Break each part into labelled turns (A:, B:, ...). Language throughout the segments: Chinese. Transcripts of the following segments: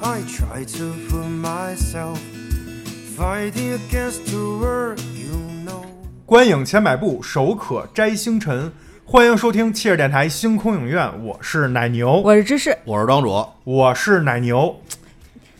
A: I do for myself. Fighting against the world, you know.
B: 观影千百步，手可摘星辰。欢迎收听切尔电台星空影院，我是奶牛，
C: 我是芝士，
D: 我是庄主，
B: 我是奶牛，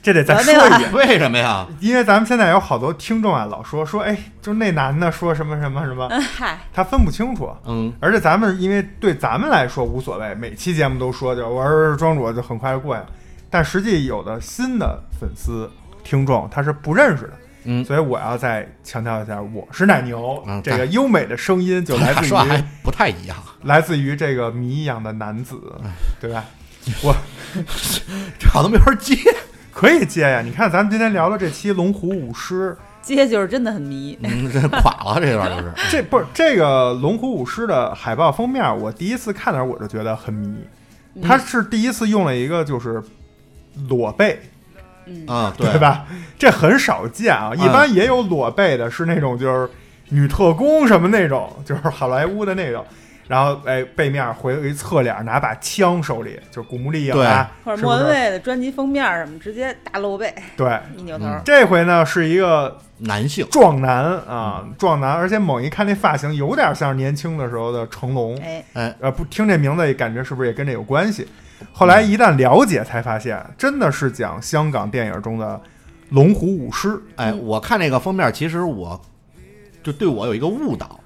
B: 这得再说一
C: 完没啊
B: 遍，
D: 为什么呀？
B: 因为咱们现在有好多听众啊，老说说，哎，就那男的说什么什么什
C: 嗯
B: 么，
C: 嗨，
B: 他分不清楚。
D: 嗯，
B: 而且咱们因为对咱们来说无所谓，每期节目都说就我是庄主，就很快就过去了。但实际有的新的粉丝听众他是不认识的，
D: 嗯
B: 所以我要再强调一下，我是奶牛，
D: 嗯
B: 这个优美的声音就来自
D: 说还
B: 于
D: 不太一 样，
B: 来自于这个谜一样的男子，对吧？我
D: 这好像没法接。
B: 可以接呀，你看咱们今天聊的这期《龙虎舞狮》，
C: 接就是真的很迷，
D: 嗯，这垮了这段就是。
B: 这不是这个《龙虎舞狮》的海报封面，我第一次看的时候我就觉得很迷，
C: 嗯
B: 他是第一次用了一个就是裸背，
D: 啊，
B: 对？吧？这很少见啊，一般也有裸背的，是那种就是女特工什么那种，就是好莱坞的那种。然后哎，背面回一侧脸，拿把枪手里，就是古墓丽影啊，
C: 或者
B: 是
C: 莫
B: 不
C: 文
B: 是？
C: 蔚的专辑封面什么，直接大露背，
B: 对，
C: 一扭头，
D: 嗯
B: 这回呢是一个
D: 男性，
B: 壮男啊，
C: 嗯
B: 壮男，而且猛一看那发型有点像是年轻的时候的成龙，
C: 哎，
D: 哎，
B: 呃，不听这名字也感觉是不是也跟这有关系？后来一旦了解才发现，真的是讲香港电影中的龙虎舞狮，
D: 哎，我看这个封面，其实我就对我有一个误导。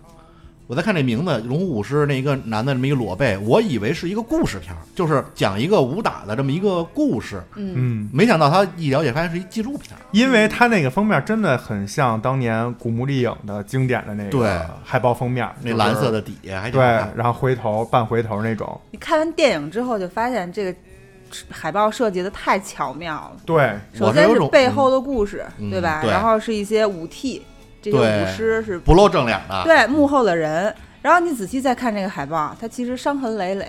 D: 我在看这名字“龙虎舞狮”，那一个男的这么一个裸背，我以为是一个故事片儿，就是讲一个武打的这么一个故事，
C: 嗯，
B: 嗯，
D: 没想到他一了解发现是一纪录片儿。
B: 因为它那个封面真的很像当年古墓丽影的经典的那
D: 对
B: 个海报封面，
D: 那蓝色
B: 的，
D: 的底还挺
B: 对，
D: 好看
B: 然后回头半回头那种，
C: 你看完电影之后就发现这个海报设计的太巧妙了。
B: 对，
C: 首
D: 嗯我
C: 先
D: 是有
C: 是
D: 种
C: 背后的故事，
D: 嗯
C: 对吧？
D: 对
C: 然后是一些舞替，这些
D: 对啊
C: 舞狮是
D: 不露正脸的。
C: 对幕后的人。然后你仔细再看这个海报，它其实伤痕累累，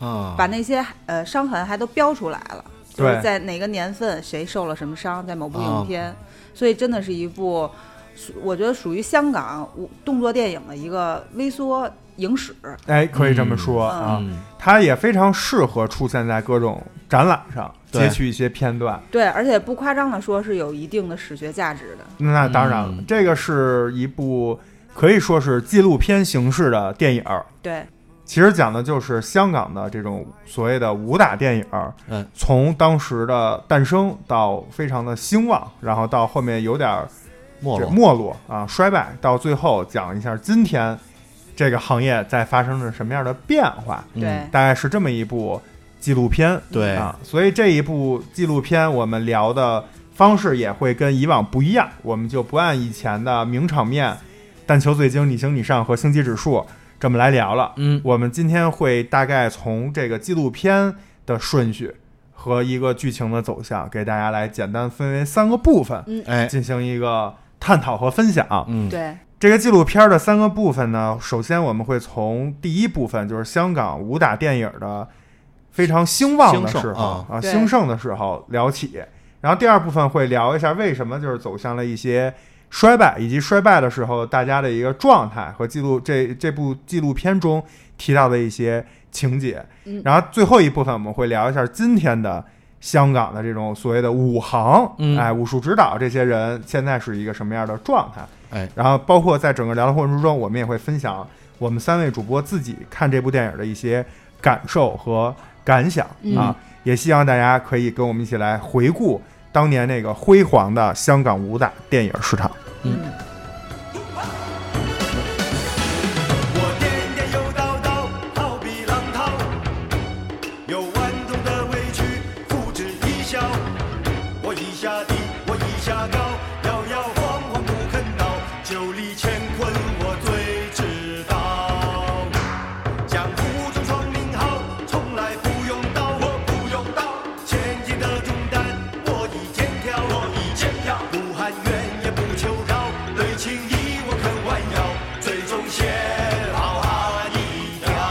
D: 啊，
C: 把那些呃伤痕还都标出来了，就是
B: 对
C: 在哪个年份谁受了什么伤，在某部
D: 啊
C: 影片，所以真的是一部属，我觉得属于香港舞动作电影的一个微缩影史。
B: 哎，可以这么说
C: 嗯
B: 啊，
D: 嗯
B: 它也非常适合出现在各种展览上，
D: 对
B: 截取一些片段。
C: 对，而且不夸张的说，是有一定的史学价值的。
B: 那当然了，
D: 嗯
B: 这个是一部可以说是纪录片形式的电影儿，
C: 对，
B: 其实讲的就是香港的这种所谓的武打电影，
D: 嗯，
B: 从当时的诞生到非常的兴旺，然后到后面有点儿
D: 没
B: 这
D: 落，嗯
B: 没落啊衰败，到最后讲一下今天这个行业在发生着什么样的变化，
D: 嗯
C: 对
B: 大概是这么一部纪录片
D: 对
B: 啊，所以这一部纪录片我们聊的方式也会跟以往不一样，我们就不按以前的名场面、但求最精、你行你上和星级指数这么来聊了。
D: 嗯，
B: 我们今天会大概从这个纪录片的顺序和一个剧情的走向，给大家来简单分为三个部分
D: 哎，
B: 进行一个探讨和分享。
D: 嗯，
C: 对，
B: 这个纪录片的三个部分呢，首先我们会从第一部分，就是香港武打电影的非常兴旺的
D: 兴盛
B: 时候
D: 啊
B: 啊，
C: 对
B: 兴盛的时候聊起。然后第二部分会聊一下为什么就是走向了一些衰败，以及衰败的时候大家的一个状态和记录这这部纪录片中提到的一些情节
C: 嗯。
B: 然后最后一部分我们会聊一下今天的香港的这种所谓的武行，
D: 嗯
B: 哎，武术指导这些人现在是一个什么样的状态？
D: 哎，
B: 然后包括在整个聊的过程中，我们也会分享我们三位主播自己看这部电影的一些感受和感想、啊，也希望大家可以跟我们一起来回顾当年那个辉煌的香港武打电影市场。
A: 我颠颠又倒倒，好比浪涛，有万种的委屈付之一笑。我一下低，我一下高，摇摇晃晃不肯倒，九里乾坤我最知道。江湖中闯名号，从来不用刀，我不用刀，千斤的重担我一肩挑，我一肩挑，不喊冤也不求饶，对情义我肯弯腰，最终写好汉一条。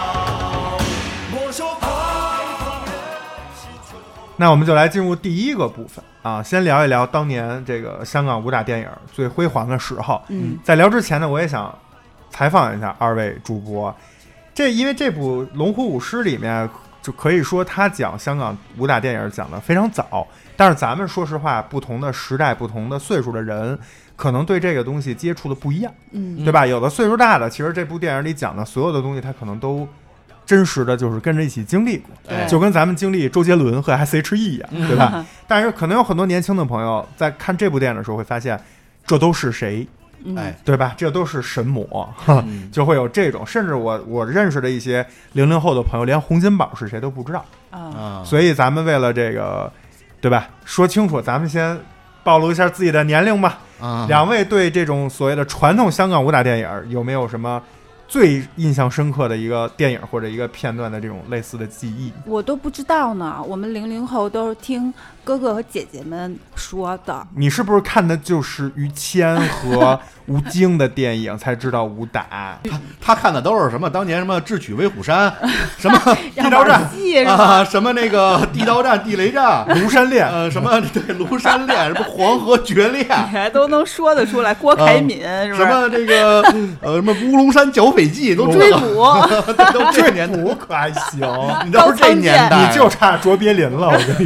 A: 莫说彷徨人心存厚。
B: 那我们就来进入第一个部分啊，先聊一聊当年这个香港武打电影最辉煌的时候。
C: 嗯，
B: 在聊之前呢，我也想采访一下二位主播，这因为这部《龙虎舞狮》里面，就可以说他讲香港武打电影讲的非常早，但是咱们说实话，不同的时代、不同的岁数的人，可能对这个东西接触的不一样，
C: 嗯，
B: 对吧？有的岁数大的，其实这部电影里讲的所有的东西，他可能都真实的就是跟着一起经历过，
D: 哎
B: 就跟咱们经历周杰伦和 S.H.E 一样，对 吧？但是可能有很多年轻的朋友在看这部电影的时候会发现，这都是谁，
C: 嗯
D: 哎，
B: 对吧？这都是神魔， 哈
D: 嗯
B: 就会有这种。甚至我我认识的一些零零后的朋友，连洪金宝是谁都不知道。
C: 啊，
D: 啊，
B: 所以咱们为了这个，对吧？说清楚，咱们先暴露一下自己的年龄吧。
D: 以啊，
B: 两位对这种所谓的传统香港武打电影有没有什么最印象深刻的一个电影或者一个片段的这种类似的记忆？
C: 我都不知道呢。我们零零后都是听哥哥和姐姐们说的，
B: 你是不是看的就是于谦和吴京的电影才知道武打？
D: 他看的都是什么？当年什么智取威 虎山，什么地道战
C: 戏是 吧？
D: 啊，什么那个地道战、地雷战，
B: 庐山恋，
D: 呃，什么对庐山恋，什么黄河决裂，
C: 你还都能说得出来，郭凯敏是不
D: 嗯什
C: 是？
D: 么这个呃什么乌龙山剿匪记都
C: 追
D: 这 个，
C: 捕，
D: 都这年代，
B: 我可还行，
D: 你都是这年代，
B: 你就差卓别林了，我跟 你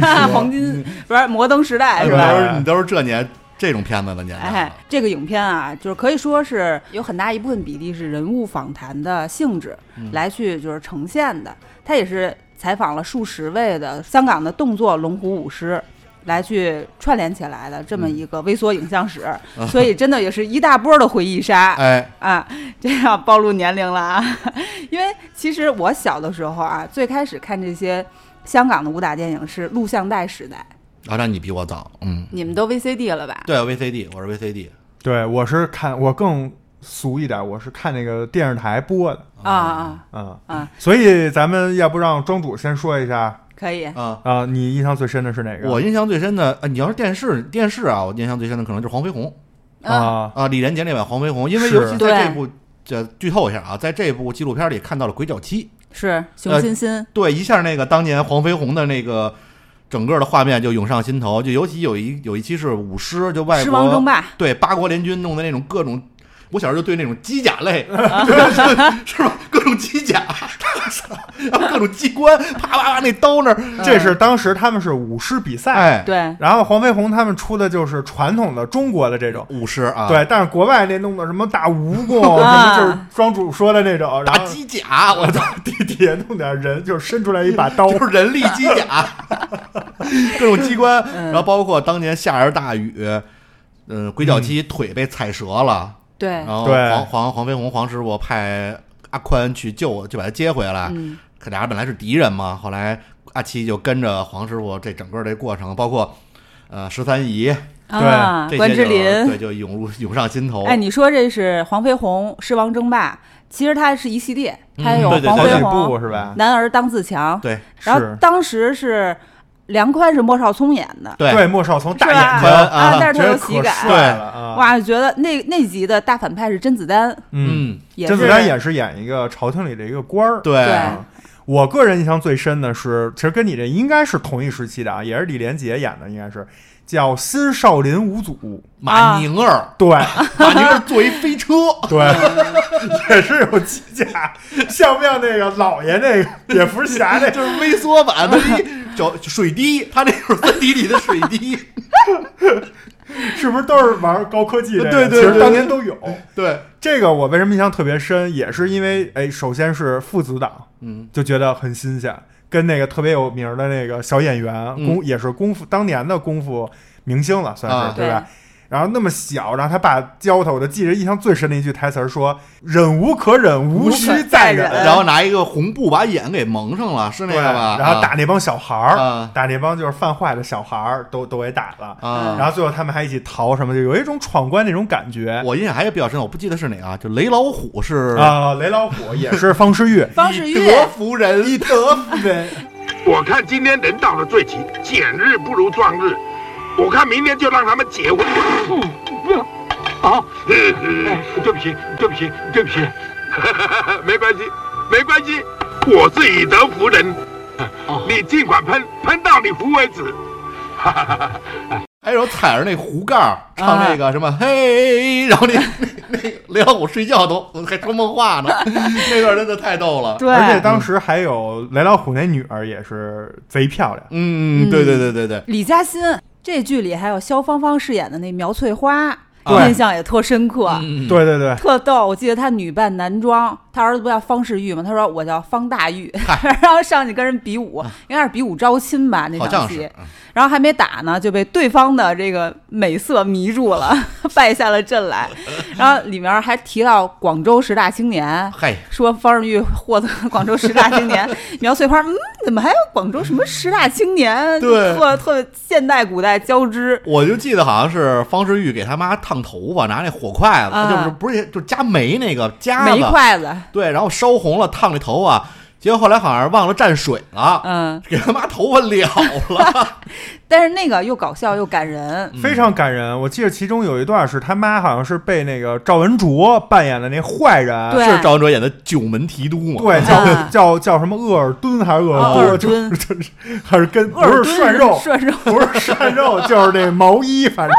B: 说。
C: 黄金不是摩登时代
D: 你
C: 是
D: 都
C: 吧？
D: 是你都是这年这种片子的年代
C: 哎
D: 了，，
C: 这个影片啊，就是可以说是有很大一部分比例是人物访谈的性质来去就是呈现的。他也是采访了数十位的香港的动作龙虎舞狮。来去串联起来的这么一个微缩影像史，所以真的也是一大波的回忆杀。
D: 哎，
C: 啊，这样暴露年龄了啊！ 因为其实我小的时候啊，最开始看这些香港的武打电影是录像带时代，
D: 啊，那你比我早，嗯，
C: 你们都 VCD 了吧？
D: 对，VCD，我啊是 VCD，
B: 对，我是看我更俗一点，我是看那个电视台播的。
C: 啊啊，
B: 嗯
C: 啊，
B: 所以咱们要不让庄主先说一下
C: 可以，
D: 啊。
B: 啊、你印象最深的是哪个？
D: 我印象最深的，啊，你要是电视电视啊，我印象最深的可能就是黄飞鸿
C: 啊，
B: 啊，
D: 啊，李连杰那版黄飞鸿，因为
B: 是
D: 尤其在
C: 对
D: 这部这剧透一下啊，在这部纪录片里看到了《鬼脚七》，
C: 是熊
D: 呃
C: 欣欣，
D: 对，一下那个当年黄飞鸿的那个整个的画面就涌上心头，就尤其有一有一期是舞狮，就外
C: 狮王争
D: 国
C: 霸，
D: 对八国联军弄的那种各种。我小时候就对那种机甲 类，就是是吧？各种机甲， 然后各种机关，啪啪啪，那刀那儿，
B: 这是当时他们是舞狮比赛，
D: 哎，
C: 嗯对，
B: 然后黄飞鸿他们出的就是传统的中国的这种。
D: 舞狮啊，，
B: 对，但是国外那弄的什么大蜈 蚣，
C: 啊
B: 什么就是庄主说的那种，然
D: 打
B: 后
D: 机甲，我操，
B: 地底下弄点人，就伸出来一把
C: 哦
B: 刀，
D: 就是人力机 甲，各种机关，
C: 嗯
D: 然后包括当年下着大雨，嗯、鬼脚七腿被踩折了，
C: 对
D: 然，后
B: 对
D: 黄黄黄飞鸿黄师傅派阿宽去救我，就把他接回来。
C: 嗯，
D: 可俩人本来是敌人嘛，后来阿七就跟着黄师傅这整个这过程，包括呃十三姨，
C: 啊
D: 这，些
C: 关之
D: 就
C: 琳，
D: 对，就涌入涌上心头。
C: 哎，你说这是黄飞鸿狮王争霸，其实它是一系列，它
D: 嗯
C: 有
D: 对对
C: 黄
B: 好
D: 对
C: 飞
B: 几部
C: 鸿、
B: 是吧？
C: 男儿当自强，
D: 对
C: 然后
B: 是
C: 当时是梁宽是莫少聪演的，
D: 对
B: 对，莫少聪
C: 是
B: 大眼
C: 吧？
D: 睛
C: 啊，
D: 啊
C: 但是
B: 睛，
C: 他
B: 觉
C: 有
B: 得
C: 喜
B: 可
C: 感，
B: 帅了啊！
C: 哇，觉得那那集的大反派是甄子丹，
B: 嗯，
D: 嗯，
C: 也
B: 甄
C: 是
B: 子丹也是演一个朝廷里的一个官儿，啊
D: 对
C: 对
B: 我个人印象最深的是，其实跟你这应该是同一时期的啊，也是李连杰演的，应该是叫《新少林五祖》。
C: 啊
D: 马宁儿，
B: 对
D: 马宁儿坐一飞车，
B: 对，也是有机甲，像不像那个老爷那个蝙蝠侠那？
D: 就是微缩 版的一叫水滴，他那就是三 D 里的水滴。
B: 是不是都是玩高科技这个？
D: 对对对
B: 其实当年都有。
D: 对，
B: 这个我为什么印象特别深，也是因为哎，首先是父子档，
D: 嗯，
B: 就觉得很新鲜，跟那个特别有名儿的那个小演员
D: 嗯
B: 功、也是功夫当年的功夫明星了，算是、
D: 啊
B: 对吧？然后那么小，然后他爸教他，我就记着印象最深的一句台词儿说：“忍无可忍，无需再
C: 无可再忍，
D: 然后拿一个红布把眼给蒙上了，是那
B: 对，
D: 个吧？
B: 然后打那帮小孩儿，
D: 啊
B: 打那帮就是犯坏的小孩儿，都都给打了。
D: 啊，
B: 然后最后他们还一起逃什么，就有一种闯关那种感觉
D: 我印象还有比较深，我不记得是哪个啊，就雷老虎是
B: 啊、雷老虎也是方世玉
C: 方世玉
D: 以德服人，以德服人。
E: 我看今天人到了最急，减日不如撞日。我看明天就让他们结婚。不，不要。好、对不起，对不起，对不起。 没关系，没关系。我是以德服人，你尽管喷，喷到你服为止。
B: 啊
D: 还有踩着那壶盖儿唱那个什么、嘿，然后那那个雷老虎睡觉都还说梦话呢， 那段真的太逗了。
C: 对，
B: 而且当时还有雷老虎那女儿也是贼漂亮，
D: 嗯，对对对对对，
C: 李嘉欣这剧里还有肖芳芳饰演的那苗翠花，
B: 对
C: 印象也特深刻。
D: 啊嗯，
B: 对对对，
C: 特逗，我记得她女扮男装，她儿子不叫方世玉吗？她说我叫方大玉， 然后上去跟人比武，应该是比武招亲吧那
D: 啊好
C: 场
D: 像
C: 戏
D: 是，，嗯
C: 然后还没打呢就被对方的这个美色迷住了， 败下了阵 来。然后里面还提到广州十大青年，
D: 嘿，
C: 说方世玉获得广州十大青年，苗翠花，嗯，怎么还有广州什么十大青年？
D: 对
C: 特特现代古代交织，
D: 我就记得好像是方世玉给他妈烫头发，拿那火筷子，
C: 啊
D: 就是不是就是夹煤那个夹
C: 没
D: 子，
C: 筷子，
D: 对，然后烧红了烫那头发，结果后来好像是忘了蘸水了，
C: 嗯，
D: 给他妈头发燎了，
C: 但是那个又搞笑又感人，
D: 嗯
B: 非常感人。我记得其中有一段是他妈好像是被那个赵文卓扮演的那坏人，
C: 对
D: 是赵文卓演的九门提督嘛？
B: 对，叫、
C: 啊哦
B: 叫叫什么鄂尔敦还是鄂
C: 鄂
B: 尔
C: 尔
B: 多？
C: 敦
B: 就是就是 还是跟
C: 鄂
B: 不
C: 尔
B: 是
C: 敦
B: 涮肉，
C: 涮肉，
B: 不是涮肉就是那毛衣，反正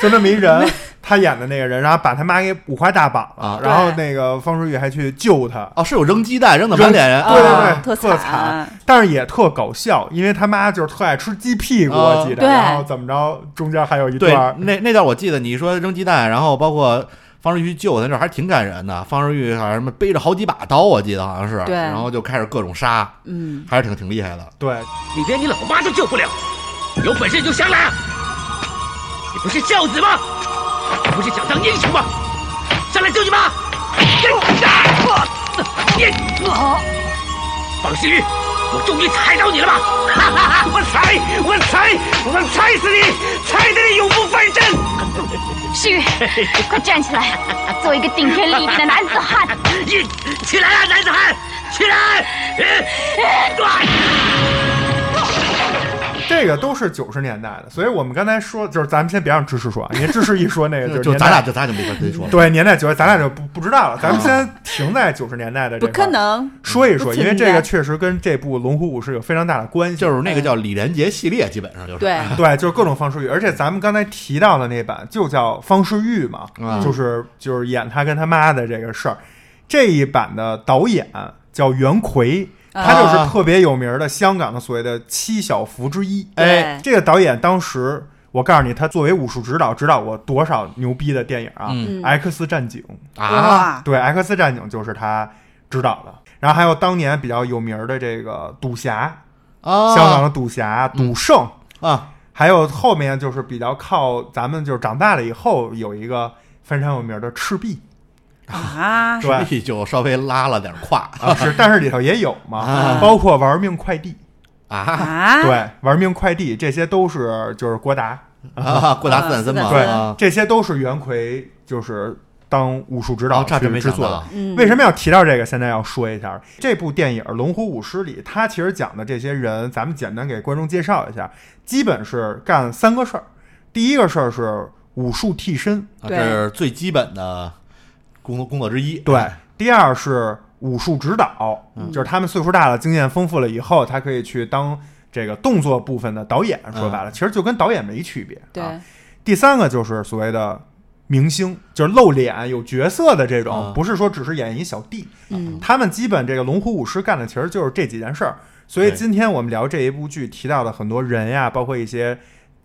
B: 就那么一人，他演的那个人，然后把他妈给五花大绑了
D: 啊，
B: 然后
C: 对
B: 那个方世玉还去救他，
D: 哦，是有扔鸡蛋扔的满脸人，
B: 对
D: 啊
B: 对
C: 啊
B: 对，
C: 特
B: 特
C: 惨
B: 但是也特搞笑，因为他妈就是特爱吃鸡屁股，
D: 啊
B: 我记得，
C: 对
B: 然后怎么着，中间还有一
D: 对
B: 段儿，
D: 那那段我记得你说扔鸡蛋，然后包括方世玉救他那段还挺感人的，方世玉好像什么背着好几把刀，我记得好像是，
C: 对
D: 然后就开始各种杀，
C: 嗯，
D: 还是挺挺厉害的。
B: 对，
F: 你连你老妈都救不了，有本事你就上来啊！你不是孝子吗？你不是想当英雄吗？上来救你妈！你方世玉，我终于踩到你了吧？ 哈哈哈！我踩，我踩，我踩死你，踩得你永不翻身！
G: 世玉，快站起来，做一个顶天立地的男子汉。
F: 你起来啊，男子汉，起来！呃对。
B: 这个都是九十年代的，所以我们刚才说，就是咱们先别让知识说啊，因为知识一说 那个是
D: 就
B: 年
D: 咱俩
B: 代。
D: 就咱俩就没法对说了。
B: 对年代久，咱俩就不不知道了。咱们先停在九十年代的这
C: 不
B: 块，
C: 可能，
B: 说一
C: 不
B: 说，
C: 存
B: 因为这个
C: 在
B: 确实跟这部《龙虎武士》有非常大的关系。
D: 就是那个叫李连杰系列，基本上就是啊
C: 对，
B: 对，就是各种方世玉，而且咱们刚才提到的那版就叫方世玉嘛，
D: 嗯
B: 就是就是演他跟他妈的这个事儿。这一版的导演叫袁奎，
D: 啊
B: 他就是特别有名的香港的所谓的七小福之一。
D: 哎
C: 对，
B: 这个导演当时，我告诉你，他作为武术指导，指导过多少牛逼的电影啊！
D: 嗯
B: x 战警》
D: 啊，，
B: 对，《X 战警》就是他指导的。然后还有当年比较有名的这个赌侠，
D: 啊，
B: 香港的赌侠、赌圣，
D: 啊，
B: 还有后面就是比较靠咱们就是长大了以后有一个非常有名的赤壁，
C: 啊，
B: 对吧？
D: 所以就稍微拉了点胯
B: 啊是，但是里头也有嘛，包括玩命快递，
D: 啊
C: 啊，
B: 对，玩命快递这些都是就是郭达，
D: 啊，郭达斯坦森嘛，
B: 对
D: 啊，
B: 这些都是袁奎就是当武术指导
D: 哦这还真
B: 去
D: 没
B: 制
D: 想
B: 作的
D: 到。
C: 嗯
B: 为什么要提到这个？现在要说一下这部电影《龙虎舞狮》里，它其实讲的这些人，咱们简单给观众介绍一下，基本是干三个事儿。第一个事儿是武术替身，
D: 啊
C: 对
D: 这是最基本的工作工作之一。
B: 对，第二是武术指导，
D: 嗯
B: 就是他们岁数大了，经验丰富了以后，他可以去当这个动作部分的导演。说白了，
D: 嗯
B: 其实就跟导演没区别。
C: 对
B: 啊，第三个就是所谓的。明星就是露脸有角色的这种，
D: 嗯
B: 不是说只是演一小弟。
C: 嗯
B: 他们基本这个龙虎舞狮干的其实就是这几件事儿。所以
D: 对
B: 今天我们聊这一部剧提到的很多人呀，包括一些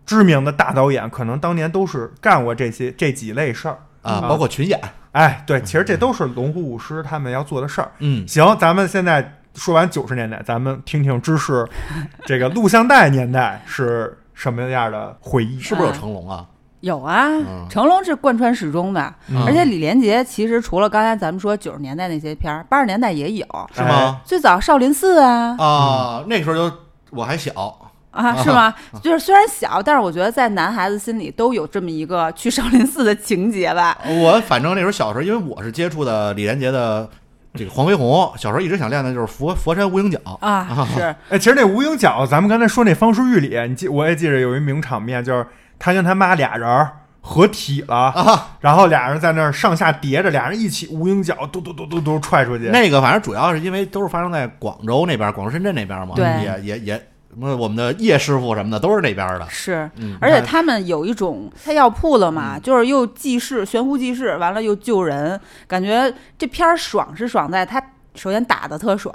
B: 知名的大导演，可能当年都是干过这些这几类事儿。
D: 啊，包括群演，
B: 哎，对，其实这都是龙虎舞狮他们要做的事儿。
D: 嗯
B: 行，咱们现在说完九十年代，咱们听听知识，这个录像带年代是什么样的回忆？
D: 是不是有成龙啊？
C: 有啊，
B: 嗯
C: 成龙是贯穿始终的，而且李连杰其实除了刚才咱们说九十年代那些片儿，八十年代也有，
B: 哎
D: 是吗？
C: 最早少林寺
B: 哦
C: 啊
D: 啊，
B: 嗯
D: 那个时候就我还小，
C: 啊是吗？就是虽然小，但是我觉得在男孩子心里都有这么一个去少林寺的情节吧。
D: 我反正那时候小时候，因为我是接触的李连杰的这个黄飞鸿，小时候一直想练的就是佛佛山无影脚
C: 啊，是
B: 哎，其实那无影脚，咱们刚才说那方世玉里，你记我也记着有一名场面，就是他跟他妈俩人儿合体了，
D: 啊。
B: 然后俩人在那儿上下叠着，俩人一起无影脚，嘟嘟嘟嘟嘟踹出去。
D: 那个反正主要是因为都是发生在广州那边，广州深圳那边嘛，
C: 对
D: 也也也么我们的叶师傅什么的都是那边的。
C: 是，
D: 嗯，
C: 而且
D: 你看
C: 他们有一种他药铺了嘛，就是又济世、悬壶济世，完了又救人，感觉这片儿爽是爽在他首先打的特爽，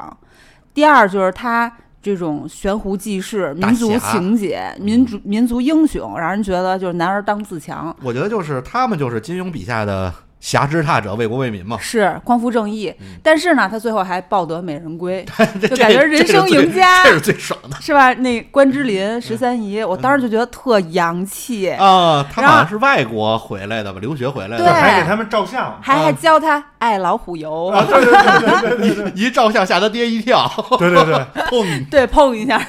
C: 第二就是他这种悬壶济世、
D: 打
C: 民族
D: 侠
C: 情节、民族民族英雄，让人觉得就是男儿当自强，
D: 我觉得就是他们就是金庸笔下的侠之踏者，为国为民嘛。
C: 是匡扶正义。但是呢，他最后还抱得美人 归，
D: 嗯这
C: 就感觉人生赢家
D: 这是最这是最爽的
C: 是吧？那关之琳、十三姨，我当时就觉得特洋气，
D: 啊！他
C: 然后
D: 好像是外国回来的吧，留学回来
C: 对
D: 的，
B: 还给他们照相，
C: 还
D: 啊
C: 还教他爱老虎油，
B: 对对对对对对
D: 一照相吓他爹一跳，
B: 对对对。
D: 砰！
C: 对碰 一下，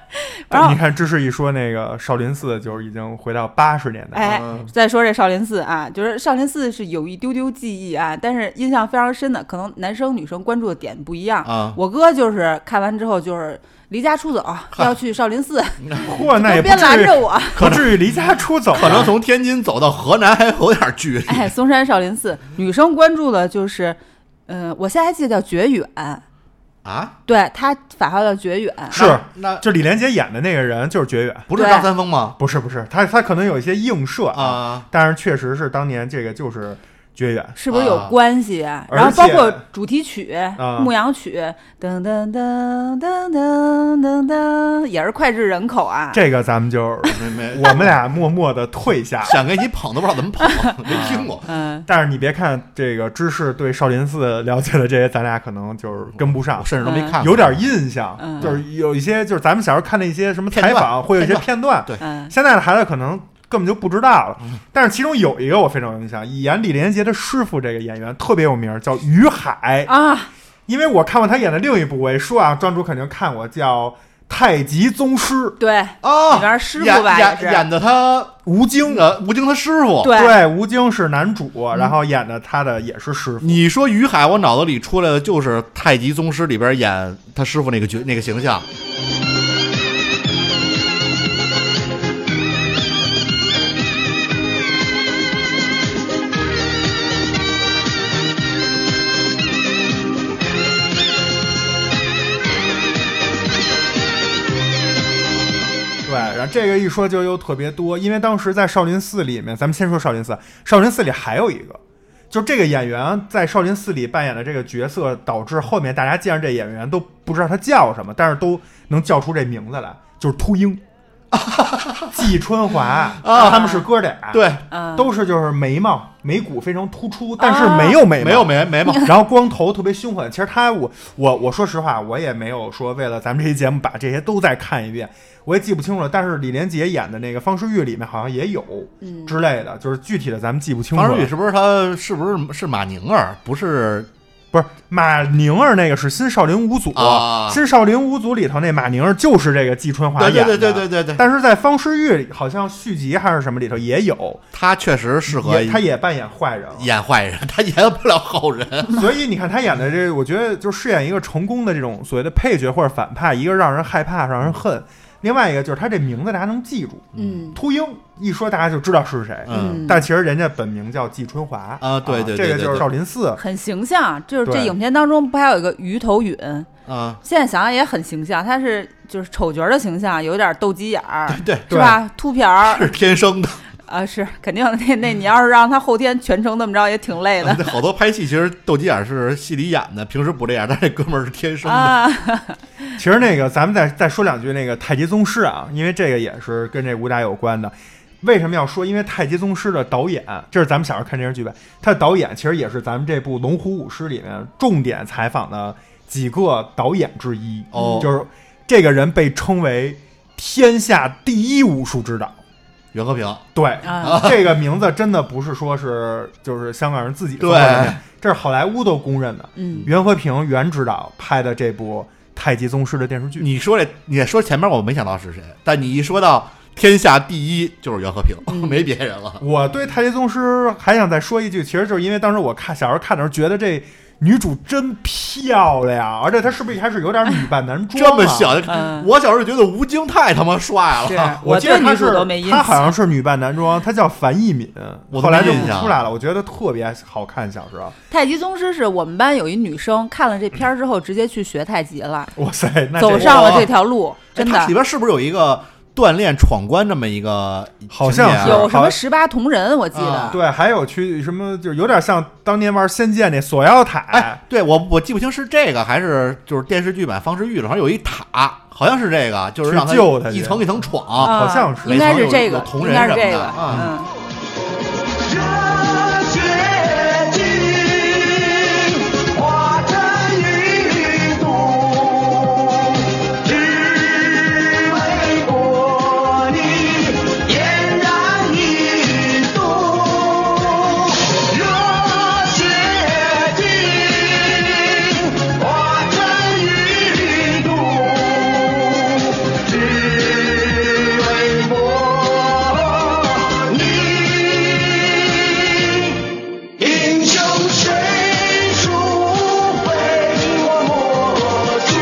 C: 然后
B: 你看，知识一说那个少林寺，就是已经回到八十年代了。
C: 哎，
D: 啊
C: 再说这少林寺啊，就是少林寺是有一丢丢记忆啊，但是印象非常深的，可能男生女生关注的点不一样
D: 啊
C: 我哥就是看完之后就是离家 出走，要去少林寺，
B: 嚯，那也
C: 别
B: 不
C: 拦
B: 至于
C: 着，我。
B: 不至于离家出走啊。
D: 可能从天津走到河南还有点距离。
C: 哎，嵩山少林寺，女生关注的就是，呃，我现在还记得叫绝远，
D: 啊，
C: 对他法号叫绝远，
B: 是
D: 那那
B: 就李连杰演的那个人就是绝远，
D: 不是
C: 对
D: 张三丰吗？
B: 不是不是，他他可能有一些映射
D: 啊，
B: 但是确实是当年这个就是绝远。
C: 是不是有
D: 啊
C: 关系？啊、
B: 而
C: 然后包
B: 且
C: 括主题曲、
B: 啊
C: 牧羊曲，噔噔噔噔噔噔噔，也是脍炙人口啊。
B: 这个咱们就
D: 没没，
B: 我们俩默默的退下。
D: 想给你捧都不知道怎么捧，没听过。
C: 嗯，
B: 但是你别看这个知识对少林寺了解的这些，咱俩可能就是跟不上
D: 我，啊甚至都没看过，
B: 有点印象，
C: 嗯
B: 就是有一些就是咱们小时候看的一些什么
D: 片
B: 采
D: 段
B: 访，会有一些片
D: 片
B: 段。
D: 对
C: 嗯，
B: 现在的孩子可能根本就不知道了。但是其中有一个我非常有印象，演李连杰的师傅这个演员特别有名，叫于海。
C: 啊，
B: 因为我看过他演的另一部，我一说啊，庄主肯定看过，叫《太极宗师》
C: 对，
D: 啊，
C: 哦里边师傅
D: 演
C: 吧也
D: 演
C: 是
D: 演的他
B: 吴京。
D: 呃吴京他师傅。
C: 对
B: 对，吴京是男主，然后演的他的也是师傅。
D: 你说于海，我脑子里出来的就是《太极宗师》里边演他师傅那个角那个形象。
B: 对，然后这个一说就又特别多，因为当时在少林寺里面，咱们先说少林寺，啊少林寺里还有一个，就这个演员在少林寺里扮演的这个角色，导致后面大家见着这演员都不知道他叫什么，但是都能叫出这名字来，就是秃鹰， 季春华啊，他们是哥俩，，
D: 对，啊
C: 嗯，
B: 都是就是眉毛眉骨非常突出，但是没有眉毛，
D: 没有眉眉 毛，
B: 然后光头特别凶狠。其实他，我我我说实话，我也没有说为了咱们这期节目把这些都再看一遍，我也记不清楚了。但是李连杰演的那个《方世玉》里面好像也有之类的，就是具体的咱们记不清楚了。
D: 嗯方世玉是不是他？是不是是马宁儿？不是
B: 不是马宁儿那个是《新少林五祖》
D: 啊
B: 新少林五祖》里头那马宁儿就是这个季春华
D: 对
B: 演的。
D: 对对对对对对，
B: 但是在《方世玉》里，好像续集还是什么里头也有，
D: 他确实适合
B: 也他也扮演坏人了。
D: 演坏人，他演不了好人。
B: 所以你看他演的这，我觉得就饰演一个成功的这种所谓的配角或者反派，一个让人害怕，让人恨；另外一个就是他这名字大家能记住，
C: 嗯，
B: 秃鹰一说大家就知道是谁。
D: 嗯
B: 但其实人家本名叫季春华
D: 啊对对对
B: 这个
D: 对
B: 就是
D: 对
B: 少林寺。
C: 很形象。就是这
B: 对
C: 影片当中不还有一个鱼头允，
D: 啊，
C: 现在想想也很形象，他是就是丑角的形象，有点斗鸡眼儿，
D: 对
C: 是吧？秃瓢儿
D: 是天生的。
C: 啊，是肯定的那那你要是让他后天全程那么着也挺累的
D: 好多拍戏其实斗鸡眼是戏里演的，平时不这样，但这哥们儿是天生的。
C: 啊。
B: 其实那个咱们再再说两句那个太极宗师啊，因为这个也是跟这武打有关的。为什么要说？因为太极宗师的导演，这是咱们小时候看电视剧呗，他的导演其实也是咱们这部《龙虎舞狮》里面重点采访的几个导演之一。
D: 哦
B: 就是这个人被称为天下第一武术指导。
D: 袁和平，
B: 对，
C: 啊
B: 这个名字真的不是说是就是香港人自己说
D: 对
B: 的，这是好莱坞都公认的。
C: 嗯
B: 袁和平袁指导拍的这部《太极宗师》的电视剧，
D: 你说这，你说前面我没想到是谁，但你一说到天下第一就是袁和平，
C: 嗯
D: 没别人了。
B: 我对太极宗师还想再说一句，其实就是因为当时我看小时候看的时候，觉得这女主真漂亮，而且她是不是一开始有点女扮男装、啊？
D: 这么小，
C: 嗯
D: 我小时候觉得吴京太他妈帅
C: 是
D: 了。
B: 哎
D: 哎
B: 我
C: 我
B: 记得
C: 对
B: 她
C: 女主
B: 是
C: 都没印
B: 她好
C: 象。
B: 像是女扮男装，她叫樊一敏，
D: 我都
B: 后
D: 没
B: 来就
D: 印
B: 不
D: 象
B: 出来了。我觉得特别好看，小时候，
C: 太极宗师是我们班有一女生看了这片儿之后，直接去学太极了，
B: 哇塞，那
C: 走
B: 这
C: 上了这条路，真
D: 哎它
C: 的
D: 里。边是不是有一个锻炼闯关这么一个情节啊？
B: 好像是
C: 有什
B: 好
C: 么十八铜人，我记
D: 啊
C: 得。
B: 对，还有去什么，就是有点像当年玩《仙剑》那锁妖塔，
D: 哎，对我我记不清是这个还是就是电视剧版方世玉了，好像有一塔，好像是这个，就是让
B: 去救他
D: 他
B: 去
D: 一层一层闯。
C: 啊
B: 好像是
C: 应该是这
D: 有
C: 个
D: 有，铜
C: 应
D: 人
C: 该是
D: 什么
C: 这
D: 的
C: 个，
D: 啊
C: 嗯。
A: 热血尽，化成云土，只为国你嫣然一粟。热血尽，化成云土，只为国你。英雄谁属非我莫属。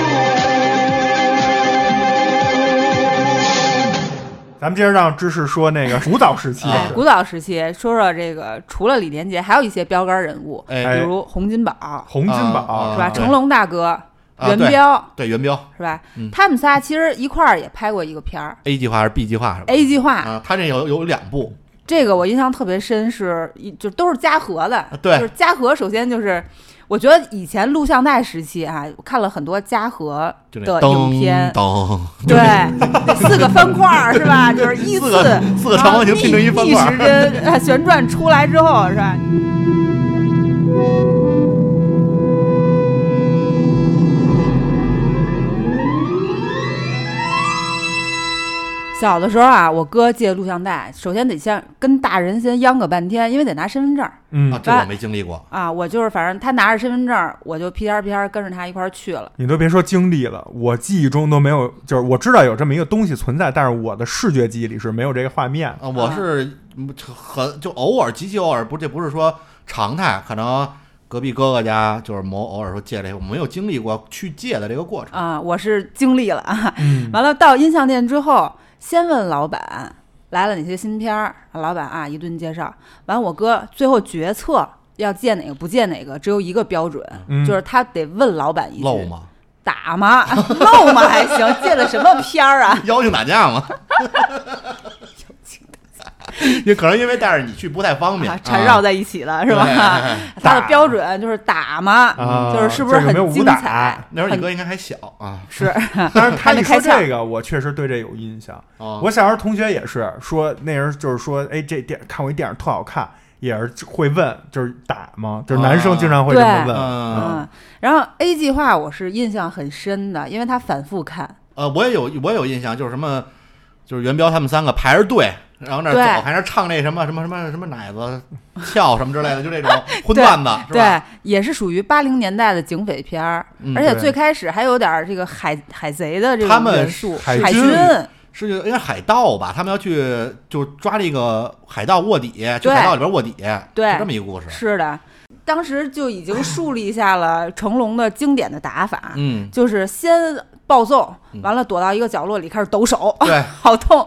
B: 咱们接着让芝士说那个古早时期，
C: 哎，古早时期，说说这个，除了李连杰，还有一些标杆人物，
D: 哎
C: 比如洪金宝，
B: 洪金宝
D: 啊
C: 是吧？
D: 啊
C: 成龙大哥、
D: 啊
C: 元
D: 对
C: 彪，
D: 对元彪
C: 是吧
D: 嗯？
C: 他们仨其实一块儿也拍过一个片儿
D: A 计划还是 B 计划是吧
C: ，A 计划，
D: 啊，他这有有两部，
C: 这个我印象特别深是，一就都是嘉禾的，
D: 啊对
C: 就是嘉禾。首先就是，我觉得以前录像带时期啊，我看了很多嘉禾
D: 就
C: 的
D: 那
C: 影片
D: 噔，噔，啊
C: 对，那四个方块儿是吧？就是依啊
D: 四个四个长方形拼成一方块
C: 逆
D: 儿
C: 时针呃旋转出来之后是吧？小的时候啊，我哥借录像带，首先得先跟大人先央个半天，因为得拿身份证儿
D: 啊
B: 嗯，，
D: 这我没经历过。
C: 啊。我就是反正他拿着身份证儿，我就屁颠儿屁颠儿跟着他一块儿去了。
B: 你都别说经历了，我记忆中都没有，就是我知道有这么一个东西存在，但是我的视觉记忆里是没有这个画面的。
D: 啊，我是嗯很就偶尔极其偶尔，不这不是说常态，可能隔壁哥哥家就是某偶尔说借这个，我没有经历过去借的这个过程。
C: 啊，我是经历了啊。
B: 嗯
C: 完了到音像店之后，先问老板来了哪些新片儿，老板啊一顿介绍。完，我哥最后决策要借哪个不借哪个，只有一个标准，
B: 嗯
C: 就是他得问老板一句：
D: 漏吗？
C: 打吗？ 漏吗？还行，借的什么片 儿啊？
D: 妖精打架吗？ 也可能因为带着你去不太方便
C: 啊，，缠绕
D: 在
C: 在一起了、是吧
D: 对哎哎？
C: 他的标准就是打吗？
B: 啊
C: 嗯就是是不是
B: 就是有没有
C: 很
B: 武
C: 精
B: 打
C: 彩？
D: 那时候你
C: 很
D: 哥应该还小啊。
C: 是，
B: 但是他一说
C: 还
B: 这
C: 没开
B: 个，我确实对这有印象。
D: 哦
B: 我小时候同学也是说，那人就是说，哎，这电看过一电影特好看，也是会问，就是打吗？就是男生经常会这么问。啊
D: 嗯
C: 啊嗯，然后 A 计划我是印象很深的，因为他反复看，
D: 呃，我也有我也有印象，就是什么，就是元彪他们三个排着队，然后那儿
C: 对
D: 走，还那儿唱那什么什么什么什么奶子翘什么之类的，就这 种荤段子是吧？
C: 对，也是属于八零年代的警匪片儿，而且
B: 对
C: 最开始还有点儿这个海海贼的这
D: 嗯他
C: 种
D: 们
C: 元素，
B: 海
C: 海
B: 军
D: 是应该海盗吧？他们要去就抓这个海盗卧底，去
C: 对
D: 海盗里边卧底，
C: 对
D: 是这么一个故事。
C: 是的，当时就已经树立下了成龙的经典的打法，
D: 嗯，
C: 就是先暴揍
D: 嗯，
C: 完了躲到一个角落里开始抖手，
D: 对
C: 好痛。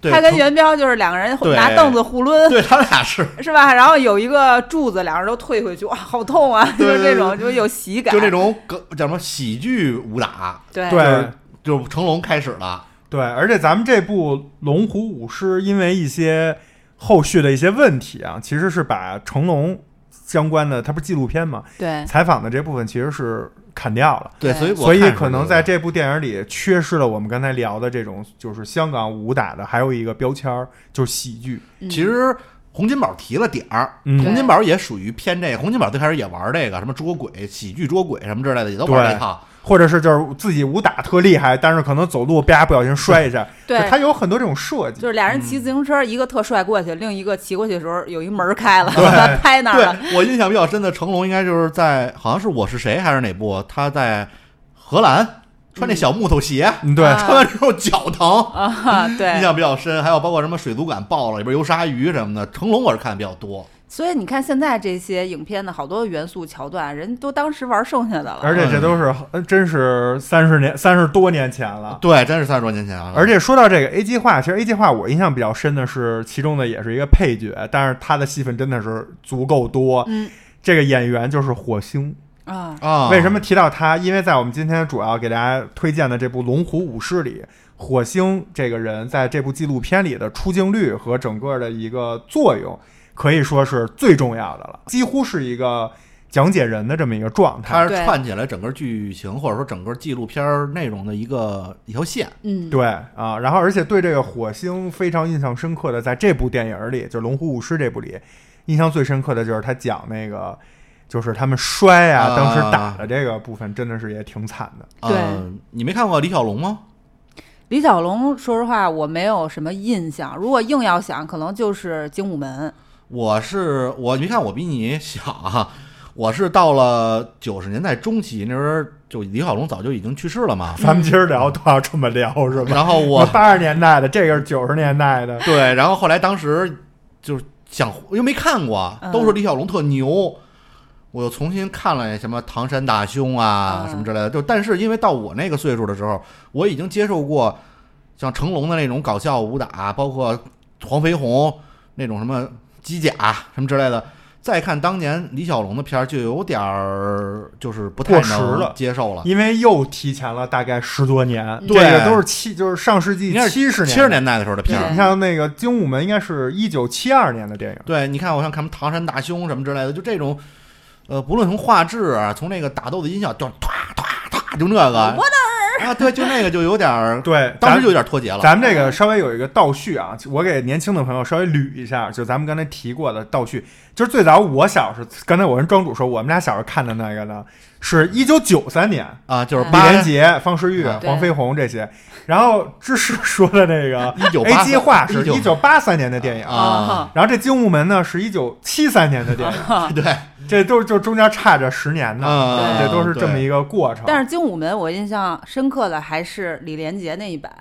D: 对，
C: 哦他跟
D: 成
C: 元彪就是两个人
D: 对
C: 拿凳子互抡，
D: 对他俩 是
C: 是吧？然后有一个柱子，两人都退回去，哇，好痛啊！ 就
D: 对
C: 是这
D: 对
C: 种，就有喜感，
D: 就这种梗叫什么喜剧武打，
C: 对
B: 对
D: 就是成龙开始了。
B: 对，而且咱们这部《龙虎舞狮》因为一些后续的一些问题啊，其实是把成龙相关的，它不是纪录片嘛，
C: 对
B: 采访的这部分其实是砍掉了。
D: 对，
C: 对
D: 所以我
B: 所以
D: 看
B: 可
D: 是
B: 能
D: 觉
B: 在
D: 得
B: 这部电影里缺失了我们刚才聊的这种，就是香港武打的，还有一个标签儿就是喜剧。
C: 嗯
D: 其实洪金宝提了点儿，
B: 嗯
D: 洪金宝也属于偏这个。洪金宝最开始也玩这个什么捉鬼、喜剧捉鬼什么之类的，也都玩这套。
B: 或者是就是自己武打特厉害，但是可能走路吧不小心摔一下，
C: 对
B: 就他有很多这种设计
C: 就。是俩人
D: 嗯
C: 骑自行车，一个特帅过去，另一个骑过去的时候有一门儿开了，把他 拍那儿了。
D: 对我印象比较深的，成龙应该就是在好像是《我是谁》还是哪部，他在荷兰穿那小木头鞋，
B: 嗯，对，
C: 啊
D: 穿完之后脚疼，
C: 啊，
D: 印
C: 对，
D: 象比较深。还有包括什么水族馆爆了，里边游鲨鱼什么的，成龙我是看的比较多。
C: 所以你看现在这些影片的好多元素桥段，人都当时玩剩下的了。嗯
B: 而且这都是呃真是三十年三十多年前了。
D: 对，真是三十多年前了。
B: 而且说到这个 A 计划，其实 A 计划我印象比较深的是，其中的也是一个配角，但是他的戏份真的是足够多。
C: 嗯
B: 这个演员就是火星，
C: 啊，
D: 啊，
B: 为什么提到他？因为在我们今天主要给大家推荐的这部《龙虎武士》里，火星这个人在这部纪录片里的出镜率和整个的一个作用，可以说是最重要的了，几乎是一个讲解人的这么一个状态。
D: 它是
C: 对
D: 串起来整个剧情或者说整个纪录片儿内容的一个一条线。
C: 嗯，
B: 对啊，然后而且对这个火星非常印象深刻的，在这部电影里，就是《龙虎舞狮》这部里，印象最深刻的就是他讲那个，就是他们摔啊，
D: 啊
B: 当时打的这个部分，真的是也挺惨的。
D: 呃
C: 对，
D: 你没看过李小龙吗？
C: 李小龙，说实话我没有什么印象，如果硬要想，可能就是《精武门》。
D: 我是我，你看我比你小啊，我是到了九十年代中期那时候，就李小龙早就已经去世了嘛。
B: 咱们今儿聊都要这么聊是吧？
D: 然后我啊
B: 八十年代的，这个是九十年代的，
D: 对，然后后来当时就是想，因为没看过，啊
C: 嗯
D: 都说李小龙特牛，我又重新看了什么《唐山大兄》啊
C: 嗯
D: 什么之类的。就但是因为到我那个岁数的时候，我已经接受过像成龙的那种搞笑武打，包括黄飞鸿那种什么机甲什么之类的。再看当年李小龙的片儿，就有点儿就是不太
B: 过时了
D: 能接受了。
B: 因为又提前了大概十多年，
D: 嗯对
B: 这个都是七，就是上世纪
D: 应该是
B: 七十
D: 七十。年代的时候的片儿
C: 对，
B: 你像那个《精武门》，应该是一九七二年的电影。
D: 对，你看，我像看什么《唐山大兄》什么之类的，就这种，呃，不论从画质啊，从那个打斗的音效，就唰唰唰，就那个， 我的儿啊，对，就那个就有点儿，
B: 对，
D: 当
B: 咱
D: 时就有点脱节了。
B: 咱们这个稍微有一个倒叙啊，我给年轻的朋友稍微捋一下，就咱们刚才提过的倒叙，就是最早我小时候，刚才我跟庄主说，我们俩小时候看的那个呢，是一九九三年，
D: 啊，就是
C: 嗯
B: 李
D: 八
B: 连杰、方世玉、
D: 啊
C: 对
B: 黄飞鸿这些。然后知识说的那个
D: 1983
B: A 计划是
D: 1983
B: 一九八三年的电影。
D: 啊，
B: 然后这《精武门》呢是一九七三年的电
C: 嗯
B: 影，
D: 对，
B: 这都就中间差着十年呢，
D: 啊，
B: 这都是这么一
D: 个
B: 个过程。
C: 但是《精武门》我印象深刻的还是李连杰那一版，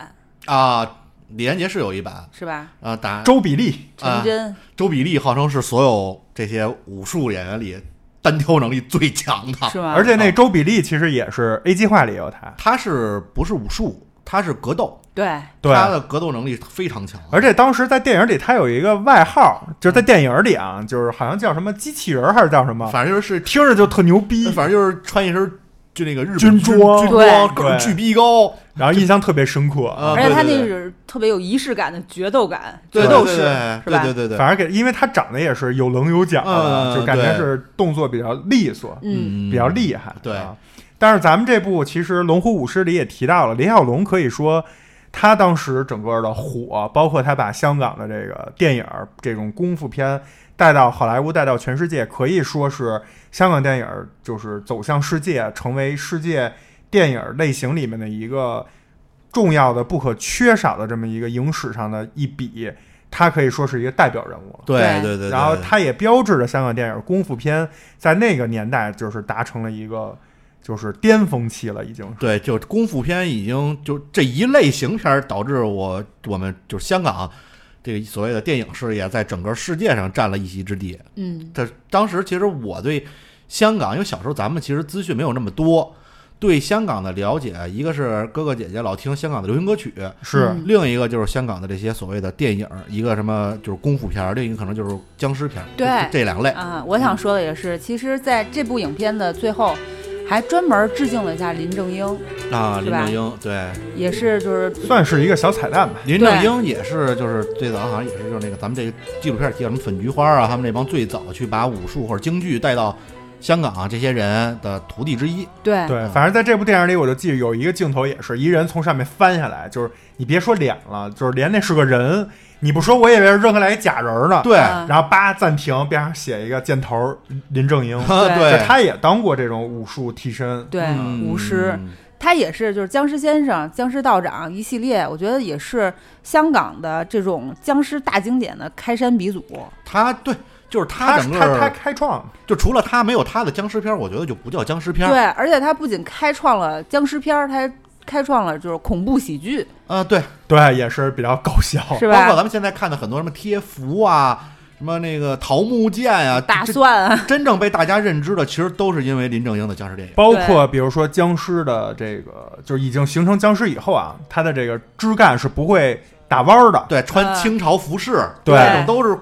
D: 啊。李连杰是有一版
C: 是吧？
D: 啊，打周
B: 周比利
D: 啊
C: 陈真，
D: 周比利号称是所有这些武术演员里单挑能力最强的，
C: 是吗？
B: 而且那周比利其实也是 A 计划里有他，
D: 他是不是武术？他是格斗，
C: 对，
B: 对，
D: 他的格斗能力非常强，
B: 而且当时在电影里，他有一个外号，就是在电影里啊，就是好像叫什么机器人儿还是叫什么，
D: 反正就是
B: 听着就特牛逼，
D: 反正就是穿一身就那个日本
B: 军装
D: 军
C: 对
D: 装，个儿巨逼高，
B: 然后印象特别深刻。
D: 啊
C: 而且他
D: 对
C: 那
D: 对
C: 是特别有仪式感的决斗感，
D: 对
C: 决
D: 对
C: 斗
D: 对
C: 士
D: 对
C: 是吧？
D: 对对对对，
B: 反正给，因为他长得也是有棱有角的，
D: 嗯
B: 就感觉
D: 对
B: 是动作比较利索，
C: 嗯，
B: 比较厉害。
D: 对
B: 啊，但是咱们这部其实《龙虎舞狮》里也提到了，李小龙可以说他当时整个的火，包括他把香港的这个电影儿这种功夫片带到好莱坞，带到全世界，可以说是香港电影儿就是走向世界，成为世界电影类型里面的一个重要的、不可缺少的这么一个影史上的一笔。他可以说是一个代表人物了。
D: 对
C: 对
D: 对对，
B: 然后
D: 对
B: 它也标志着香港电影功夫片在那个年代就是达成了一个就是巅峰期了，已经是。
D: 对就功夫片已经就这一类型片儿导致我我们就是香港这个所谓的电影事业在整个世界上占了一席之地。
C: 嗯，
D: 但当时其实我对香港，因为小时候咱们其实资讯没有那么多。对香港的了解，一个是哥哥姐姐老听香港的流行歌曲，
B: 是
C: 嗯
D: 另一个就是香港的这些所谓的电影，一个什么就是功夫片儿，另一个可能就是僵尸片儿，
C: 对
D: 就这两类。
C: 啊，我想说的也是，其实在这部影片的最后，还专门致敬了一下林正英，
D: 啊，
C: 是
D: 林
C: 吧
D: 正英，对，
C: 也是就是
B: 算是一个小彩蛋吧。
D: 林正英也是，就是最早好像也是就是那个咱们这个纪录片提到什么粉菊花啊，他们那帮最早去把武术或者京剧带到香港、啊、这些人的徒弟之一。
C: 对
B: 对，反正在这部电影里，我就记得有一个镜头也是一人从上面翻下来，就是你别说脸了，就是连那是个人，你不说我以为是扔下来一假人儿呢。，
D: 对，
C: 啊
B: 然后叭暂停，边上写一个箭头儿林正 英，
C: 对
B: 就
D: 啊对，
B: 他也当过这种武术替身。
C: 对、
D: 嗯
C: 舞狮，他也是就是僵尸先生、僵尸道长一系列，我觉得也是香港的这种僵尸大经典的开山鼻祖。
D: 他对，就是
B: 他
D: 他整
B: 他
D: 个
B: 他开创
D: 就除了他没有他的僵尸片儿，我觉得就不叫僵尸片儿。
C: 对，而且他不仅开创了僵尸片儿，他还开创了就是恐怖喜剧，
D: 啊、对，
B: 对也是比较搞笑，
C: 是
D: 包括
C: 吧？
D: 咱们现在看的很多什么贴符啊。什么那个桃木剑呀、
C: 大
D: 真
C: 蒜啊，
D: 真正被大家认知的，其实都是因为林正英的僵尸电影。
B: 包括比如说僵尸的这个，就是已经形成僵尸以后啊，它的这个枝干是不会打弯儿 的。
D: 对，穿
C: 嗯
D: 清朝服饰，
B: 对
D: 这种都是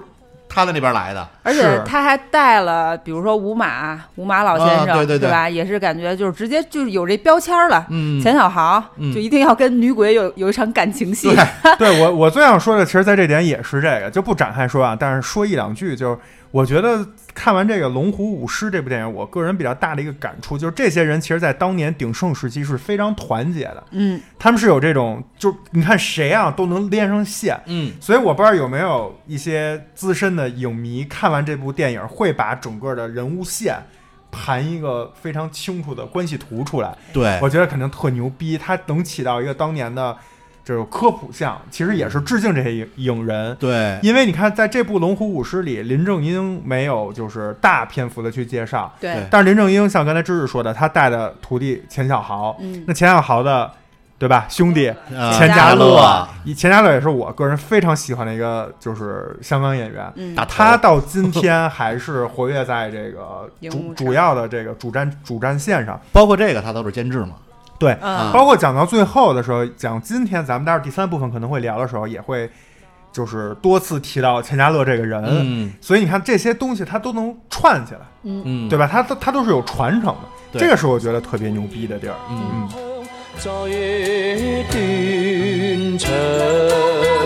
D: 他在那边来的。
C: 而且
B: 是
C: 他还带了，比如说五马，五马老先生，
D: 啊对对对
C: 吧？也是感觉就是直接就是有这标签了。
D: 嗯
C: 钱小豪、
D: 嗯
C: 就一定要跟女鬼有有一场感情 戏，
B: 对我，我最想说的，其实在这点也是这个，就不展开说啊，但是说一两句，就是我觉得看完这个《龙虎舞狮》这部电影，我个人比较大的一个感触就是，这些人其实，在当年鼎盛时期是非常团结的，
C: 嗯，
B: 他们是有这种，就你看谁啊都能连上线，
D: 嗯，
B: 所以我不知道有没有一些资深的影迷看完这部电影，会把整个的人物线盘一个非常清楚的关系图出来。
D: 对，
B: 我觉得肯定特牛逼，它能起到一个当年的这种科普项，其实也是致敬这些影影人。
D: 对，
B: 因为你看，在这部《龙虎舞狮》里，林正英没有就是大篇幅的去介绍，
C: 哎
D: 对
B: 但是林正英像刚才芝芝说的，他带的徒弟钱小豪，
C: 嗯
B: 那钱小豪的对吧兄弟
D: 呃
B: 钱
C: 嘉
B: 嘉
C: 乐
B: 乐，以钱嘉乐也是我个人非常喜欢的一个就是香港演员，
C: 嗯
D: 大，头
B: 他到今天还是活跃在这个
C: 荧
B: 主
C: 幕上
B: 主要的这个主战主战线上。
D: 包括这个他都是监制嘛。
B: 对，
C: 嗯，
B: 包括讲到最后的时候，讲今天咱们待会儿第三部分可能会聊的时候，也会就是多次提到钱嘉乐这个人。
D: 嗯
B: 所以你看这些东西，它都能串起来，
D: 嗯，
B: 对吧？它都它都是有传承的，
D: 对
B: 这个是我觉得特别牛逼的地儿。嗯，
H: 在断肠。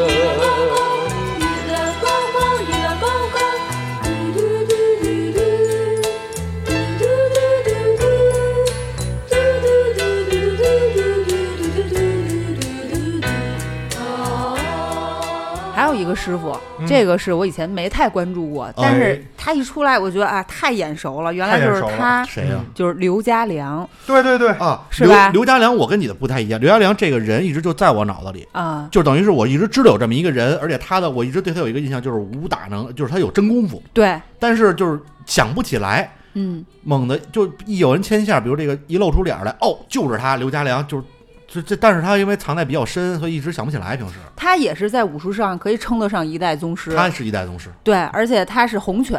C: 还有一个师傅，
B: 嗯
C: 这个是我以前没太关注过，但是他一出来，我觉得啊，太眼熟了，原来就是
B: 太眼熟
C: 他，
D: 谁呀？
C: 就是刘家良
B: 对对对，
D: 嗯啊，
C: 是
D: 刘
C: 吧
D: 刘家良，我跟你的不太一样。刘家良这个人一直就在我脑子里，
C: 啊，
D: 就等于是我一直知道有这么一个人，而且他的我一直对他有一个印象就是武打能，就是他有真功夫，
C: 对，
D: 但是就是想不起来。
C: 嗯，
D: 猛的就一有人牵线，比如这个一露出脸来，哦，就是他刘家良，就是这这，但是他因为藏在比较深，所以一直想不起来。平时
C: 他也是在武术上可以称得上一代宗师，
D: 他是嗯一代宗师，
C: 对，而且他是洪拳，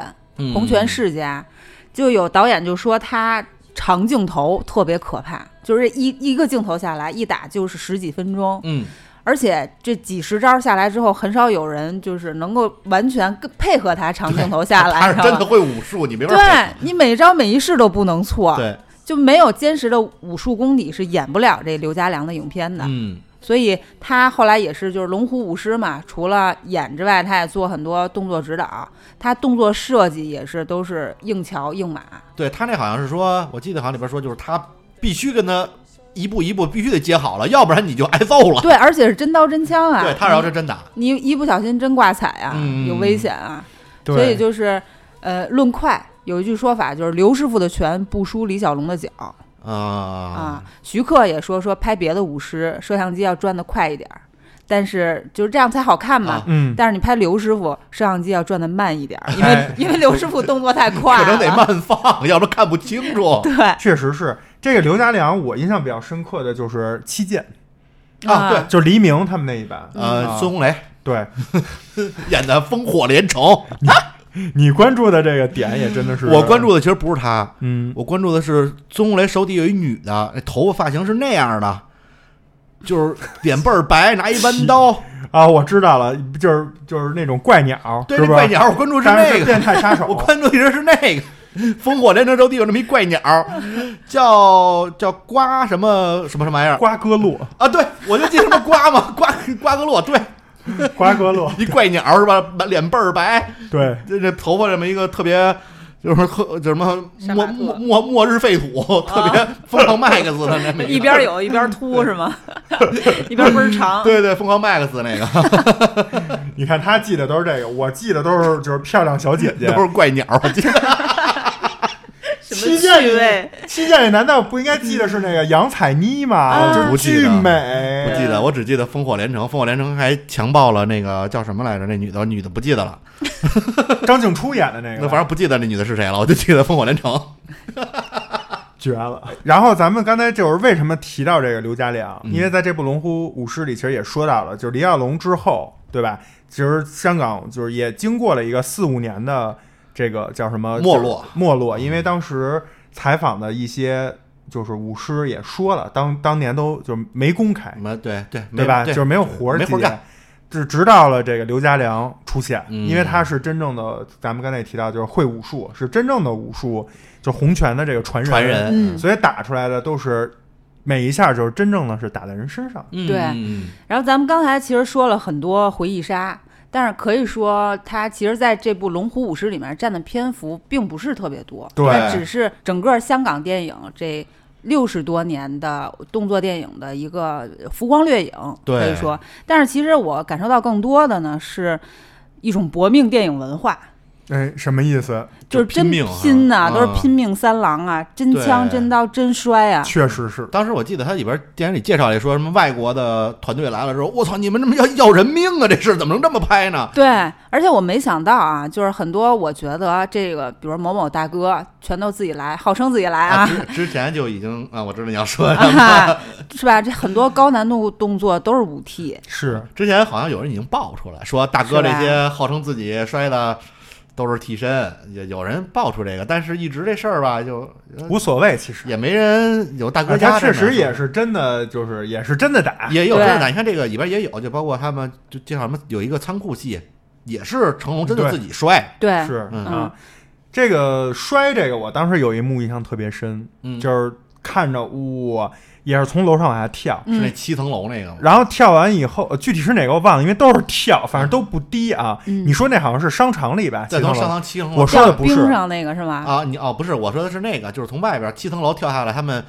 C: 洪拳世家，就有导演就说他长镜头特别可怕，就是一一个镜头下来一打就是十几分钟，
D: 嗯，
C: 而且这几十招下来之后，很少有人就是能够完全跟配合他长镜头下来，
D: 他是
C: 知道
D: 真
C: 吗
D: 的会武术，你没法
C: 对你每招每一式都不能错，
D: 对，
C: 就没有坚实的武术功底是演不了这刘家良的影片的。
D: 嗯
C: 所以他后来也是就是龙虎舞狮嘛，除了演之外，他也做很多动作指导，他动作设计也是都是硬桥硬 马。
D: 对他那好像是说，我记得好像里边说就是他必须跟他一步一步必须得接好了，要不然你就挨揍了。
C: 对，而且是真刀真枪啊！
D: 对他要是真打，
C: 你你一不小心真挂彩啊，
D: 嗯
C: 有危险啊！
B: 对
C: 所以就是呃，论快有一句说法就是刘师傅的拳不输李小龙的脚啊
D: 啊。
C: 徐克也说说拍别的舞狮，摄像机要转的快一点儿，但是就是这样才好看嘛。
D: 啊
B: 嗯，
C: 但是你拍刘师傅，摄像机要转的慢一点 儿，因为、
B: 哎
C: 因为刘师傅动作太快
D: 可
C: 了，
D: 能得慢放，要不然看不清楚。
C: 对
B: 确实是这个刘家良，我印象比较深刻的就是《七剑
D: 啊对》，
B: 就是黎明他们那一版。啊
D: 呃，孙红雷
B: 对
D: 演的烽火连城，
B: 你关注的这个点也真的是
D: 我关注，的其实不是他，
B: 嗯，
D: 我关注的是孙红雷手底有一女的，那头发发型是那样的，就是脸倍儿白，拿一弯刀，
B: 啊，我知道了，就是就是那种怪鸟，
D: 对，
B: 是
D: 那
B: 吧
D: 怪鸟，我关注是
B: 当然
D: 那
B: 是
D: 个，
B: 变态杀手，
D: 我关注一直是那个。烽火连城手底有那么一怪鸟，叫叫瓜什么什么什么玩意 儿
B: 瓜哥洛，
D: 啊？对，我就记什么瓜嘛，瓜瓜格洛，对，
B: 瓜哥洛，
D: 一怪鸟是吧？满脸倍 儿白，
B: 对，
D: 这这头发这么一个特别，就是特就什么
C: 杀
D: 末
C: 马特啊
D: 末末末日废土，特别疯狂麦克斯的那么
C: 一
D: 个
C: 边有一边秃是吗？ 一边倍儿长。
D: 对对，疯狂麦克斯那个
B: 你看他记得都是这个，我记得都是就是漂亮小姐姐
D: 都。是怪鸟，我记得
C: 什
B: 七
C: 么
B: 剑
C: 趣味？啊
B: 里，七剑里难道不应该记得是那个杨采妮吗？
C: 啊
B: 就是巨
D: 不
B: 美，
D: 记得，我只记得烽火连城，烽火连城还强暴了那个叫什么来着？那女的，女的不记得了，
B: 张静初演的那
D: 那
B: 个，
D: 反正不记得那女的是谁了，我就记得烽火连城。
B: 绝了。然后咱们刚才就是为什么提到这个刘家良，
D: 嗯
B: 因为在这部《龙虎舞狮》里其实也说到了，就是李小龙之后，对吧？其实香港就是也经过了一个四五年的这个叫什么
D: 没落嗯
B: 没落，因为当时采访的一些就是舞狮也说了，当当年都就是没公开
D: 什，么对对
B: 对吧？
D: 对
B: 就是没有活儿
D: 没
B: 接，
D: 活儿干，
B: 就直到了这个刘家良出现，
D: 嗯
B: 因为他是真正的，咱们刚才也提到，就是会武术，是真正的武术，就洪拳的这个传人，
D: 传人，
C: 嗯
B: 所以打出来的都是每一下就是真正的是打在人身上。
D: 嗯
C: 对
D: 嗯
C: 然后咱们刚才其实说了很多回忆杀，但是可以说它其实在这部《龙虎舞狮》里面占的篇幅并不是特别多，
B: 对
C: 它只是整个香港电影这六十多年的动作电影的一个浮光掠影，
D: 对
C: 可以说。但是其实我感受到更多的呢是一种搏命电影文化。
B: 哎，什么意思？
C: 就是
D: 就拼
C: 真
D: 命啊
C: 拼呐、
D: 嗯
C: 都是拼命三郎啊，真
D: 对
C: 枪真刀真摔啊，
B: 确实是，
D: 当时我记得他里边电影里介绍里说什么外国的团队来了之后，我操，你们这么要要人命啊！这事怎么能这么拍 呢？
C: 对，而且我没想到啊，就是很多我觉得啊这个，比如某某大哥全都自己来，号称自己来啊，
D: 之之前就已经啊，我知道你 要说什么。
C: 啊是吧？这很多高难度动作都是武替，
B: 是
D: 之前好像有人已经爆出来说，大哥
C: 是
D: 这
C: 吧
D: 些号称自己摔的都是替身，也有人爆出这个，但是一直这事儿吧，就呃
B: 无所谓，其实。
D: 也没人有大哥
B: 啊
D: 家
B: 他
D: 着呢、
B: 确实也是真的，就是也是真的打，
D: 也有这
C: 对
D: 个，你看这个里边也有，就包括他们就介绍什么有一个仓库戏，也是成龙真的
B: 对
D: 自己摔，
C: 对，
B: 是
D: 嗯
B: 啊。这个摔这个，我当时有一幕印象特别深，
D: 嗯
B: 就是看着哇，也是从楼上往下跳，
D: 是那
C: 嗯，
D: 七层楼那个吗？
B: 然后跳完以后，呃具体是哪个我忘了，因为都是跳，反正都不低啊。
C: 嗯
B: 你说那好像是商场里吧？
D: 再
B: 骑
D: 嗯从
B: 楼
D: 上。层七层楼，
B: 我说的不是
C: 冰上那个是吗？
D: 啊，你哦不是，我说的是那个，就是从外边七层楼跳下来，他们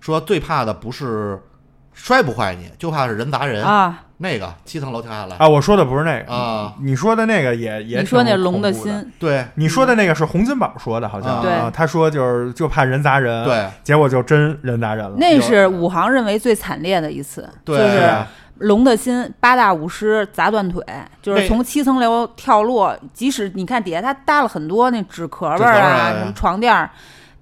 D: 说最怕的不是摔不坏你，就怕是人砸人。
C: 啊，
D: 那个七层楼跳下来
B: 啊，我说的不是那个
D: 啊
B: 你说的那个也也
C: 你说那
B: 挺
C: 龙
B: 恐怖的
C: 心，
D: 对
B: 你说的那个是洪金宝说的，好像
D: 嗯对
B: 啊他说就是就怕人砸人，，
D: 对
B: 结果就真人砸人了。
C: 那是武行认为最惨烈的一次，就
D: 对，
C: 是龙的心八大舞狮砸断腿，就是
D: 那
C: 从七层楼跳落，即使你看底下他搭了很多那纸壳儿
D: 纸壳儿
C: 啊、
D: 啊
C: 什么床垫儿，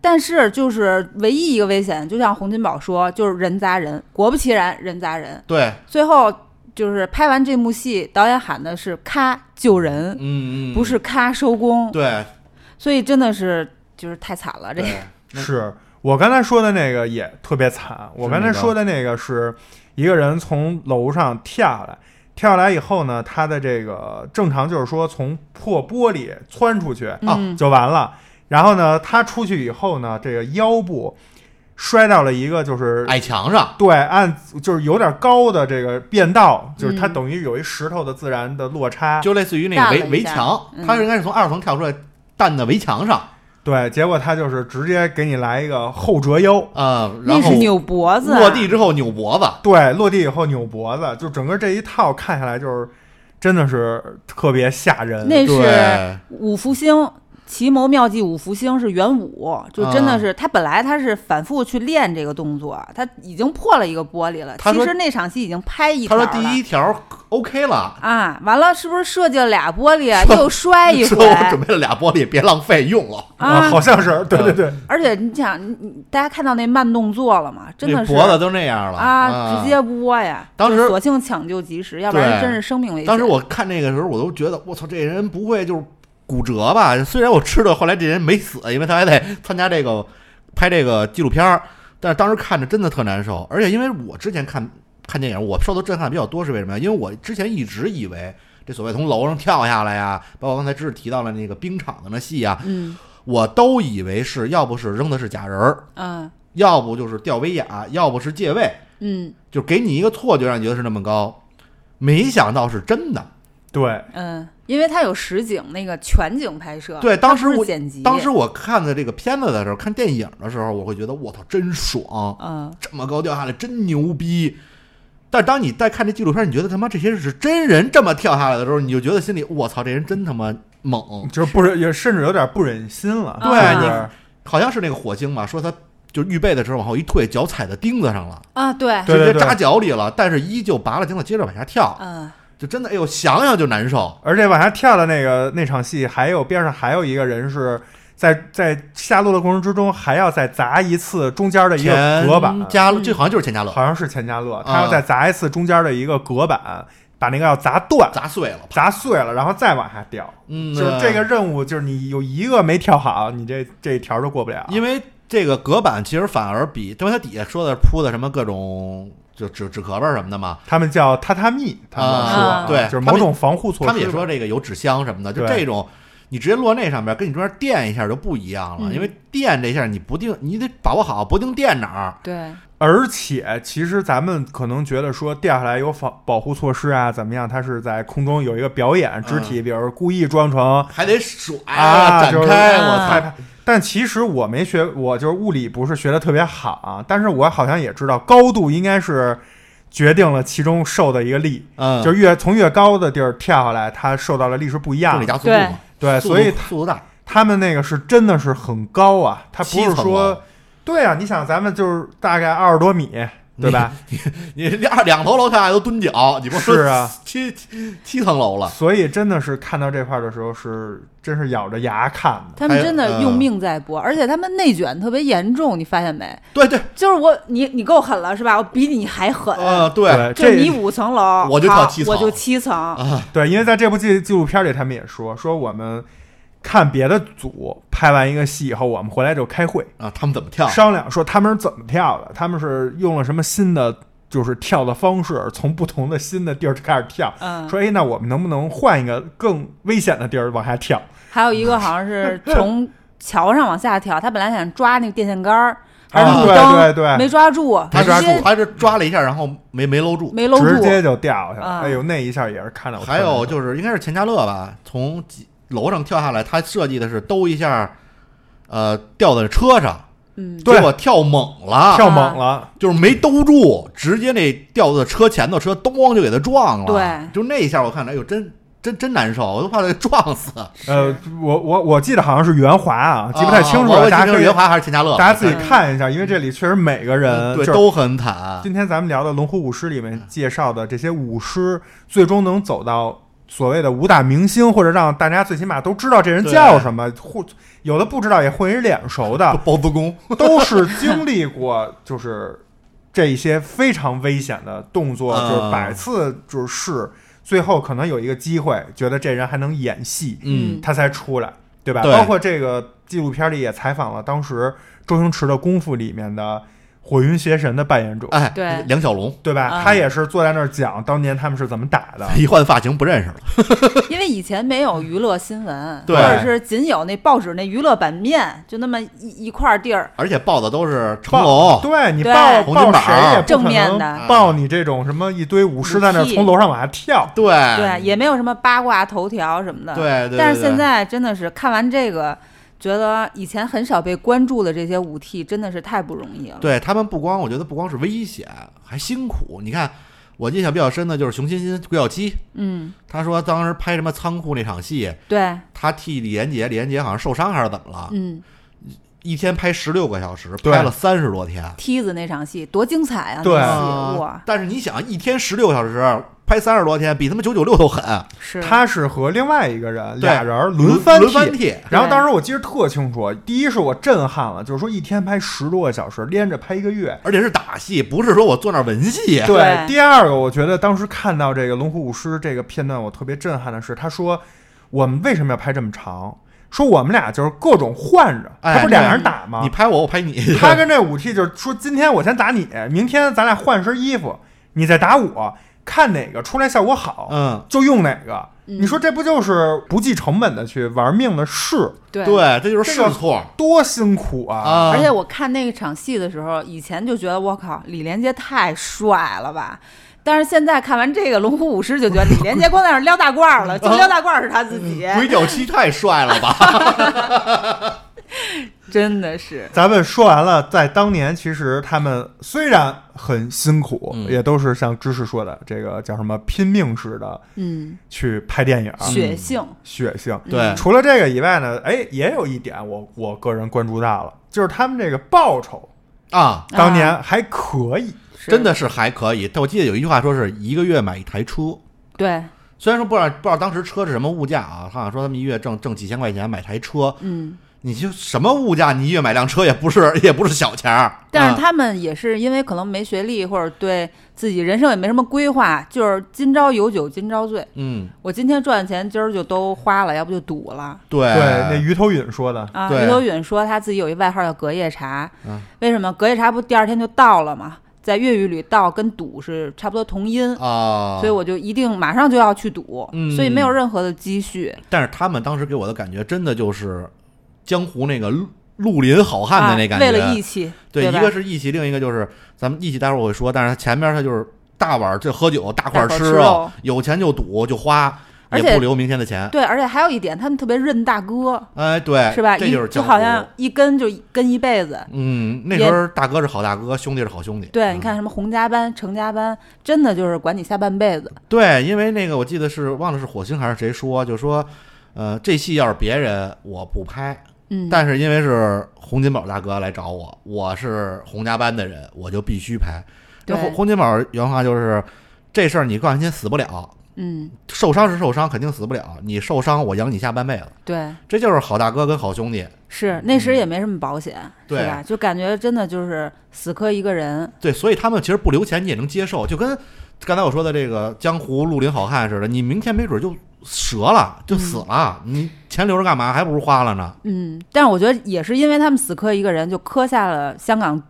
C: 但是就是唯一一个危险，就像洪金宝说，就是人砸人。果不其然，人砸人。
D: 对，
C: 最后就是拍完这幕戏，导演喊的是“咔救人”，
D: 嗯，嗯
C: 不是“咔收工”，
D: 对
C: 所以真的是就是太惨了。这
D: 对，
B: 是我刚才说的那个也特别惨。我刚才说的那个是一个人从楼上跳下来，跳下来以后呢，他的这个正常就是说从破玻璃窜出去
C: 嗯
B: 就完了。然后呢，他出去以后呢，这个腰部摔到了一个就是
D: 矮墙上，
B: 对，按就是有点高的这个变道，就是它
C: 嗯
B: 等于有一石头的自然的落差。
D: 就类似于那
C: 荡
D: 个
C: 了一
D: 围
C: 下
D: 围墙，
C: 嗯
D: 它应该是从二层跳出来，弹到围墙上
B: 对，结果他就是直接给你来一个后折腰，
D: 啊，然
C: 那
D: 后
C: 是扭脖子啊、
D: 落地之后扭脖子，
B: 对，落地以后扭脖子，就整个这一套看下来就是真的是特别吓人。
C: 那是
D: 呃对
C: 五福星。奇谋妙计五福星是元武，就真
D: 嗯
C: 的是、他本来他是反复去练这个动作，他已经破了一个玻璃了。
D: 他
C: 其
D: 说
C: 实那场戏已经拍一
D: 他
C: 条
D: 说
C: 了。
D: 第一条 OK 了，
C: 啊，完了是不是设计了俩玻璃啊，又摔一
D: 说
C: 回
D: 我准备了俩玻璃，别浪费，用了。
B: 啊，
C: 啊
B: 好？像 是，对对对，
D: 嗯
C: 而且你想，你你大家看到那慢动作了吗？真
D: 那
C: 的是
D: 脖子都那样了
C: 啊，直接窝呀！
D: 当时
C: 就索性抢救及时，要不然
D: 对
C: 真是生命危险。
D: 当时我看那个时候，我都觉得我操，这人不会就是骨折吧？虽然我知道后来这人没死，因为他还得参加这个拍这个纪录片儿，但是当时看着真的特难受。而且因为我之前看看电影，我受到震撼比较多是为什么呀？因为我之前一直以为这所谓从楼上跳下来呀，包括刚才知识提到了那个冰场的那戏啊，
C: 嗯
D: 我都以为是要不是扔的是假人儿，
C: 嗯
D: 要不就是吊威亚，要不是借位，
C: 嗯
D: 就给你一个错觉，让你觉得是那么高。没想到是真的，
B: 对，
C: 嗯，因为它有实景那个全景拍摄，
D: 对，当时
C: 它不是
D: 我
C: 剪辑，
D: 当时我看的这个片子的时候，看电影的时候，我会觉得我操，真爽，
C: 嗯
D: 这么高掉下来真牛逼。但当你再看这纪录片，你觉得他妈这些是真人这么跳下来的时候，你就觉得心里我操，这人真他妈猛，
B: 就是不忍，也甚至有点不忍心了。
C: 对
B: 是不是
D: 你好像是那个火星吧，说他。就预备的时候往后一退，脚踩在钉子上了，
C: 啊对，
B: 对
D: 直接扎脚里了，但是依旧拔了钉子接着往下跳，
C: 嗯
D: 就真的哎呦想想就难受。
B: 而且往下跳的那个那场戏，还有边上还有一个人是在在下落的过程之中，还要再砸一次中间的一个隔板
D: 钱，嘉
C: 嗯
D: 乐，这好像就是钱嘉乐，
B: 好像是钱嘉乐，
D: 啊
B: 他要再砸一次中间的一个隔板，把那个要砸断、
D: 砸碎了。
B: 砸碎了，然后再往下掉。
D: 嗯，
B: 就是这个，任务，就是你有一个没跳好，你这这一条都过不了。
D: 因为这个隔板其实反而比，因为它底下说的铺的什么各种就纸纸壳儿什么的嘛，
B: 他们叫榻榻米，他们说、
D: 啊对
B: 就是某种防护措施。
D: 他们也说这个有纸箱什么的，就
B: 对
D: 这种。你直接落那上面，跟你中间垫一下就不一样
B: 嗯
D: 了，因为垫这下你不定，你得把握好，不定垫哪儿。
C: 对，
B: 而且其实咱们可能觉得说掉下来有防保护措施啊，怎么样？它是在空中有一个表演肢体，比如故意装成
D: 还得甩
B: 啊，
D: 嗯哎展开，
B: 就是
D: 我
B: 害
D: 操！
B: 怕。但其实我没学，我就是物理不是学的特别好啊，但是我好像也知道高度应该是决定了其中受的一个力，
D: 嗯，
B: 就是越从越高的地儿跳下来，它受到的力是不一
D: 重
B: 样
D: 力
B: 的。
D: 加速度嘛，
B: 对，
D: 速度
B: 所以
D: 速度大，
B: 他们那个是真的是很高啊，它不
D: 七
B: 是
D: 层
B: 说
D: 楼，
B: 对啊，你想咱们就是大概二十多米，对吧？
D: 嗯你两两头楼跳下来都蹲脚，你不说
B: 是啊，
D: 七七七层楼了，
B: 所以真的是看到这块儿的时候是真是咬着牙看的。
C: 他们
D: 还有嗯
C: 真的用命在搏，而且他们内卷特别严重，你发现没？
D: 对对，
C: 就是我，你你够狠了是吧？我比你还狠。
D: 呃，对，
B: 对，
C: 就是你
B: 这
C: 五层楼，
D: 我就跳
C: 好
D: 七层啊
C: 我就七层。
B: 对，因为在这部纪纪录片里，他们也说说我们看别的组拍完一个戏以后，我们回来就开会
D: 啊，他们怎么跳？
B: 商量说他们是怎么跳的，他们是用了什么新的就是跳的方式，从不同的新的地儿开始跳。
C: 嗯，
B: 说哎，那我们能不能换一个更危险的地儿往下跳？
C: 还有一个好像 是从桥上往下跳，他本来想抓那个电线杆儿还是
B: 啊
C: 路
B: 对
C: 灯，
B: 对对
C: 没抓住，
B: 啊
D: 他
C: 直
D: 抓住
C: 接，
D: 他是抓了一下，然后没没搂住。
C: 没搂
B: 直
C: 住。
B: 接就掉下
C: 啊
B: 来。哎呦，那一下也是看到我特
D: 还
B: 别难受。
D: 有就是应该是钱嘉乐吧，从几楼上跳下来，他设计的是兜一下，呃，掉在车上，
C: 嗯，
B: 对
D: 结果跳猛了，
B: 跳猛了，
D: 就是啊没兜住，直接那掉到车前头，车咚就给他撞了。
C: 对
D: 就那一下我看着，哎呦，真真真难受，我都怕他撞死。
B: 呃，我我我记得好像是袁华啊，记不太清楚
D: 啊
B: 了，
D: 我也记
B: 大
D: 不
B: 家
D: 清
B: 可
D: 是
B: 以
D: 袁华还是钱嘉乐，
B: 大家自己
C: 嗯
B: 看一下，因为这里确实每个人
D: 嗯对
B: 就是嗯
D: 都很惨。
B: 今天咱们聊的《龙虎舞狮》里
D: 嗯
B: 面介绍的这些舞狮，最终能走到所谓的武打明星，或者让大家最起码都知道这人叫什么，或有的不知道也混一脸熟的，
D: 包 子工，
B: 都是经历过就是这一些非常危险的动作，
D: 嗯
B: 就是百次就是试，最后可能有一个机会，觉得这人还能演戏，
D: 嗯，
B: 他才出来，对吧？
D: 对
B: 包括这个纪录片里也采访了当时周星驰的《功夫》里面的火云邪神的扮演者。
D: 哎，
C: 对
D: 梁小龙
B: 对吧？
C: 嗯
B: 他也是坐在那儿讲当年他们是怎么打的。
D: 一换发型不认识了，
C: 因为以前没有娱乐新闻，
D: 对
C: 或者是仅有那报纸那娱乐版面，就那么一一块地儿。
D: 而且报的都是成
B: 报
D: 龙，
B: 对你
C: 对
B: 报
D: 红啊
B: 报
D: 军宝
B: 谁也不
C: 正
B: 可
C: 面
B: 能
C: 的
B: 报你这种什么一堆舞狮在那儿
C: 武器
B: 从楼上往下跳，
D: 对
C: 对，也没有什么八卦头条什么的。
D: 哎对对对对
C: 但是现在真的是看完这个，觉得以前很少被关注的这些舞替真的是太不容易了。
D: 对他们不光我觉得不光是危险，还辛苦。你看我印象比较深的就是熊欣欣、鬼小七，
C: 嗯，
D: 他说当时拍什么仓库那场戏，
C: 对，
D: 他替李连杰，李连杰好像受伤还是怎么了，
C: 嗯，
D: 一天拍十六个小时，
B: 对
D: 拍了三十多天。
C: 梯子那场戏多精彩啊！
B: 对
C: 那
D: 啊
C: 戏哇，
D: 但是你想，一天十六小时，拍三十多天，比他妈九九六都狠，
C: 是
B: 他是和另外一个人
D: 对
B: 俩人
D: 轮
B: 轮番
D: 轮番
B: 替。
D: 替，
B: 然后当时我记得特清楚，第一是我震撼了，就是说一天拍十多个小时，连着拍一个月。
D: 而且是打戏，不是说我坐那儿文戏。
C: 对
B: 第二个我觉得当时看到这个《龙虎舞狮》这个片段，我特别震撼的是，他说我们为什么要拍这么长？说我们俩就是各种换着，
D: 哎
B: 他不俩人打吗？
D: 你拍我，我拍你。
B: 他跟这武替就是说，今天我先打你，明天咱俩换身衣服，你再打我，看哪个出来效果好，
D: 嗯，
B: 就用哪个。
C: 嗯
B: 你说这不就是不计成本的去玩命的试，
C: 对
D: 对，啊这就是试
B: 这个
D: 错
B: 多辛苦啊！
D: 啊。
C: 而且我看那场戏的时候，以前就觉得我靠，李连杰太帅了吧。但是现在看完这个《龙虎舞狮》，就觉得李连杰光在那儿撩大褂儿了，就撩大褂儿是他自己，
D: 鬼脚七太帅了吧？
C: 真的是
B: 咱们说完了，在当年其实他们虽然很辛苦，
D: 嗯
B: 也都是像知识说的这个叫什么拼命似的
C: 嗯
B: 去拍电影，
C: 血性，
B: 血性。
D: 嗯对，
B: 除了这个以外呢，哎，也有一点我我个人关注到了，就是他们这个报酬
D: 啊，
B: 当年还可以，
C: 是
D: 真的是还可以。但我记得有一句话说是一个月买一台车，
C: 对，
D: 虽然说不知道不知道当时车是什么物价啊，他好像说他们一月挣挣几千块钱买台车，
C: 嗯
D: 你就什么物价，你一月买辆车也不是也不是小钱儿。
C: 但是
D: 啊
C: 他们也是因为可能没学历，或者对自己人生也没什么规划，就是今朝有酒今朝醉。
D: 嗯，
C: 我今天赚的钱，今儿就都花了，要不就赌了
D: 对
B: 对，那于头允说的，
C: 啊。
D: 对
C: 于头允说他自己有一外号叫隔夜茶，
D: 嗯
C: 为什么？隔夜茶不第二天就到了嘛，在粤语里“到”跟“赌”是差不多同音，
D: 啊，
C: 所以我就一定马上就要去赌，
D: 嗯
C: 所以没有任何的积蓄。
D: 但是他们当时给我的感觉真的就是江湖那个绿绿林好汉的那感觉，
C: 啊、为了义气，
D: 对，
C: 吧
D: 一个是义气，另一个就是咱们义气，待会儿我会说，但是他前边他就是大碗这喝酒，大块
C: 大块
D: 吃
C: 吃肉
D: 有钱就赌就花，
C: 而
D: 也
C: 且
D: 不留明天的钱。
C: 对，而且还有一点，他们特别认大哥，
D: 哎，对，
C: 是吧？
D: 这就是
C: 一
D: 江
C: 就
D: 湖
C: 好像一跟就跟一辈子。
D: 嗯，那
C: 也
D: 时候大哥是好大哥，兄弟是好兄弟。
C: 对，
D: 嗯
C: 你看什么洪家班、程家班，真的就是管你下半辈子。
D: 对，因为那个我记得是忘了是火星还是谁说，就说，呃，这戏要是别人我不拍，
C: 嗯，
D: 但是因为是洪金宝大哥来找我，我是洪家班的人，我就必须拍。那
C: 对
D: 洪洪金宝原话就是，这事儿你冠军死不了，
C: 嗯，
D: 受伤是受伤，肯定死不了，你受伤我养你下半辈子，
C: 对，
D: 这就是好大哥跟好兄弟。
C: 是那时也没什么保险，
D: 嗯对
C: 是吧？就感觉真的就是死磕一个人。
D: 对，所以他们其实不留钱你也能接受，就跟刚才我说的这个江湖绿林好汉似的，你明天没准就折了，就死了，你钱留着干嘛？还不如花了呢。
C: 嗯，但是我觉得也是因为他们死磕一个人，就磕下了香港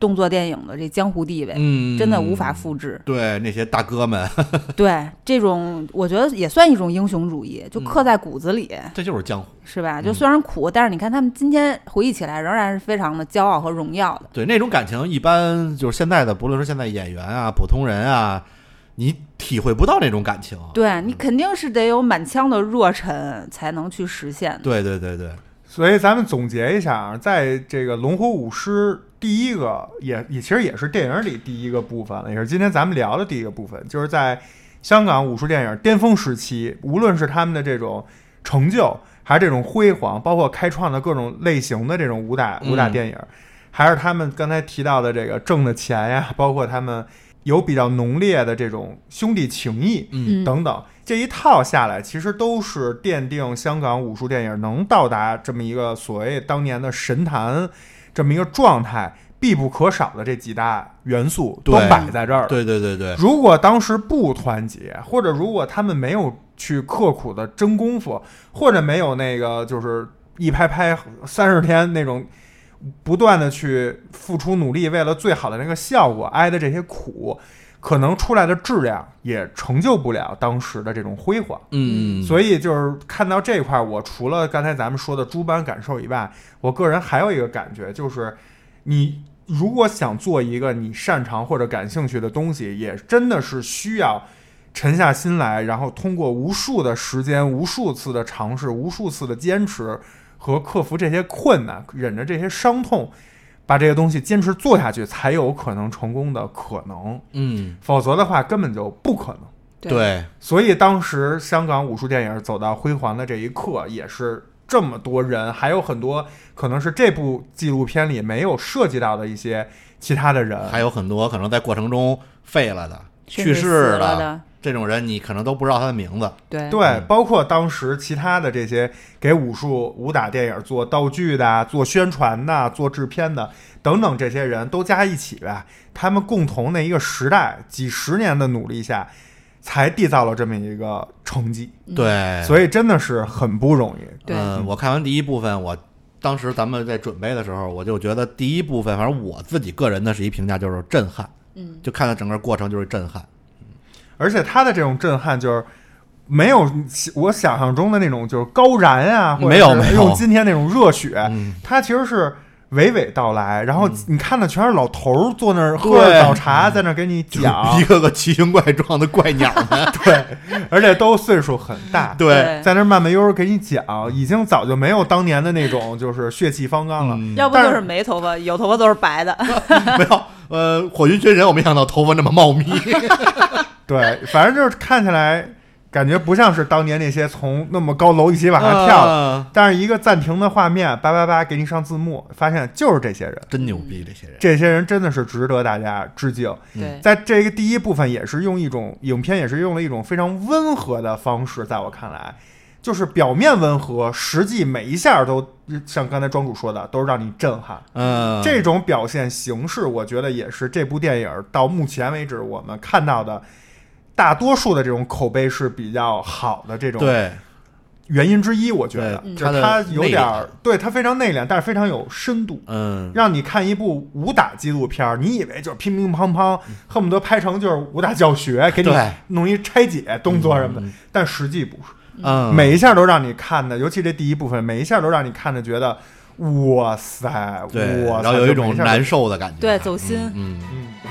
C: 动作电影的这江湖地位，
D: 嗯，
C: 哎真的无法。复制。
D: 对那些大哥们，
C: 对，这种我觉得也算一种英雄主义，就刻在骨子里，
D: 这就是江湖。
C: 是吧？就虽然苦，但是你看他们今天回忆起来，仍然是非常的骄傲和荣耀的。
D: 对那种感情，一般就是现在的，不论是现在演员啊、普通人啊，你体会不到那种感情。
C: 对你肯定是得有满腔的热忱才能去实现的。
D: 对对对对，
B: 所以咱们总结一下啊，在这个《龙虎舞狮》第一个也也其实也是电影里第一个部分了，也是今天咱们聊的第一个部分，就是在香港武术电影巅峰时期，无论是他们的这种成就，还是这种辉煌，包括开创了各种类型的这种武打武打电影，还是他们刚才提到的这个挣的钱呀，包括他们有比较浓烈的这种兄弟情谊，
C: 嗯，
B: 等等，这一套下来，其实都是奠定香港武术电影能到达这么一个所谓当年的神坛这么一个状态必不可少的这几大元素都
D: 对
B: 摆在这儿了。
D: 对对对对，
B: 如果当时不团结，或者如果他们没有去刻苦的真功夫，或者没有那个就是一拍拍三十天那种不断的去付出努力，为了最好的那个效果挨的这些苦，可能出来的质量也成就不了当时的这种辉煌。
D: 嗯，
B: 所以就是看到这块儿，我除了刚才咱们说的诸般感受以外，我个人还有一个感觉，就是你如果想做一个你擅长或者感兴趣的东西，也真的是需要沉下心来，然后通过无数的时间、无数次的尝试、无数次的坚持和克服这些困难，忍着这些伤痛，把这个东西坚持做下去，才有可能成功的可能。
D: 嗯，
B: 否则的话，根本就不可能。
D: 对，
B: 所以当时香港武术电影走到辉煌的这一刻，也是这么多人，还有很多可能是这部纪录片里没有涉及到的一些其他的人。
D: 还有很多可能在过程中废了的、
C: 甚至
D: 去世
C: 死了的
D: 这种人，你可能都不知道他的名字。
C: 对
D: 嗯
B: 对，包括当时其他的这些给武术武打电影做道具的啊、做宣传的啊、做制片的等等，这些人都加一起吧，啊他们共同的一个时代几十年的努力下，才缔造了这么一个成绩。
D: 对，
B: 所以真的是很不容易。
C: 嗯对
D: 嗯，我看完第一部分，我当时咱们在准备的时候，我就觉得第一部分，反正我自己个人的是一评价就是震撼，嗯，就看到整个过程就是震撼，
B: 而且他的这种震撼就是没有我想象中的那种就是高燃啊，或者
D: 没有
B: 是
D: 没有
B: 用今天那种热血，
D: 嗯
B: 他其实是娓娓道来，然后你看的全是老头儿坐那儿喝着
D: 对
B: 早茶，在那儿给你
D: 就是
B: 讲
D: 一，个个奇形怪状的怪鸟们，
B: 啊 对，而且都岁数很大，
D: 嗯对，
B: 在那儿慢慢悠悠给你讲，已经早就没有当年的那种就是血气方刚了。
D: 嗯
C: 要不
B: 但
C: 就是是没头发，有头发都是白的。
D: 没有，呃，火云邪神，我没想到头发那么茂密，
B: 对，反正就是看起来感觉不像是当年那些从那么高楼一起往下跳的。
D: 啊
B: 但是一个暂停的画面，叭叭叭给你上字幕，发现就是这些人，
D: 真牛逼，这些人，
B: 这些人真的是值得大家致敬。
D: 嗯
C: 对，
B: 在这个第一部分也是用一种影片，也是用了一种非常温和的方式，在我看来，就是表面温和，实际每一下都像刚才庄主说的，都是让你震撼。
D: 嗯，
B: 这种表现形式，我觉得也是这部电影到目前为止我们看到的大多数的这种口碑是比较好的这种
D: 对
B: 原因之一。我觉得
D: 对，
B: 就是
D: 它
B: 它
D: 的
B: 有
D: 内
B: 点
D: 敛
B: 儿，对它非常内敛，但是非常有深度。
D: 嗯
B: 让你看一部武打纪录片儿，你以为就是乒乒乓乓，恨不得拍成就是武打教学，给你
D: 嗯对
B: 弄一拆解动作什么的，但实际不是，
D: 嗯，
B: 每一下都让你看的，尤其这第一部分，每一下都让你看的觉得，哇塞，
D: 对，
B: 哇
D: 然
B: 塞，
D: 后有
B: 就每
D: 一种
B: 下
D: 难受的感觉，
C: 对走心
D: 嗯，嗯
B: 嗯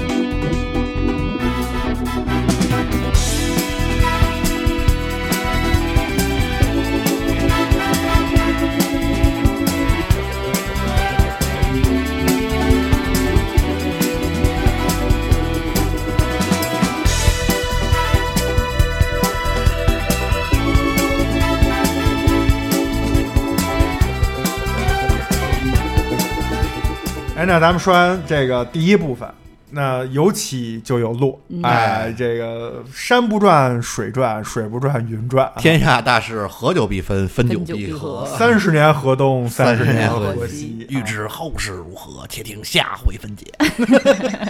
B: 哎，那咱们说完这个第一部分，那有起就有落，哎，这个山不转水转，水不转云转啊，
D: 天下大事，合久必分，分久
C: 分久必
D: 合
C: 合。
B: 三十年河东，三
D: 30年河
B: 河
C: 西
B: 啊
D: 欲知后事如何，且听下回分解。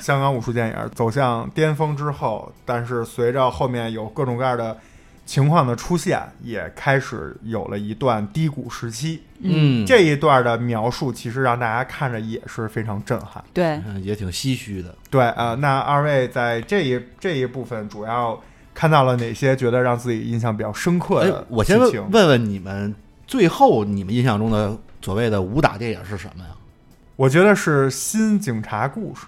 B: 香港武术电影走向巅峰之后，但是随着后面有各种各样的情况的出现，也开始有了一段低谷时期。
D: 嗯
B: 这一段的描述其实让大家看着也是非常震撼。
C: 对，
D: 嗯也挺唏嘘的。
B: 对啊、呃那二位在这一这一部分主要看到了哪些觉得让自己印象比较深刻
D: 哎
B: 的，
D: 我
B: 剧
D: 先
B: 情
D: 问问问你们，最后你们印象中的所谓的武打电影是什么呀？
B: 我觉得是新警察故事。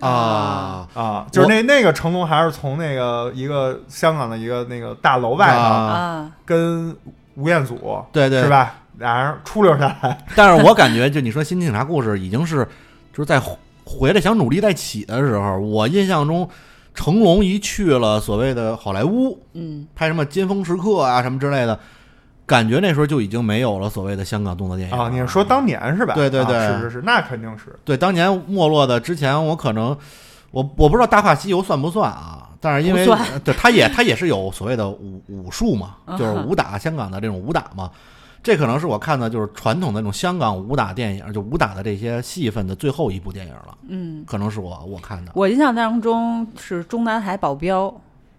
D: 啊，
B: 啊，就是那那个成龙还是从那个一个香港的一个那个大楼外头、
D: 啊
C: 啊，
B: 跟吴彦祖
D: 对对哎
B: 是吧？俩人出溜下来，
D: 但是我感觉，就你说《新警察故事》已经是，就是在回回来想努力再起的时候，我印象中，成龙一去了所谓的好莱坞，
C: 嗯，
D: 拍什么《尖峰时刻》啊什么之类的，感觉那时候就已经没有了所谓的香港动作电影
B: 啊！你是说当年是吧？
D: 对对对
B: 啊是是是，那肯定是
D: 对当年没落的之前，我可能我我不知道《大话西游》算不算啊？但是因为
C: 不算嗯
D: 对它也它也是有所谓的武武术嘛，就是武打香港的这种武打嘛。这可能是我看的，就是传统的那种香港武打电影，就武打的这些戏份的最后一部电影了。
C: 嗯，
D: 可能是我我看的
C: 我印象当中是中南海保镖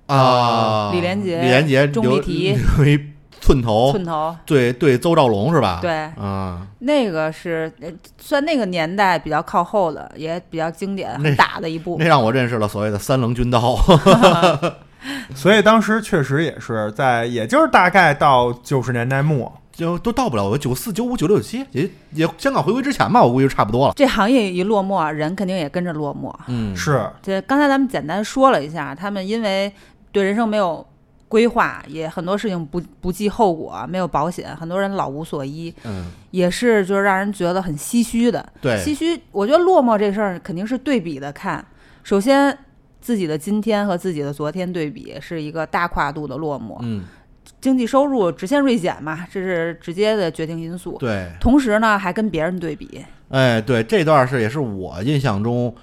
D: 啊
C: 呃李连杰
D: 李连杰、
C: 钟
D: 刘
C: 丽缇
D: 刘一寸头，
C: 寸头，
D: 对对，邹兆龙是吧？
C: 对
D: 嗯，
C: 那个是呃算那个年代比较靠后的，也比较经典、
D: 那
C: 很打的一部
D: 那。让我认识了所谓的三棱军刀。
B: 所以当时确实也是在，也就是大概到九十年代末，
D: 就都到不了我九四、九五、九六、九七，也也香港回归之前吧，我估计就差不多了。
C: 这行业一落寞，人肯定也跟着落寞。
D: 嗯
B: 是
C: 这刚才咱们简单说了一下，他们因为对人生没有规划，也很多事情不不计后果，没有保险，很多人老无所依，
D: 嗯，
C: 也是就是让人觉得很唏嘘的。
D: 对
C: 唏嘘，我觉得落寞这事儿肯定是对比的看，首先自己的今天和自己的昨天对比是一个大跨度的落寞，
D: 嗯，
C: 经济收入直线锐减嘛，这是直接的决定因素。
D: 对，
C: 同时呢，还跟别人对比，
D: 哎，对，这段是也是我印象中，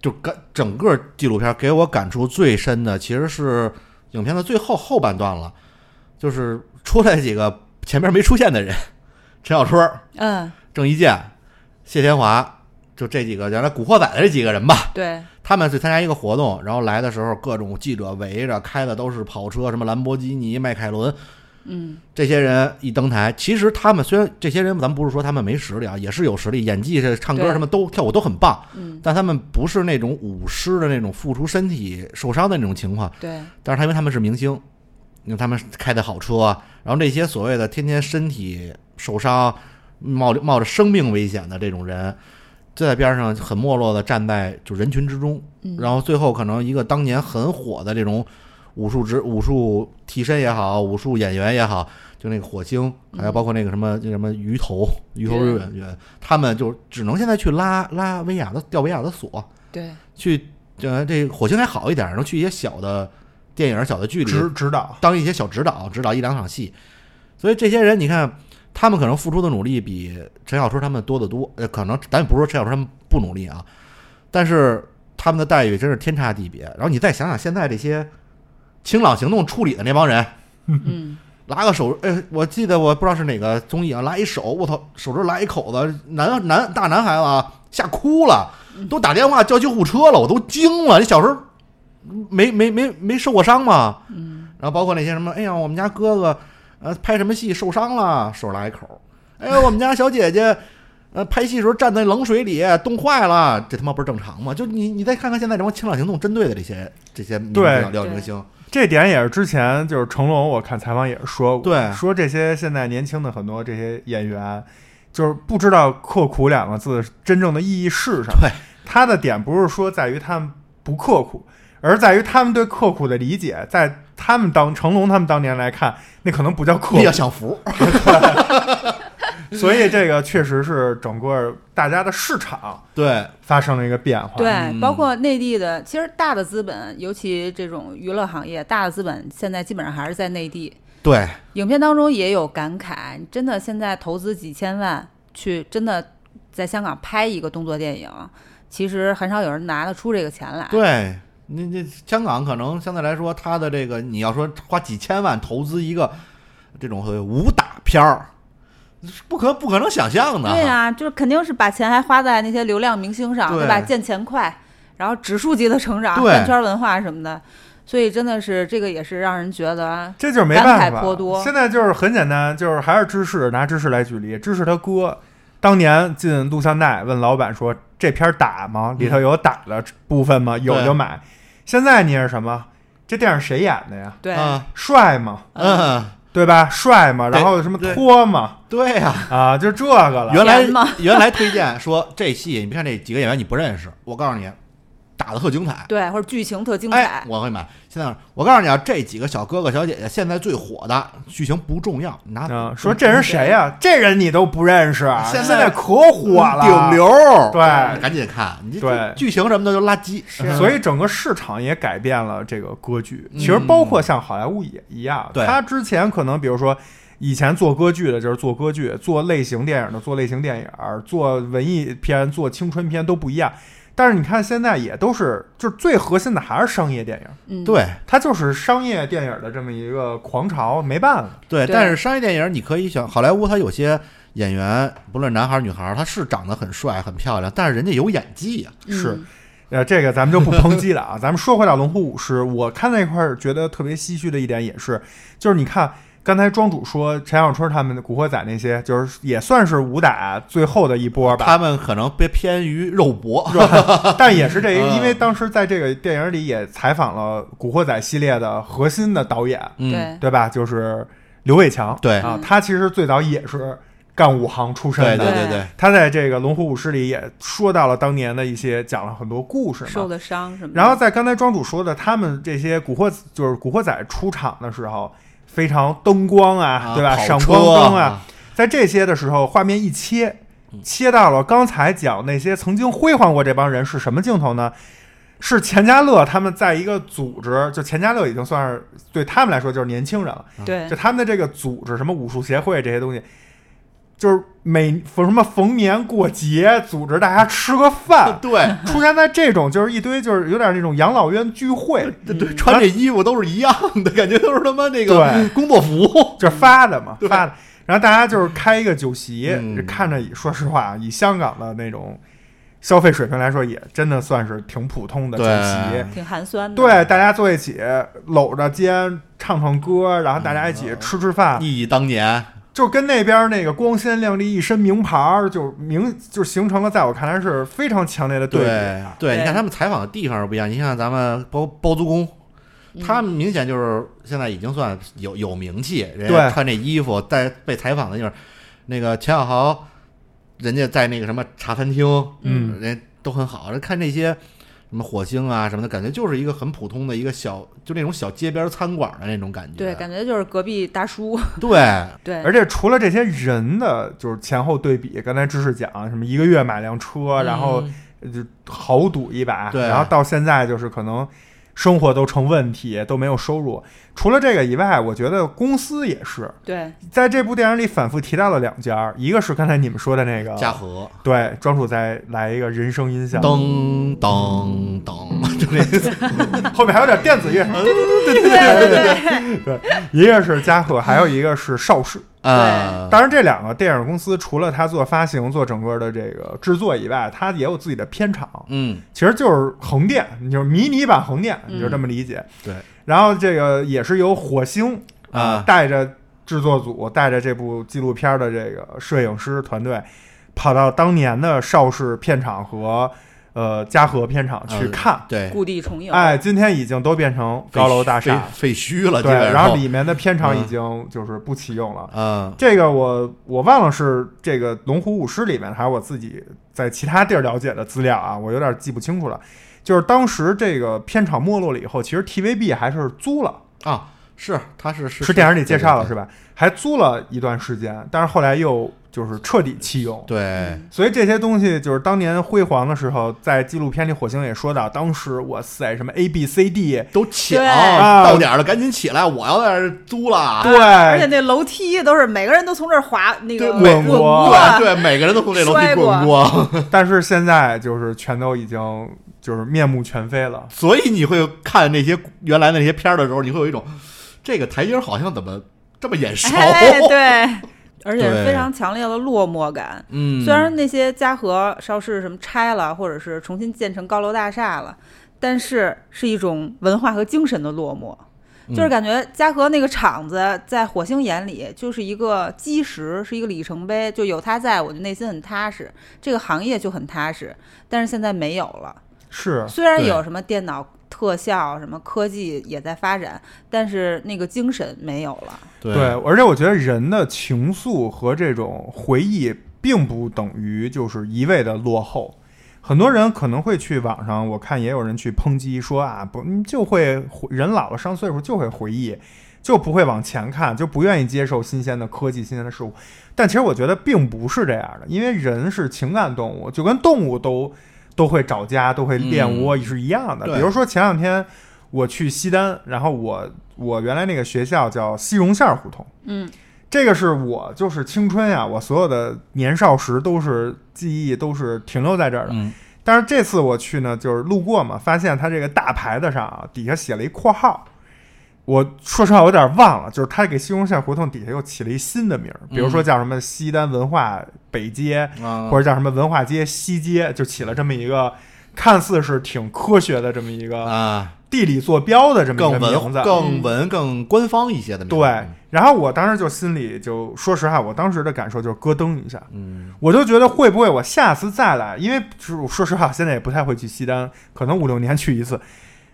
D: 就感整个纪录片给我感触最深的，其实是影片的最后后半段了，就是出来几个前面没出现的人，陈小春、
C: 嗯，
D: 郑伊健、谢天华，就这几个原来《古惑仔》的这几个人吧，
C: 对，
D: 他们去参加一个活动，然后来的时候，各种记者围着，开的都是跑车，什么兰博基尼、迈凯伦，
C: 嗯，
D: 这些人一登台，其实他们虽然这些人，咱们不是说他们没实力啊，也是有实力，演技、这唱歌
C: 对
D: 什么都跳舞都很棒，
C: 嗯，
D: 但他们不是那种舞狮的那种付出身体受伤的那种情况，
C: 对，
D: 但是他因为他们是明星，因为他们开的好车，然后这些所谓的天天身体受伤、冒着冒着生命危险的这种人，就在边上很没落的站在就人群之中，
C: 嗯
D: 然后最后可能一个当年很火的这种武术之武术替身也好，武术演员也好，就那个火星，还有包括那个什么那什么鱼头、鱼头
C: 嗯对
D: 演员，他们就只能现在去拉拉维亚的吊维亚的锁，
C: 对，
D: 去呃这火星还好一点，能去一些小的电影、小的剧里
B: 指指导
D: 当一些小指导，指导一两场戏。所以这些人，你看他们可能付出的努力比陈小春他们多得多。呃，可能咱也不是说陈小春他们不努力啊，但是他们的待遇真是天差地别。然后你再想想现在这些清朗行动处理的那帮人，
C: 嗯，
D: 拉个手，哎，我记得我不知道是哪个综艺啊，拉一手，我操，手指拉一口子，男男大男孩子啊，吓哭了，都打电话叫救护车了，我都惊了。你小时候没没没没受过伤吗？嗯。然后包括那些什么，哎呀，我们家哥哥，呃，拍什么戏受伤了，手拉一口。哎呀，我们家小姐姐，呃，拍戏时候站在冷水里冻坏了，这他妈不是正常吗？就你你再看看现在这帮清朗行动针对的这些这些啊明星
B: 对
D: 老
C: 对
D: 明星，
B: 这点也是之前就是成龙，我看采访也是说过，
D: 对
B: 说这些现在年轻的很多这些演员，就是不知道“刻苦”两个字真正的意义是什么。
D: 对，
B: 他的点不是说在于他们不刻苦，而在于他们对刻苦的理解，在他们当成龙他们当年来看，那可能不叫刻
D: 力要
B: 苦。
D: 享福。
B: 所以这个确实是整个大家的市场
D: 对，
B: 发生了一个变化。
D: 嗯
C: 对，包括内地的，其实大的资本，尤其这种娱乐行业，大的资本现在基本上还是在内地。
D: 对，
C: 影片当中也有感慨，真的现在投资几千万去真的在香港拍一个动作电影，其实很少有人拿得出这个钱来。
D: 对，你你香港可能相对来说，它的这个你要说花几千万投资一个这种所谓武打片儿，是不可不可能想象的。
C: 对啊，就是肯定是把钱还花在那些流量明星上，
D: 对
C: 对吧？见钱快，然后指数级的成长，
D: 对
C: 饭圈文化什么的，所以真的是这个也是让人觉
D: 啊
C: 得，
B: 这就是没办
C: 感
B: 法
C: 慨颇多。
B: 现在就是很简单，就是还是芝士拿芝士来举例，芝士他哥当年进录像带问老板说这片儿打吗？里
D: 嗯
B: 头有打的部分吗？有就买。现在你是什么？这电影谁演的呀？
C: 对，
D: 啊，
B: 帅吗？
D: 嗯，
B: 对吧？帅吗？
D: 对
B: 然后什么
D: 对
B: 脱吗？
D: 对呀、
B: 啊，就这个了。
D: 原来
C: 甜吗
D: 原来推荐说这戏，你别看这几个演员你不认识，我告诉你，打的特精彩。
C: 对，或者剧情特精
D: 哎
C: 彩，，
D: 我会买。现在我告诉你啊，这几个小哥哥小姐姐现在最火的剧情不重要，拿
B: 嗯，说这人谁呀、这人你都不认识啊，
D: 现在
B: 现在可火了，
D: 顶流，
B: 对
D: 赶紧看，你这
B: 对
D: 剧情什么的就垃圾。
B: 所以整个市场也改变了这个歌剧。其实包括像好莱坞也一样，
D: 对
B: 他之前可能比如说。以前做歌剧的就是做歌剧，做类型电影的做类型电影，做文艺片、做青春片都不一样。但是你看现在也都是，就是最核心的还是商业电影，
C: 嗯，
D: 对，
B: 它就是商业电影的这么一个狂潮，没办法。
D: 对，
C: 对
D: 但是商业电影你可以想，好莱坞它有些演员，不论男孩儿女孩儿，他是长得很帅很漂亮，但是人家有演技啊呀、
C: 嗯
B: 是，呃，这个咱们就不抨击了啊。咱们说回到龙虎舞狮，我看那块儿觉得特别唏嘘的一点也是，就是你看刚才庄主说陈小春他们的《古惑仔》那些，就是也算是武打最后的一波吧，
D: 他们可能被偏于肉 搏，
B: 但也是这一个，
D: 嗯
B: 因为当时在这个电影里也采访了《古惑仔》系列的核心的导演，
D: 嗯，
C: 对，
B: 对吧？就是刘伟强，
D: 对嗯
B: 啊，他其实最早也是干武行出身
D: 对对
B: 的。
D: 对
C: 对
D: 对，
B: 他在这个《龙虎舞狮》里也说到了当年的一些，讲了很多故事嘛，
C: 受的伤什么的，
B: 啊然后在刚才庄主说的，他们这些古惑就是古惑仔出场的时候，非常灯光啊，
D: 啊
B: 对吧？
D: 跑
B: 闪
D: 车
B: 光灯
D: 啊
B: 啊，在这些的时候，画面一切，切到了刚才讲那些曾经辉煌过这帮人是什么镜头呢？是钱嘉乐他们在一个组织，就钱嘉乐已经算是对他们来说就是年轻人了，
C: 对
B: 就，他们的这个组织，什么武术协会这些东西，就是每逢什么逢年过节组织大家吃个饭，
D: 对
C: 嗯
B: 出现在这种就是一堆就是有点那种养老院聚会，
D: 对对， 穿这衣服都是一样的，感觉都是他妈
B: 对
D: 那个工作服，
B: 就是发的嘛，发的。然后大家就是开一个酒席，
D: 嗯
B: 看着说实话，以香港的那种消费水平来说，也真的算是挺普通的酒
D: 对
B: 席。
C: 挺寒酸的，
B: 对，大家坐一起搂着肩唱唱歌，然后大家一
D: 嗯
B: 起吃吃饭，
D: 忆忆当年，
B: 就跟那边那个光鲜亮丽一身名牌儿，就明就形成了在我看来是非常强烈的比。
D: 对啊对，你
C: 对
D: 看他们采访的地方是不一样，你像咱们包包租公。
C: 嗯
D: 他们明显就是现在已经算有有名气，人家
B: 对
D: 穿这衣服，在被采访的地方，那个钱小豪，人家在那个什么茶餐厅，
B: 嗯，
D: 人家都很好。人看这些什么火星啊什么的，感觉就是一个很普通的一个小，就那种小街边餐馆的那种感觉。
C: 对，感觉就是隔壁 大叔，
D: 对
C: 对，
B: 而且除了这些人的就是前后对比，刚才知识讲什么一个月买辆车，然后就豪赌一把，
D: 对
B: 然后到现在就是可能生活都成问题，都没有收入。除了这个以外，我觉得公司也是
C: 对，
B: 在这部电影里反复提到了两家，一个是刚才你们说的那个
D: 嘉禾，
B: 对，庄主再来一个人声音响，
D: 噔噔噔，就 这，
B: 后面还有点电子乐，对对对对对对对，一个是嘉禾，还有一个是邵氏。
D: 呃，
B: 当然，这两个电影公司除了他做发行、做整个的这个制作以外，他也有自己的片场，
D: 嗯，
B: 其实就是横店，你就是迷你版横店，你就这么理解。
D: 对，
B: 然后这个也是由火星
D: 啊
B: 带着制作组、带着这部纪录片的这个摄影师团队，跑到当年的邵氏片场和呃嘉禾片场去
D: 嗯
B: 看。
D: 对，
C: 故地重游，
B: 哎，今天已经都变成高楼大厦，
D: 废墟了，基
B: 对，
D: 本上
B: 然后里面的片场已
D: 嗯
B: 经就是不启用了。
D: 嗯
B: 这个我我忘了是这个《龙虎舞狮》里面，还是我自己在其他地儿了解的资料啊，我有点记不清楚了。就是当时这个片场没落了以后，其实 TVB 还是租了，
D: 啊，是，他是是
B: 是电影里介绍了
D: 对
B: 是吧？还租了一段时间，但是后来又就是彻底弃用。
D: 对，
B: 所以这些东西就是当年辉煌的时候，在纪录片里火星也说到，当时哇塞，什么 A B C D，
D: 都抢，
B: 啊
D: 到点儿了赶紧起来，我要在这儿租了。
B: 对，
H: 而且那楼梯都是每个人都从这儿滑那个
B: 对
H: 滚
B: 滚过
H: 过，
D: 对，每个人都从这楼梯
H: 摔
D: 滚
H: 过
D: 过，
B: 但是现在就是全都已经就是面目全非了。
D: 所以你会看那些原来那些片儿的时候，你会有一种这个台阶儿好像怎么这么眼熟？
H: 哎，对，
C: 而且
D: 对
C: 非常强烈的落寞感。
D: 嗯，
C: 虽然那些嘉禾超市什么拆了，或者是重新建成高楼大厦了，但是是一种文化和精神的落寞。
D: 嗯
C: 就是感觉嘉禾那个厂子在火星眼里就是一个基石，是一个里程碑，就有它在我就内心很踏实，这个行业就很踏实。但是现在没有了，
B: 是，
C: 虽然
D: 啊对
C: 有什么电脑特效、什么科技也在发展，但是那个精神没有了。
D: 对
B: 对，而且我觉得人的情愫和这种回忆，并不等于就是一味的落后。很多人可能会去网上，我看也有人去抨击说啊，不嗯就会回人老了上岁数就会回忆，就不会往前看，就不愿意接受新鲜的科技、新鲜的事物。但其实我觉得并不是这样的，因为人是情感动物，就跟动物都都会找家、都会练窝是一样的。
D: 嗯对
B: 比如说前两天我去西单，然后我我原来那个学校叫西荣线胡同，
C: 嗯，
B: 这个是我就是青春呀、我所有的年少时都是记忆都是停留在这儿的。
D: 嗯
B: 但是这次我去呢，就是路过嘛，发现它这个大牌子上啊，底下写了一括号。我说实话，我有点忘了，就是他给西荣线胡同底下又起了一新的名儿，比如说叫什么西单文化北街，
D: 嗯啊
B: 或者叫什么文化街西街，就起了这么一个看似是挺科学的这么一个
D: 啊，
B: 地理坐标的这么一
D: 更
B: 个名
D: 文
B: 字，
H: 嗯
D: 更文更官方一些的名字。
B: 对，然后我当时就心里就说实话，我当时的感受就是咯噔一下，
D: 嗯，
B: 我就觉得会不会我下次再来，因为就是说实话，现在也不太会去西单，可能五六年去一次，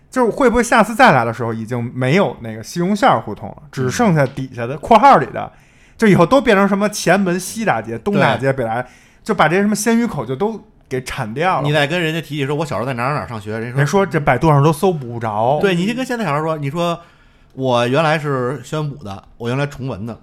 B: 就是会不会下次再来的时候已经没有那个西荣线胡同了，
D: 嗯
B: 只剩下底下的括号里的，就以后都变成什么前门西大街、东大街、北大街，就把这些什么鲜鱼口就都给铲掉
D: 嗯你
B: 了。
D: 再跟人家提起说，我小时候在哪儿哪儿哪儿上学，人家
B: 人说
D: 说，
B: 这百度上都搜不着，
D: 对，你先跟现在小孩说，你说我原来是宣武的，我原来崇文的，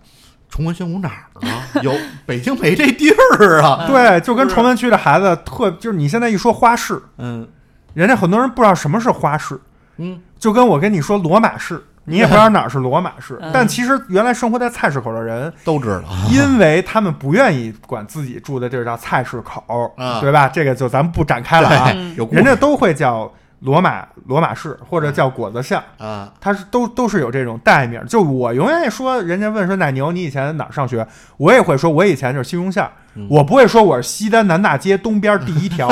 D: 崇文宣武哪儿啊？有北京没这地儿啊？
B: 对，就跟崇文区的孩子特，就是你现在一说花市，
D: 嗯
B: 人家很多人不知道什么是花市，
D: 嗯，
B: 就跟我跟你说罗马市，你也不知道哪儿是罗马市。
C: 嗯
B: 但其实原来生活在菜市口的人，
D: 都知道。
B: 因为他们不愿意管自己住的地儿叫菜市口，
D: 啊
B: 对吧？这个就咱们不展开了啊，
D: 对有故
B: 人家
D: 事嗯
B: 都会叫罗马罗马市或者叫果子巷。
D: 啊，
B: 它是都都是有这种代名儿，就我永远说，人家问说奶牛你以前哪儿上学，我也会说我以前就是西荣县儿，我不会说我是西单南大街东边第一条，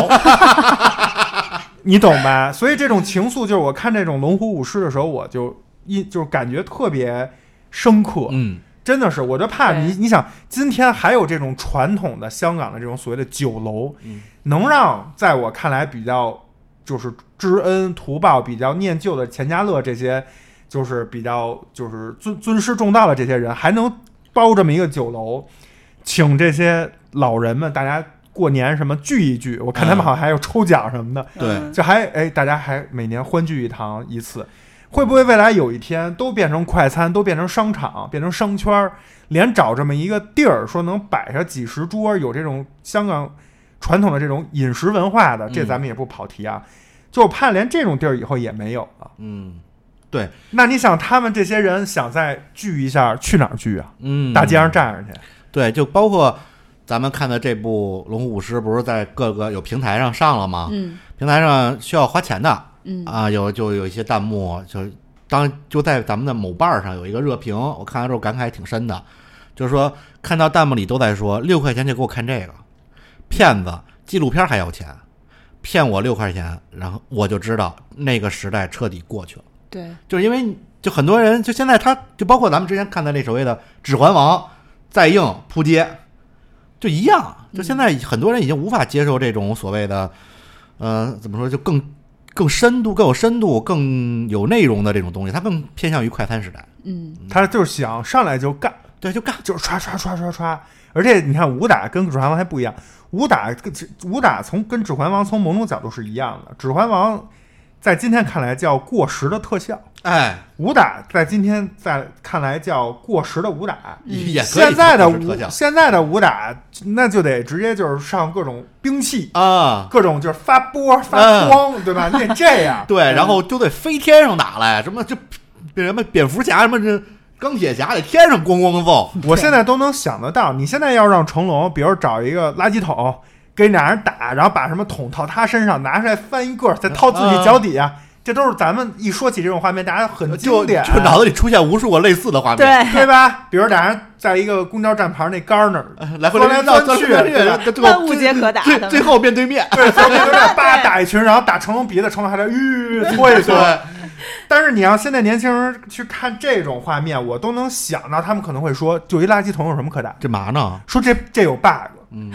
B: 你懂吧？所以这种情愫，就是我看这种《龙虎舞狮》的时候，我就一就是感觉特别深刻，
D: 嗯，
B: 真的是，我就怕
C: 对
B: 你，你想今天还有这种传统的香港的这种所谓的酒楼，
D: 嗯
B: 能让在我看来比较就是知恩图报、比较念旧的钱嘉乐这些，就是比较就是尊尊师重道的这些人，还能包这么一个酒楼，请这些老人们大家过年什么聚一聚，我看他们
D: 嗯
B: 好像还有抽奖什么的，
D: 对
C: 嗯
B: 就还哎，大家还每年欢聚一堂一次，会不会未来有一天都变成快餐，都变成商场，变成商圈儿，连找这么一个地儿，说能摆上几十桌，有这种香港传统的这种饮食文化的，这咱们也不跑题啊。就我怕连这种地儿以后也没有了。
D: 嗯，对，
B: 那你想，他们这些人想再聚一下，去哪儿聚啊？
D: 嗯，
B: 大街上站着去。
D: 对，就包括咱们看的这部《龙虎舞狮》，不是在各个有平台上上了吗？
I: 嗯
D: 平台上需要花钱的
I: 嗯
D: 啊，有就有一些弹幕，就当就在咱们的某瓣儿上有一个热评，我看完之后感慨挺深的，就是说看到弹幕里都在说六块钱就给我看这个，骗子纪录片还要钱，骗我六块钱，然后我就知道那个时代彻底过去了。
C: 嗯
I: 对，
D: 就是因为就很多人就现在他就包括咱们之前看的那所谓的《指环王》，再硬扑街，就一样。就现在很多人已经无法接受这种所谓的，呃，怎么说就更更深度、更有深度、更有内容的这种东西，他更偏向于快餐时代。
I: 嗯
B: 他就是想上来就干，
D: 对，就干。
B: 就是刷刷刷刷刷。而且你看武打跟指环王还不一样，武打跟武打从跟指环王从某种角度是一样的。指环王在今天看来叫过时的特效，
D: 哎，
B: 武打在今天在看来叫过时的武打。
D: 也可以
B: 现在的
D: 不是
B: 武
D: 特效
B: 现在的武打那就得直接就是上各种兵器，
D: 啊，
B: 各种就是发波发光，对吧？你得这样。
D: 嗯 对，然后就得飞天上打来，什么就什么蝙蝠侠什么这。钢铁侠在天上咣咣揍，
B: 我现在都能想得到，你现在要让成龙，比如找一个垃圾桶跟俩人打，然后把什么桶套他身上，拿出来翻一个，再套自己脚底下，啊这都是咱们一说起这种画面，大家很
D: 就
B: 经
D: 就
B: 典，
D: 脑子里出现无数个类似的画面。
H: 对，
B: 对吧？比如俩人在一个公交站牌那杆儿那儿，
D: 呃来回
B: 回来
D: 绕
B: 钻
D: 去，
B: 去对吧
D: 对
H: 万物皆可打
D: 最
H: 他们
D: 最后面对面，
B: 对，所以 就在叭打一群，然后打成龙鼻子，成龙还在吁搓一搓。但是你要现在年轻人去看这种画面，我都能想到他们可能会说，就一垃圾桶有什么可打？
D: 这嘛呢？
B: 说这这有 bug，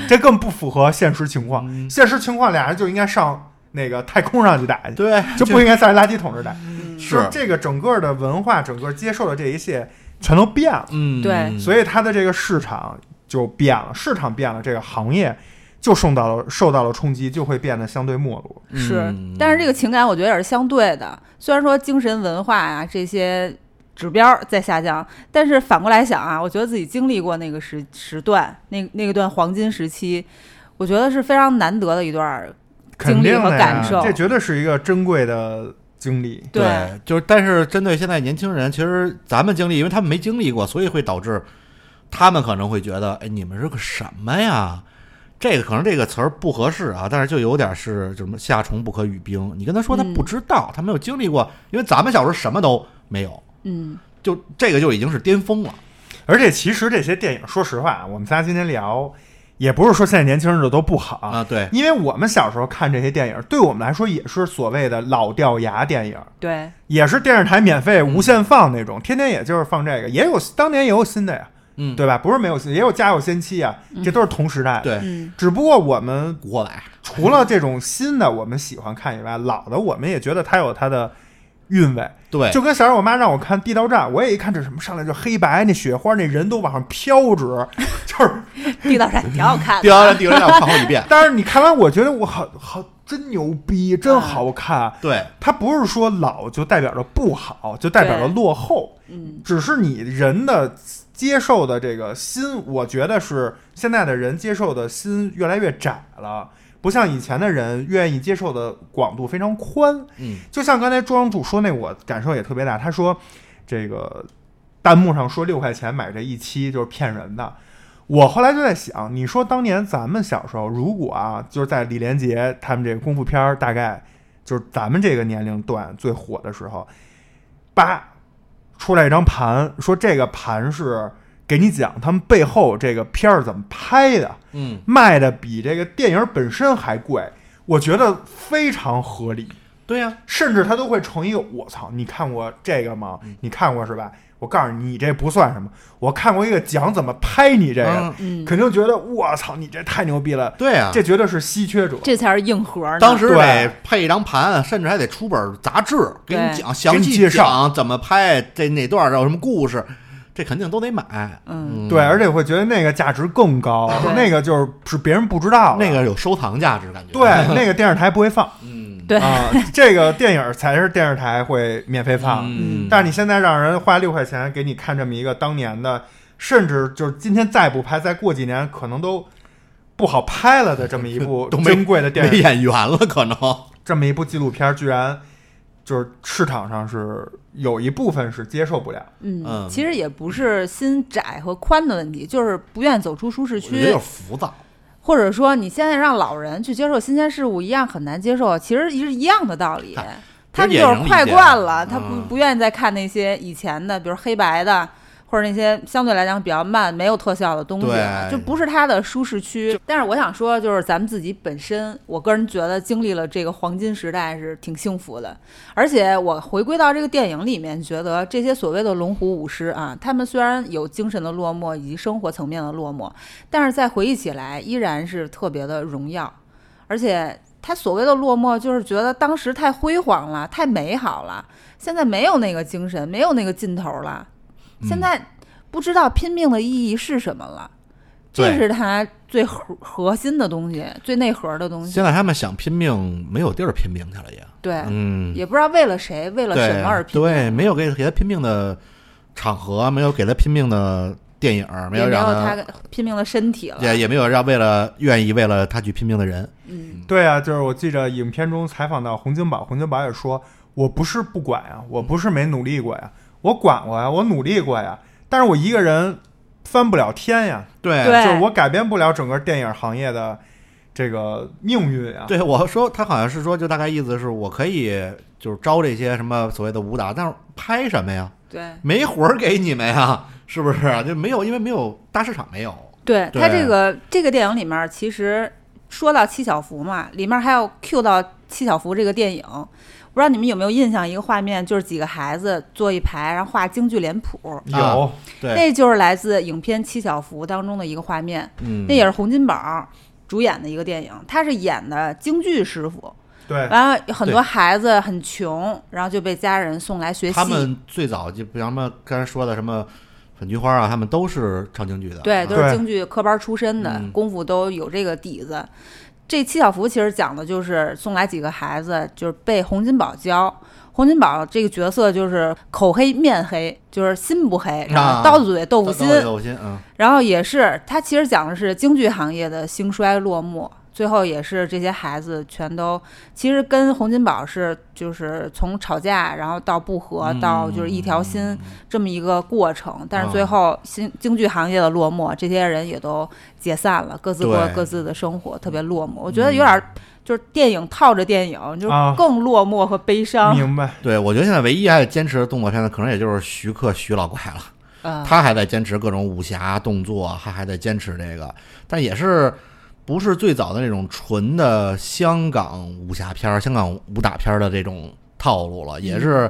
B: 这
D: 嗯
B: 更不符合现实情况。现实情况俩人就应该上那个太空上去打去，
D: 对，，
B: 就不应该在垃圾桶这儿打。
C: 嗯
B: 就是这个整个的文化，整个接受的这一切全都变了，
D: 嗯，
H: 对
B: 所以它的这个市场就变了，市场变了，这个行业就受到了受到了冲击，就会变得相对没落。
C: 是，
D: 嗯
C: 但是这个情感我觉得也是相对的。虽然说精神文化啊这些指标在下降，但是反过来想啊，我觉得自己经历过那个时时段，那那个段黄金时期，我觉得是非常难得的一段儿。
B: 肯定
C: 经历
B: 的
C: 和
B: 呀
C: 感受，
B: 这绝对是一个珍贵的经历。
D: 对
C: 对，
D: 就是但是针对现在年轻人，其实咱们经历，因为他们没经历过，所以会导致他们可能会觉得，哎，你们是个什么呀？这个可能这个词儿不合适啊，但是就有点是就什么夏虫不可语冰。你跟他说他
C: 嗯
D: 不知道，他没有经历过，因为咱们小时候什么都没有，
I: 嗯
D: 就这个就已经是巅峰了。
B: 而且其实这些电影，说实话啊，我们仨今天聊，也不是说现在年轻人的都不好
D: 啊对
B: 因为我们小时候看这些电影，对我们来说也是所谓的老掉牙电影，
C: 对，
B: 也是电视台免费无限放那种，天天也就是放这个，也有当年也有新的呀，
D: 嗯
B: 对吧？不是没有新，也有家有仙妻啊，这都是同时代的。
D: 对，
I: 嗯
B: 只不过我们
D: 古惑仔，
B: 除了这种新的我们喜欢看以外，老的我们也觉得它有它的韵味。
D: 对，
B: 就跟小时候我妈让我看《地道战》，我也一看这什么上来就黑白，那雪花那人都往上飘着， 就是。，
H: 地道战挺好看
D: 第
H: 的。
D: 二第二让我看好几遍
B: 但是你看完，我觉得我好好真牛逼，
D: 嗯
B: 真好看。啊
D: 对，
B: 它不是说老就代表着不好，就代表着落后，
I: 嗯
B: 只是你人的接受的这个心，我觉得是现在的人接受的心越来越窄了，不像以前的人愿意接受的广度非常宽。
D: 嗯，
B: 就像刚才庄主说那，我感受也特别大。他说，这个弹幕上说六块钱买这一期就是骗人的。我后来就在想，你说当年咱们小时候，如果啊，就是在李连杰他们这个功夫片儿，大概就是咱们这个年龄段最火的时候，叭出来一张盘，说这个盘是给你讲他们背后这个片儿怎么拍的，
D: 嗯，
B: 卖的比这个电影本身还贵，我觉得非常合理。
D: 对呀、
B: 甚至他都会成一个我操，你看过这个吗？
D: 嗯
B: 你看过是吧？我告诉你，你这不算什么。我看过一个讲怎么拍你这个，
I: 嗯，
B: 肯定觉得我操，你这太牛逼了，
D: 对啊呀、
B: 这绝对是稀缺者。
I: 这才是硬核呢。
D: 当时
B: 对
D: 得配一张盘，甚至还得出本杂志给你
C: 对
D: 讲详
B: 给
D: 细
B: 你介绍
D: 讲怎么拍，这哪段有什么故事，这肯定都得买。
C: 嗯，
B: 对，而且会觉得那个价值更高，那个就是是别人不知道的
D: 那个有收藏价值，感觉。
B: 对，那个电视台不会放啊、
D: 嗯，
C: 对
B: 这个电影才是电视台会免费放。
D: 嗯，
B: 但是你现在让人花六块钱给你看这么一个当年的，甚至就是今天再不拍，再过几年可能都不好拍了的这么一部
D: 都没
B: 珍贵的电
D: 没
B: 影，
D: 演员了，可能
B: 这么一部纪录片，居然就是市场上是有一部分是接受不了，
D: 嗯
C: 嗯，其实也不是心窄和宽的问题，就是不愿走出舒适
D: 我觉得有
C: 区
D: 点，浮躁。
C: 或者说你现在让老人去接受新鲜事物一样很难接受，其实是一样的道理。他们
D: 也
C: 就
D: 能
C: 是
D: 理
C: 快
D: 解
C: 惯了，他不
D: 嗯
C: 不愿意再看那些以前的，比如黑白的，或者那些相对来讲比较慢、没有特效的东西了，
D: 对
C: 就不是他的舒适区。但是我想说，就是咱们自己本身，我个人觉得经历了这个黄金时代是挺幸福的。而且我回归到这个电影里面，觉得这些所谓的龙虎舞狮啊，他们虽然有精神的落寞以及生活层面的落寞，但是再回忆起来，依然是特别的荣耀。而且他所谓的落寞，就是觉得当时太辉煌了，太美好了，现在没有那个精神，没有那个劲头了，
D: 嗯
C: 现在不知道拼命的意义是什么了。这
D: 对
C: 是他最核核心的东西，最内核的东西
D: 现。在他们想拼命，没有地儿拼命去了也。
C: 对，
D: 嗯，
C: 也不知道为了谁，为了
D: 对
C: 什么而拼。
D: 对，没有给给他拼命的场合，没有给他拼命的电影，没
C: 也
D: 有
C: 没有
D: 让
C: 他拼命的身体了。
D: 也也没有让为了愿意为了他去拼命的人。
B: 对啊，就是我记着影片中采访到洪金宝，洪金宝也说：“我不是不管
D: 嗯
B: 啊，我不是没努力过呀，我管过呀，我努力过呀，但是我一个人翻不了天呀，
D: 对
C: 对
B: 就是我改变不了整个电影行业的这个命运啊。”
D: 对，我说他好像是说，就大概意思是我可以就是招这些什么所谓的武打，但是拍什么呀？
C: 对，
D: 没活儿给你们呀， 是不是？就没有，因为没有大市场，没有。
C: 对
D: 对
C: 他这个这个电影里面，其实说到七小福嘛，里面还有 cue 到七小福这个电影，不知道你们有没有印象？一个画面就是几个孩子坐一排，然后画京剧脸谱，
B: 有，
D: 对，
C: 那就是来自影片《七小福》当中的一个画面，
D: 嗯
C: 那，也是洪金宝主演的一个电影，他是演的京剧师傅，
B: 对，
C: 然后有很
D: 对
C: 多孩子很穷，然后就被家人送来学戏。
D: 他们最早就比方说刚才说的什么粉菊花啊，他们都是唱京剧的。啊
C: 对，都
B: 对
C: 是京剧科班出身的
D: 嗯，
C: 功夫都有这个底子。这七小福其实讲的就是送来几个孩子，就是被洪金宝教。洪金宝这个角色就是口黑面黑，就是心不黑，然
D: 啊
C: 后刀子嘴豆腐心，
D: 豆腐心，嗯，
C: 然后也是他其实讲的是京剧行业的兴衰落幕，最后也是这些孩子全都其实跟洪金宝是就是从吵架，然后到不和，
B: 嗯
C: 到就是一条心这么一个过程。但是最后新京剧行业的落幕，这些人也都解散了，各自过
D: 对
C: 各自的生活，特别落寞。我觉得有点儿就是电影套着电影，就
B: 嗯
C: 是
B: 啊
C: 更落寞和悲伤。
B: 明白。
D: 对，我觉得现在唯一还坚持的动作片的，可能也就是徐克徐老怪了。
C: 嗯，
D: 他还在坚持各种武侠动作，他还在坚持这个，但也是不是最早的那种纯的香港武侠片儿、香港武打片儿的这种套路
C: 嗯
D: 了，也是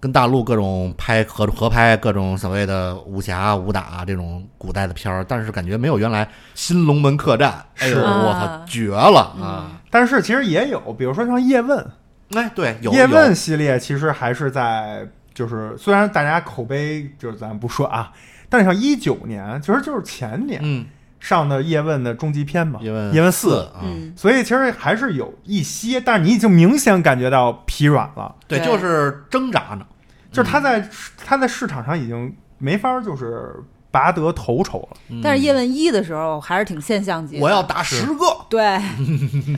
D: 跟大陆各种拍合合拍各种所谓的武侠武打这种古代的片儿，但是感觉没有原来《新龙门客栈》哎呦，
B: 是
D: 我
C: 啊
D: 操，绝了啊！
B: 但是其实也有，比如说像叶问，
D: 哎，对，有
B: 叶问
D: 有
B: 系列其实还是在，就是虽然大家口碑就是咱不说啊，但是像一九年，其实就是前年
D: 嗯，
B: 上的叶问的终极篇嘛，
D: 叶问
B: 叶问
D: 四
B: 四，
D: 啊，
C: 嗯，
B: 所以其实还是有一些，但是你已经明显感觉到疲软了，
D: 对，
C: 对
D: 就是挣扎呢，
B: 就是
D: 嗯
B: 他在他在市场上已经没法就是拔得头筹了。
C: 但是叶问一的时候还是挺现象级的。
D: 我要打十个，
C: 对，
B: 嗯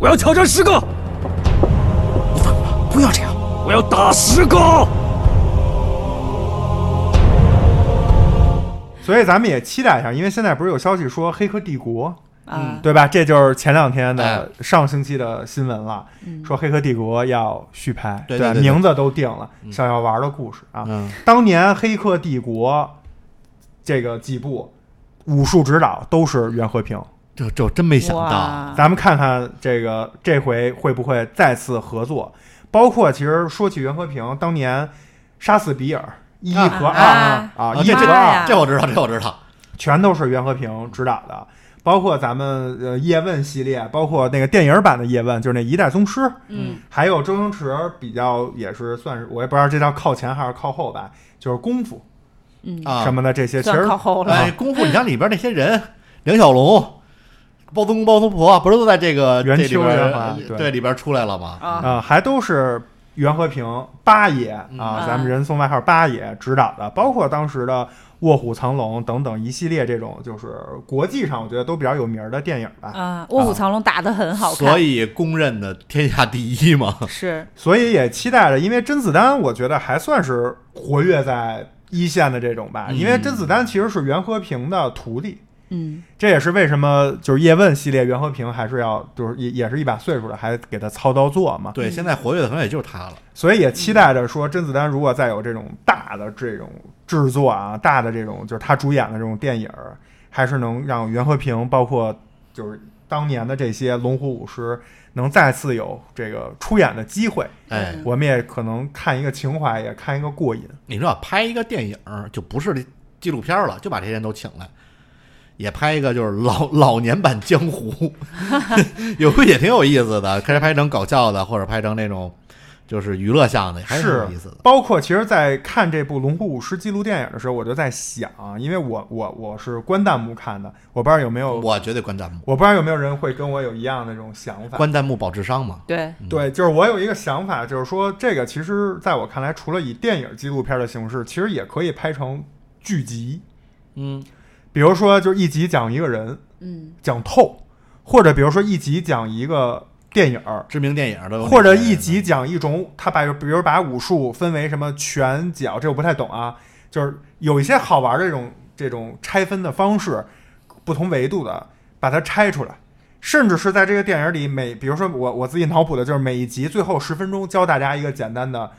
F: 我要挑战十个。你放了，不要这样。我要打十个。
B: 所以咱们也期待一下，因为现在不是有消息说《黑客帝国》
C: 啊，
B: 对吧？这就是前两天
D: 哎
B: 的上星期的新闻了，说《黑客帝国》要续拍，
D: 对对对对
B: 名字都定了，想要玩的故事啊。
D: 嗯
B: 当年《黑客帝国》这个几部武术指导都是袁和平，
D: 这这我真没想到。啊
C: 哇，
B: 咱们看看这个这回会不会再次合作。包括其实说起袁和平，当年杀死比尔一
D: 啊
B: 和二
C: 啊
B: 啊，
D: 啊
B: 一
D: 这
B: 和
D: 这
C: 妈
B: 二
C: 呀
D: 这我知道，这我知道。
B: 全都是袁和平指导的，包括咱们呃叶问系列，包括那个电影版的叶问，就是那一代宗师，
C: 嗯，
B: 还有周星驰比较也是算是我也不知道这叫靠前还是靠后吧，就是功夫
C: 嗯
D: 啊
B: 什么啊的这些，其
C: 算
B: 实
C: 靠后了。
D: 哎，功夫，你像里边那些人，梁小龙、包租公、包租婆，不是都在这个
B: 元
D: 这里
B: 秋
D: 边
B: 元华
D: 呃
B: 对
D: 对里边出来了吗？
B: 呃啊、还都是袁和平八爷啊
D: 嗯，
B: 咱们人送外号八爷指导的，包括当时的《卧虎藏龙》等等一系列这种，就是国际上我觉得都比较有名儿的电影吧。
C: 啊，《卧虎藏龙》打得很好看，嗯
D: 所以公认的天下第一嘛。
C: 是
B: 所以也期待着，因为甄子丹，我觉得还算是活跃在一线的这种吧，
D: 嗯
B: 因为甄子丹其实是袁和平的徒弟，
C: 嗯
B: 这也是为什么就是叶问系列袁和平还是要就是也也是一把岁数了，还给他操刀做嘛，
D: 对，现在活跃的可能也就是他了。
B: 所以也期待着说甄子丹如果再有这种大的这种制作啊，大的这种就是他主演的这种电影儿，还是能让袁和平包括就是当年的这些龙虎舞狮能再次有这个出演的机会。
C: 嗯
D: 哎，
B: 我们也可能看一个情怀，也看一个过瘾。
D: 你说拍一个电影儿就不是纪录片儿了，就把这些人都请来，也拍一个就是老老年版江 湖，有时候也挺有意思的。开始拍成搞笑的，或者拍成那种就是娱乐向的，还挺
B: 是
D: 有意思的。
B: 包括其实，在看这部《龙虎舞狮》纪录电影的时候，我就在想，因为我我我是关弹幕看的，我不知道有没有，
D: 我绝对关弹幕，
B: 我不知道有没有人会跟我有一样的这种想法。
D: 关弹幕保智商嘛。
C: 对，
B: 对，就是我有一个想法，就是说这个其实在我看来，除了以电影纪录片的形式，其实也可以拍成剧集，
D: 嗯，
B: 比如说就是一集讲一个人
C: 嗯
B: 讲透，或者比如说一集讲一个电影儿，
D: 知名电影都有哪些
B: 或者一集讲一种，他把比如把武术分为什么拳脚，这我不太懂啊，就是有一些好玩的这种这种拆分的方式，不同维度的把它拆出来，甚至是在这个电影里每，比如说我我自己脑补的就是每一集最后十分钟教大家一个简单的。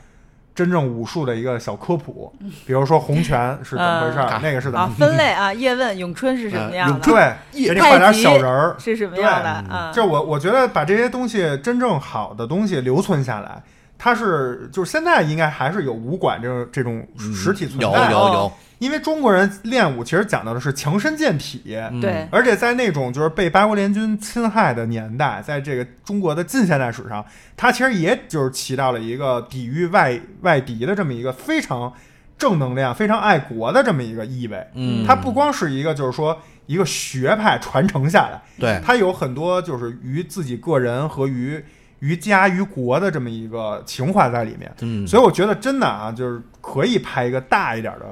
B: 真正武术的一个小科普，比如说洪拳是怎么回事儿，
D: 嗯
B: 那个是怎
H: 啊，
B: 么，
H: 分类啊，叶问、咏春是什么样的？
B: 对，给你画点小人儿，
H: 是什么样的
D: 呃对
C: 嗯
H: 啊？
B: 就我我觉得把这些东西真正好的东西留存下来，它是就是现在应该还是有武馆这种这种实体存
D: 嗯有
B: 在的，哦
D: 有有，
B: 因为中国人练武其实讲到的是强身健体。
D: 嗯
H: 对，
B: 而且在那种就是被八国联军侵害的年代，在这个中国的近现代史上，它其实也就是起到了一个抵御外外敌的这么一个非常正能量、非常爱国的这么一个意味。
D: 嗯，
B: 它不光是一个就是说一个学派传承下来，
D: 对
B: 它有很多就是于自己个人和于于家于国的这么一个情怀在里面。
D: 嗯
B: 所以我觉得真的啊，就是可以拍一个大一点的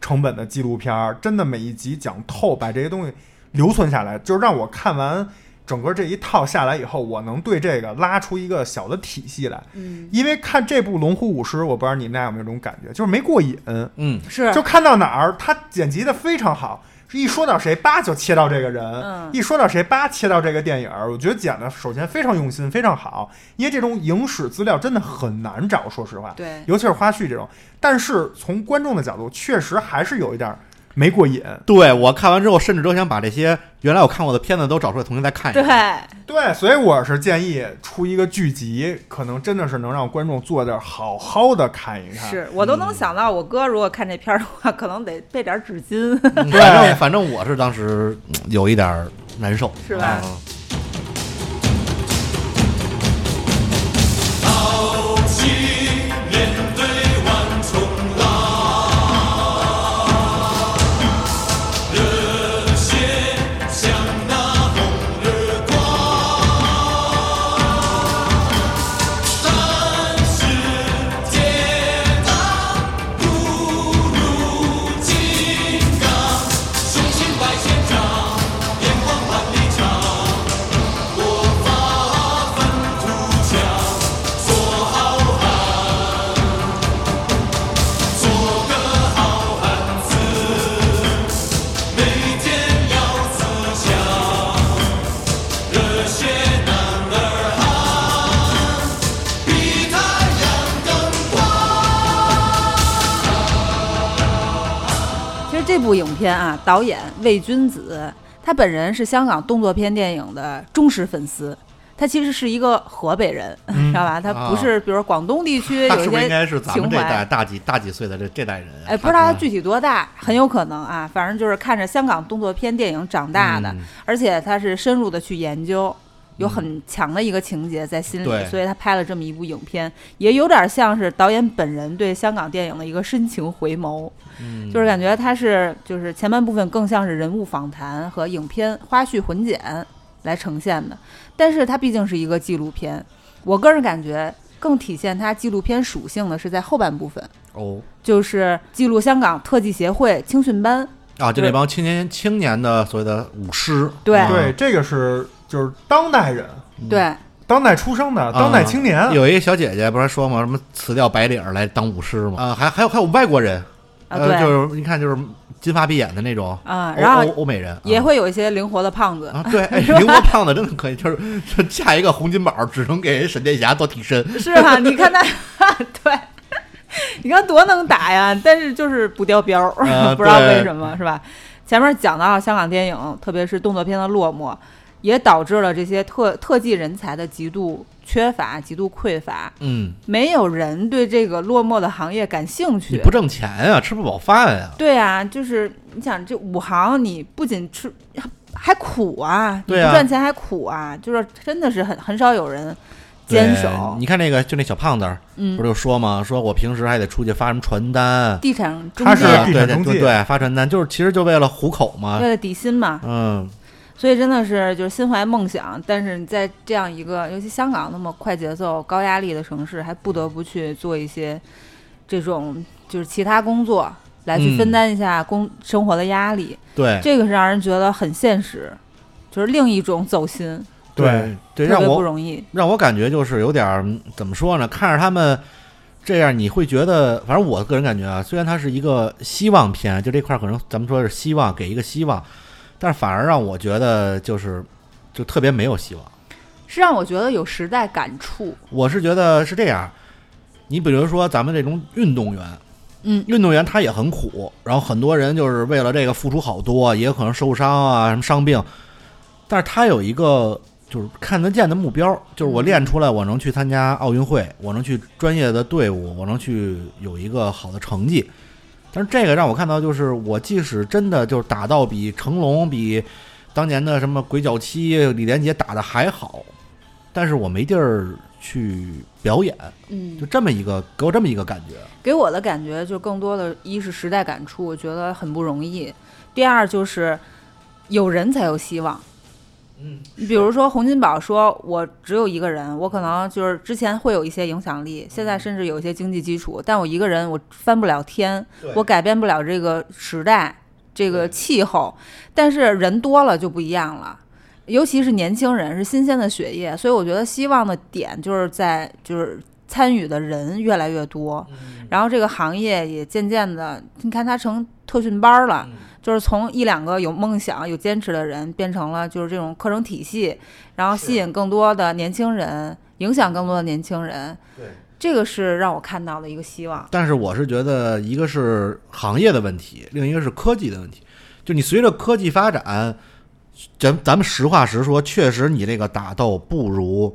B: 成本的纪录片儿，真的每一集讲透，把这些东西留存下来，就是让我看完整个这一套下来以后，我能对这个拉出一个小的体系来。
C: 嗯
B: 因为看这部《龙虎舞狮》，我不知道你们俩有没有这种感觉，就是没过瘾。
D: 嗯，
C: 是
B: 就看到哪儿，他剪辑的非常好，一说到谁叭就切到这个人，
H: 嗯
B: 一说到谁叭切到这个电影儿，我觉得剪的首先非常用心，非常好，因为这种影史资料真的很难找，说实话，
C: 对
B: 尤其是花絮这种。但是从观众的角度，确实还是有一点儿没过瘾。
D: 对我看完之后，甚至都想把这些原来我看过的片子都找出来，重新再看一
H: 对
D: 遍。，
B: 对，所以我是建议出一个剧集，可能真的是能让观众坐这儿好好的看一看。
H: 是我都
D: 嗯
H: 能想到，我哥如果看这片儿的话，可能得备点纸巾，
D: 嗯反正反正我是当时嗯有一点儿难受，
H: 是吧？
D: 哦
C: 其实这部影片啊，导演魏君子，他本人是香港动作片电影的忠实粉丝。他其实是一个河北人，知道吧？他不是，比如说广东地区
D: 嗯啊他
C: 有一
D: 是不是
C: 些
D: 应该是咱
C: 情
D: 们这代
C: 怀。
D: 大几大几岁的这这代人啊？
C: 哎，不知道他具体多大，很有可能啊，反正就是看着香港动作片电影长大的，
D: 嗯
C: 而且他是深入的去研究，有很强的一个情节在心里，
D: 对
C: 所以他拍了这么一部影片，也有点像是导演本人对香港电影的一个深情回眸。
D: 嗯
C: 就是感觉它是就是前半部分更像是人物访谈和影片花絮混剪来呈现的，但是它毕竟是一个纪录片，我个人感觉更体现它纪录片属性的是在后半部分，
D: 哦
C: 就是记录香港特技协会青训班。
D: 啊，就
C: 对
D: 这帮青年青年的所谓的舞狮，
C: 对
D: 啊
B: 对，这个是就是当代人，
D: 嗯
C: 对，啊
B: 当代出生的，啊当代青年，
D: 啊有一个小姐姐不是说嘛，什么辞掉白领儿来当舞狮嘛？啊，还还有还有外国人，
C: 啊
D: 呃，
C: 对
D: 就是你看就是金发碧眼的那种
C: 啊
D: 欧
C: 然后
D: 欧欧美人哦啊
C: 也会有一些灵活的胖子。
D: 啊，对，哎灵活胖子真的可以，就是就嫁一个洪金宝，只能给沈殿霞做替身。
H: 是啊，你 看他，对，你看多能打呀，但是就是不掉标儿，
D: 啊
H: 不知道
D: 对
H: 为什么，是吧？
C: 前面讲到香港电影，特别是动作片的落寞，也导致了这些特特技人才的极度缺乏、极度匮乏。
D: 嗯，
C: 没有人对这个落寞的行业感兴
D: 你
C: 趣
D: 不。挣钱啊，吃不饱饭啊。
C: 对啊，就是你想这五行，你不仅吃还苦啊，你
D: 对啊
C: 不赚钱还苦啊，就是真的是很很少有人坚
D: 对
C: 守
D: 你看那个，就那小胖子儿，
C: 嗯
D: 不是就说嘛，说我平时还得出去发什么传单，
C: 地产中
B: 他
C: 介
B: 是地
D: 对对
B: 产
D: 对
B: 中介
D: 对对，发传单，就是其实就为了糊口嘛
C: 为。了底薪嘛。
D: 嗯，
C: 所以真的是就是心怀梦想，但是你在这样一个尤其香港那么快节奏、高压力的城市，还不得不去做一些这种就是其他工作来去分
D: 嗯
C: 担一下工、生活的压力，
D: 对
C: 这个是让人觉得很现实，就是另一种走心，
B: 对
D: 对，
C: 特
D: 让
C: 别
D: 我
C: 不容易。
D: 让我感觉就是有点儿嗯怎么说呢？看着他们这样，你会觉得，反正我个人感觉啊，虽然它是一个希望片，就这块儿可能咱们说是希望，给一个希望，但是反而让我觉得就是就特别没有希望。
C: 是让我觉得有时代感触，
D: 我是觉得是这样，你比如说咱们这种运动员，
C: 嗯
D: 运动员他也很苦，然后很多人就是为了这个付出好多，也有可能受伤啊，什么伤病，但是他有一个就是看得见的目标，就是我练出来，我能去参加奥运会，我能去专业的队伍，我能去有一个好的成绩。但是这个让我看到，就是我即使真的就是打到比成龙、比当年的什么鬼脚七、李连杰打的还好，但是我没地儿去表演，
C: 嗯
D: 就，这么一个给我这么一个感觉。
C: 给我的感觉就更多的一是时代感触，我觉得很不容易；第二就是有人才有希望。
D: 嗯，
C: 你比如说洪金宝说：“我只有一个人，我可能就是之前会有一些影响力，现在甚至有一些经济基础，但我一个人我翻不了天，我改变不了这个时代、这个气候。但是人多了就不一样了，尤其是年轻人是新鲜的血液，所以我觉得希望的点就是在就是参与的人越来越多，然后这个行业也渐渐的，你看它成特训班
D: 啊
C: 了。
D: 嗯
C: 就是从一两个有梦想、有坚持的人，变成了就是这种课程体系，然后吸引更多的年轻人，影响更多的年轻人。
D: 对，
C: 这个是让我看到的一个希望。
D: 但是我是觉得，一个是行业的问题，另一个是科技的问题。就你随着科技发展，咱咱们实话实说，确实你这个打斗不如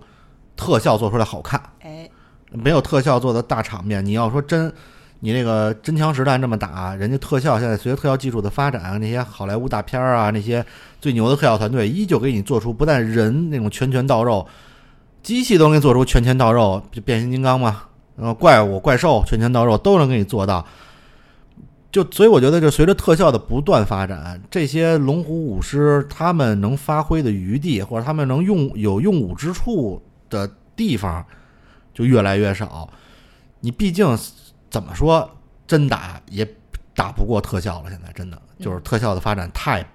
D: 特效做出来好看，
C: 哎，
D: 没有特效做的大场面。你要说真，你那个真枪实弹这么打，人家特效现在随着特效技术的发展，那些好莱坞大片儿啊，那些最牛的特效团队依旧给你做出不但人那种拳拳到肉，机器都能给你做出拳拳到肉，就变形金刚嘛，然后怪物、怪兽拳拳到肉都能给你做到。就所以我觉得，就随着特效的不断发展，这些龙虎舞狮他们能发挥的余地，或者他们能用有用武之处的地方，就越来越少。你毕竟怎么说，真打也打不过特效了。现在真的就是特效的发展太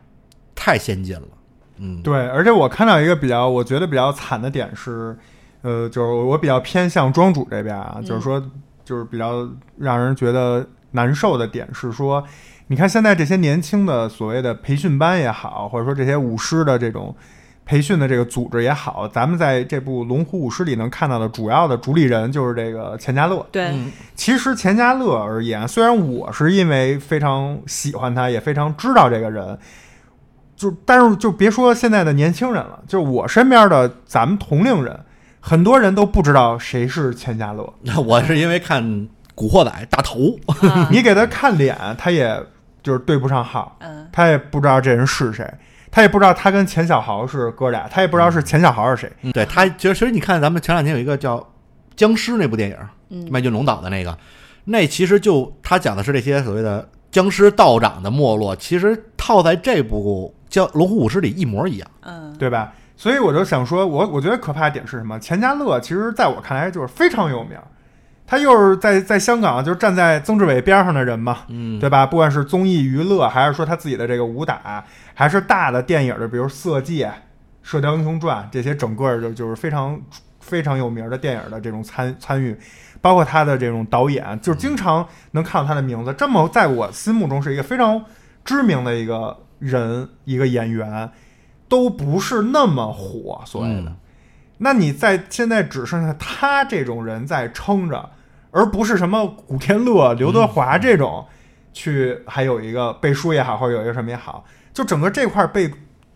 D: 太先进了。 嗯，
B: 对，而且我看到一个比较，我觉得比较惨的点是，呃，就是我比较偏向庄主这边啊，就是说，就是比较让人觉得难受的点是说，你看现在这些年轻的所谓的培训班也好，或者说这些舞狮的这种培训的这个组织也好，咱们在这部《龙虎舞狮》里能看到的主要的主理人就是这个钱嘉乐，
C: 对，
D: 嗯
B: 其实钱嘉乐而言，虽然我是因为非常喜欢他，也非常知道这个人，就但是就别说现在的年轻人了，就我身边的咱们同龄人，很多人都不知道谁是钱嘉乐。
D: 那我是因为看《古惑仔》大头，
B: 你给他看脸，他也就是对不上号，
C: 嗯
B: 他也不知道这人是谁，他也不知道他跟钱小豪是哥俩，他也不知道是钱小豪是谁。
D: 对他其实其实你看，咱们前两天有一个叫《僵尸》那部电影，
C: 嗯
D: 麦浚龙导的那个，那其实就他讲的是这些所谓的僵尸道长的没落，其实套在这部叫《龙虎舞狮》里一模一样。
C: 嗯，
B: 对吧？所以我就想说，我我觉得可怕的点是什么？钱嘉乐其实在我看来就是非常有名，他又是在在香港就是站在曾志伟边上的人嘛，
D: 嗯，
B: 对吧？不管是综艺娱乐，还是说他自己的这个武打，还是大的电影的，比如《色戒》《射雕英雄传》这些，整个就就是非常非常有名的电影的这种参参与，包括他的这种导演，就是经常能看到他的名字。这么在我心目中是一个非常知名的一个人，一个演员，都不是那么火，所谓的。
D: 嗯
B: 那你在现在只剩下他这种人在撑着，而不是什么古天乐、刘德华这种、去，还有一个背书也好，或者有一个什么也好，就整个这块被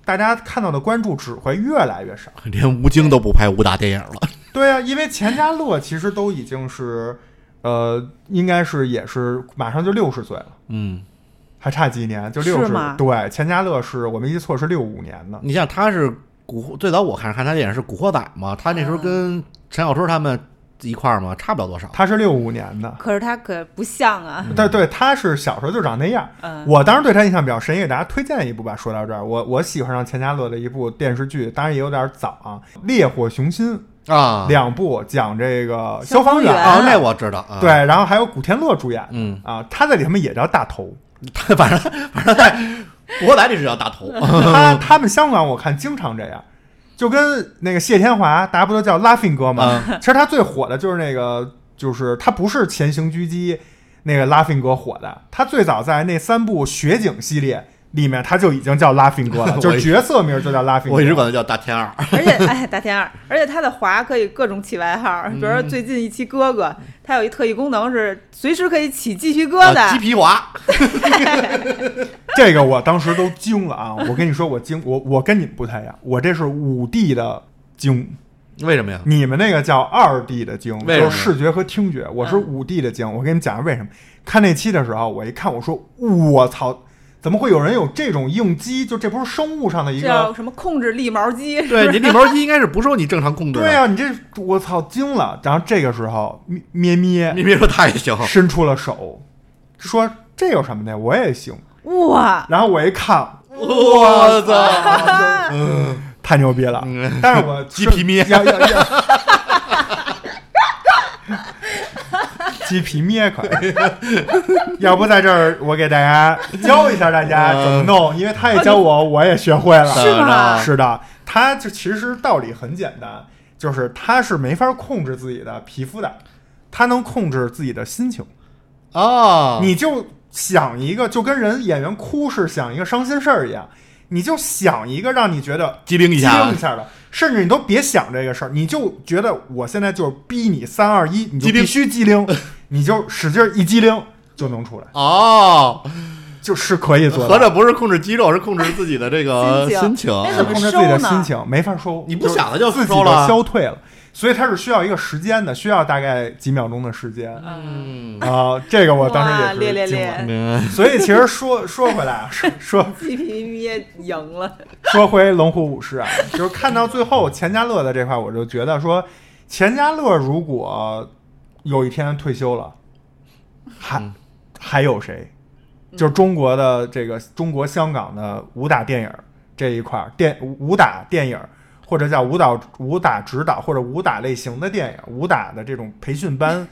B: 大家看到的关注只会越来越少。
D: 连吴京都不拍武打电影了，
B: 对啊，因为钱嘉乐其实都已经是，呃，应该是也是马上就六十岁了，
D: 嗯。
B: 还差几年就六
C: 是
B: 十
C: 吗。
B: 对，钱嘉乐是我没记错是六五年的。
D: 你像他是古惑最早我看看他电影是《古惑仔》嘛，他那
H: 嗯
D: 时候跟陈小春他们一块儿嘛，差不了多少。
B: 他是六五年的，
H: 可是他可不像
D: 嗯
H: 啊，
B: 但对他是小时候就长那样。
H: 嗯
B: 我当时对他印象比较深，也给大家推荐一部吧。说到这儿，我我喜欢上钱嘉乐的一部电视剧，当然也有点早啊，《烈火雄心》
D: 啊，
B: 两部讲这个
H: 消
B: 消
H: 防
B: 防
H: 员
B: 员，
D: 啊，那我知道啊。
B: 对，，然后还有古天乐主演的
D: 嗯，
B: 啊，他在里面也叫大头。
D: 他反正反正在《古惑仔》里是叫大头，
H: 嗯
B: 他他们香港我看经常这样，就跟那个谢天华，大家不都叫 Laughing 哥吗？
D: 啊
B: 其实他最火的就是那个，就是他不是前行狙击那个 Laughing 哥火的，他最早在那三部雪警系列里面他就已经叫 Laughing 哥了，
D: 我
B: 就是角色名就叫 Laughing 哥。
D: 我一直管他叫大天二。
H: 而且哎，大天二，而且他的滑可以各种起外号
D: 嗯
H: 儿，比如说最近一期哥哥，他有一特异功能是随时可以起鸡皮疙
D: 啊鸡
H: 瘩，
D: 皮滑，
B: 这个我当时都惊了啊！我跟你说，我惊，我我跟你们不太一样，我这是五 D 的惊。
D: 为什么呀？
B: 你们那个叫二 D 的经，
D: 为什么
B: 就
D: 嗯
B: 是视觉和听觉，我是五 D 的经。我给你们讲一下为什么。看那期的时候，我一看，我说我操，怎么会有人有这种应激？就这不是生物上的一
H: 这叫
B: 个？
H: 什么控制立毛肌？是
D: 对
H: 不
D: 你
H: 是
D: 立毛肌应该是不受你正常控制的。
B: 对啊，你这我操惊了。然后这个时候，咩咩咩
D: 你别说他也行，
B: 伸出了手，说这有什么的，我也行。
H: 哇，
B: 然后我一看，
D: 我操！
B: 太牛逼了！但是我
D: 嗯 鸡皮咩
B: 要要要， 鸡皮咩 可以。要不在这儿我给大家教一下大家怎么弄，因为他也教我，我也学会了。
D: 嗯是吗
B: 是的，他这其实道理很简单，就是他是没法控制自己的皮肤的，他能控制自己的心情。
D: 啊，
B: 你就想一个，就跟人演员哭是想一个伤心事儿一样，你就想一个让你觉得
D: 机灵一下
B: 激灵一下的，甚至你都别想这个事儿，你就觉得我现在就逼你三二一，你就
D: 机灵
B: 必须机 灵，你就使劲儿一机灵就能出来，
D: 哦，
B: 就是可以做
D: 合
B: 到
D: 着。不是控制肌肉，是控制自己的这个
H: 心
D: 心
H: 情
D: 情。
H: 那
B: 是
H: 怎么
B: 控制自己的
H: 收呢
B: 心情，没法收。
D: 你不想了
B: 就
D: 就是
B: 自己
D: 收了啊
B: 就消退了，所以它是需要一个时间的，需要大概几秒钟的时间啊、
D: 嗯，
B: 这个我当时也
H: 哇
B: 是
H: 烈烈
B: 惊
H: 烈
B: 了 所以其实说说回来啊，说说
H: 鸡皮咩赢了，
B: 说回龙虎武士啊，就是看到最后钱嘉乐的这块，我就觉得说，钱嘉乐如果有一天退休了，还、还有谁？就是中国的这个中国香港的武打电影这一块儿，电武打电影或者叫舞蹈武打指导或者武打类型的电影，武打的这种培训班，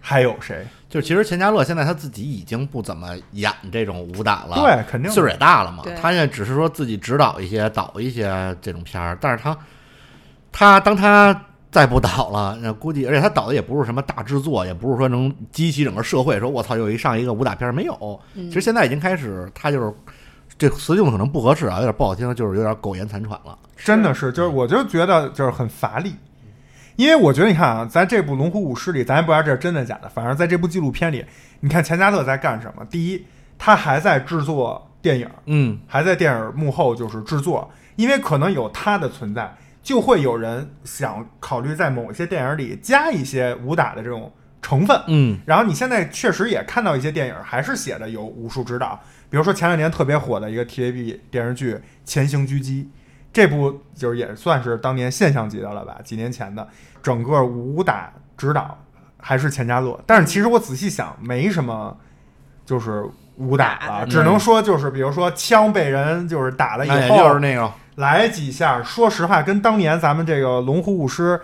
B: 还有谁？
D: 就其实钱嘉乐现在他自己已经不怎么演这种武打了，
B: 对肯定
D: 岁数也大了嘛
H: 对。
D: 他现在只是说自己指导一些、导一些这种片儿，但是他他当他再不导了，那估计而且他导的也不是什么大制作，也不是说能激起整个社会说“我操，有一上一个武打片儿”没有。其实现在已经开始，他就是这词用的可能不合适啊，有点不好听，就是有点苟延残喘了。
B: 真的是，就是我就觉得就是很乏力，因为我觉得你看啊，在这部《龙虎武师》里，咱也不知道这是真的假的，反正在这部纪录片里，你看钱嘉乐在干什么？第一，他还在制作电影，
D: 嗯，
B: 还在电影幕后就是制作，因为可能有他的存在，就会有人想考虑在某一些电影里加一些武打的这种成分。
D: 嗯，
B: 然后你现在确实也看到一些电影还是写的有武术指导，比如说前两年特别火的一个 TVB 电视剧《前行狙击》，这部就是也算是当年现象级的了吧，几年前的，整个武打指导还是钱嘉乐，但是其实我仔细想，没什么就是武打了，只能说就是比如说枪被人就是打了以
D: 啊那也
B: 后，
D: 就是那个
B: 来几下，说实话，跟当年咱们这个《龙虎舞狮》